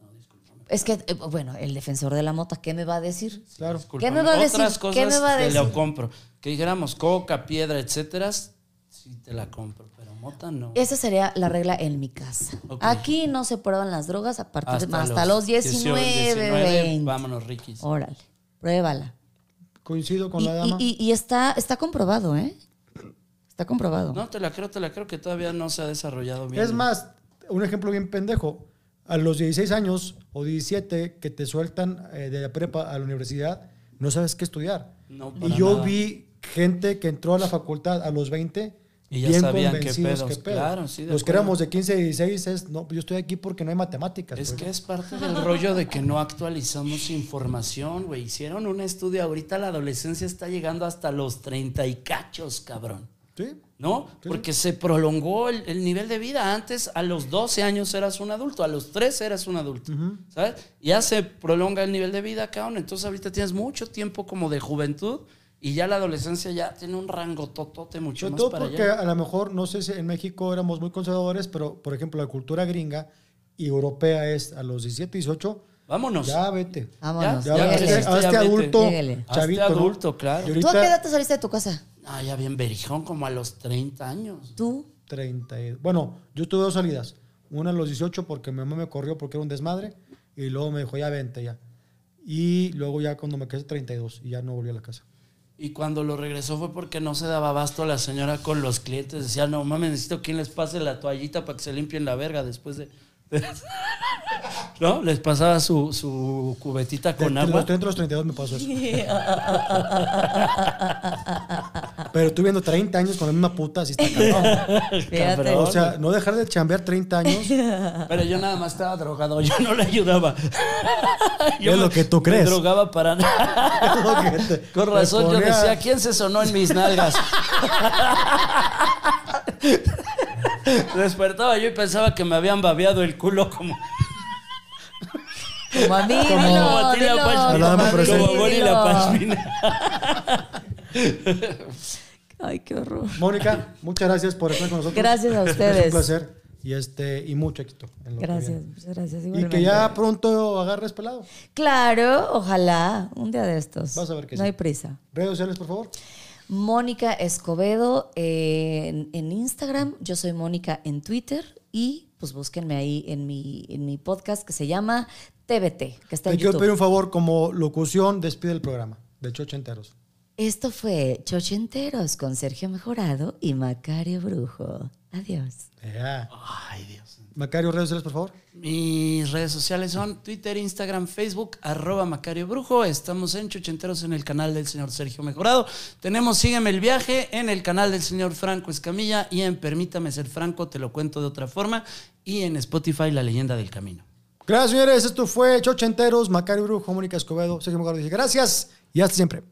Speaker 2: No, discúlpame.
Speaker 1: Es que, eh, bueno, el defensor de la mota, ¿qué me va a decir?
Speaker 3: Claro.
Speaker 2: Discúlpame.
Speaker 1: me va a
Speaker 2: Otras
Speaker 1: decir?
Speaker 2: cosas
Speaker 1: ¿Qué me va a
Speaker 2: te lo
Speaker 1: decir?
Speaker 2: compro. Que dijéramos coca, piedra, etcétera, sí te la compro, pero mota no.
Speaker 1: Esa sería la regla en mi casa.
Speaker 2: Ok.
Speaker 1: Aquí no se prueban las drogas a partir de, hasta los 19, 20.
Speaker 2: Vámonos, Rikis.
Speaker 1: Órale, pruébala.
Speaker 3: Coincido con
Speaker 1: Y,
Speaker 3: la dama.
Speaker 1: y- y- y está, está comprobado, ¿eh? Está comprobado.
Speaker 2: No, te la creo, te la creo que todavía no se ha desarrollado bien.
Speaker 3: es más, un ejemplo bien pendejo. A los 16 años o 17 que te sueltan eh, de la prepa a la universidad, no sabes qué estudiar.
Speaker 2: No, para
Speaker 3: y yo
Speaker 2: nada.
Speaker 3: vi gente que entró a la facultad a los 20
Speaker 2: Y ya
Speaker 3: bien
Speaker 2: sabían qué
Speaker 3: convencidos
Speaker 2: pedos,
Speaker 3: qué pedo.
Speaker 2: claro, sí, de
Speaker 3: los que
Speaker 2: acuerdo.
Speaker 3: éramos de 15 y 16 es, no, yo estoy aquí porque no hay matemáticas.
Speaker 2: Es
Speaker 3: por
Speaker 2: que
Speaker 3: ejemplo.
Speaker 2: es parte del rollo de que no actualizamos información, güey. Hicieron un estudio, ahorita la adolescencia está llegando hasta los 30 y cachos, cabrón.
Speaker 3: Sí.
Speaker 2: ¿No? Porque se prolongó el, el nivel de vida. Antes, a los 12 años eras un adulto, a los 13 eras un adulto. ¿Sabes? Ya se prolonga el nivel de vida, cabrón. Entonces, ahorita tienes mucho tiempo como de juventud y ya la adolescencia ya tiene un rango totote mucho
Speaker 3: Sobre
Speaker 2: más
Speaker 3: todo
Speaker 2: para
Speaker 3: porque
Speaker 2: allá.
Speaker 3: a lo mejor, no sé si en México éramos muy conservadores, pero por ejemplo, la cultura gringa y europea es a los 17, 18,
Speaker 2: Vámonos.
Speaker 3: ya vete.
Speaker 1: Vámonos.
Speaker 3: Ya,
Speaker 1: Ya
Speaker 3: hazte-
Speaker 1: creciste,
Speaker 3: hazte
Speaker 2: ya este, vete.
Speaker 3: adulto,
Speaker 1: Lléguele. Hazte
Speaker 3: chavito. ¿no?
Speaker 2: adulto, claro.
Speaker 3: Y
Speaker 2: ¿Tú
Speaker 1: ¿Tú a
Speaker 3: ahorita,
Speaker 1: qué edad te saliste de tu casa?
Speaker 2: Ah, ya bien berijón, como a los 30 años.
Speaker 1: ¿Tú?
Speaker 3: 30. y- Bueno, yo tuve dos salidas. Una a los 18 porque mi mamá me corrió porque era un desmadre y luego me dijo, ya vente ya. Y luego ya cuando me quedé 32 y ya no volví a la casa.
Speaker 2: Y cuando lo regresó fue porque no se daba abasto la señora con los clientes. Decía, no mames, necesito quien les pase la toallita para que se limpien la verga después de. ¿No? Les pasaba su, su cubetita con
Speaker 3: De- de
Speaker 2: agua.
Speaker 3: Los 30 a los 32 me pasó eso. Pero tú viendo 30 años con la misma puta, así está cabrón.
Speaker 1: Fíjate.
Speaker 3: O sea, no dejar de chambear 30 años
Speaker 2: Pero yo nada más estaba drogado, yo no le ayudaba.
Speaker 3: Es lo que tú crees.
Speaker 2: Me drogaba para nada. Con razón yo decía, ¿quién se sonó en mis nalgas? Despertaba yo y pensaba que me habían babeado el culo como,
Speaker 1: Como a mí,
Speaker 2: como,
Speaker 1: dilo,
Speaker 2: a ti la
Speaker 1: dilo,
Speaker 2: pashmina,
Speaker 3: La
Speaker 1: como
Speaker 3: dama
Speaker 1: a mí,
Speaker 3: presente.
Speaker 2: como a Bonnie la
Speaker 1: dilo.
Speaker 2: pashmina.
Speaker 1: Ay, qué horror.
Speaker 3: Mónica, muchas gracias por estar con nosotros.
Speaker 1: Gracias a
Speaker 3: Es un
Speaker 1: ustedes.
Speaker 3: placer y, este, y mucho éxito. en lo que
Speaker 1: Gracias,
Speaker 3: viene.
Speaker 1: muchas gracias.
Speaker 3: Y
Speaker 1: igualmente.
Speaker 3: que ya pronto agarres pelado.
Speaker 1: Claro, ojalá, un día de estos.
Speaker 3: Vas a ver que
Speaker 1: No
Speaker 3: sí.
Speaker 1: hay prisa.
Speaker 3: Redes sociales, por favor.
Speaker 1: Mónica Escobedo eh, en, en Instagram, yo soy Mónica en Twitter y pues búsquenme ahí en mi, en mi podcast que se llama TBT, que está
Speaker 3: Te
Speaker 1: en
Speaker 3: quiero
Speaker 1: YouTube.
Speaker 3: pedir un favor como locución, despide el programa de Chocho Enteros.
Speaker 1: Esto fue Chochenteros con Sergio Mejorado y Macario Brujo. Adiós.
Speaker 3: Ya.
Speaker 2: Ay, Dios.
Speaker 3: Macario, redes sociales, por favor.
Speaker 2: Mis redes sociales son Twitter, Instagram, Facebook, arroba Macario Brujo. Estamos en Chuchenteros en el canal del señor Sergio Mejorado. Tenemos Sígueme el viaje en el canal del señor Franco Escamilla y en Permítame ser Franco, te lo cuento de otra forma. Y en Spotify, La leyenda del camino.
Speaker 3: Gracias, señores. Esto fue Chocho Enteros, Macario Brujo, Mónica Escobedo, Sergio Macario. Dije gracias y hasta siempre.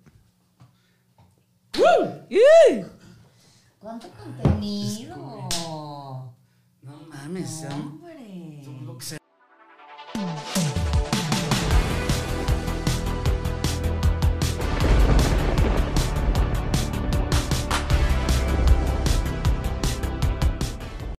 Speaker 1: ¿Cuánto contenido?
Speaker 2: No mames,
Speaker 1: Hombre.
Speaker 2: lo que se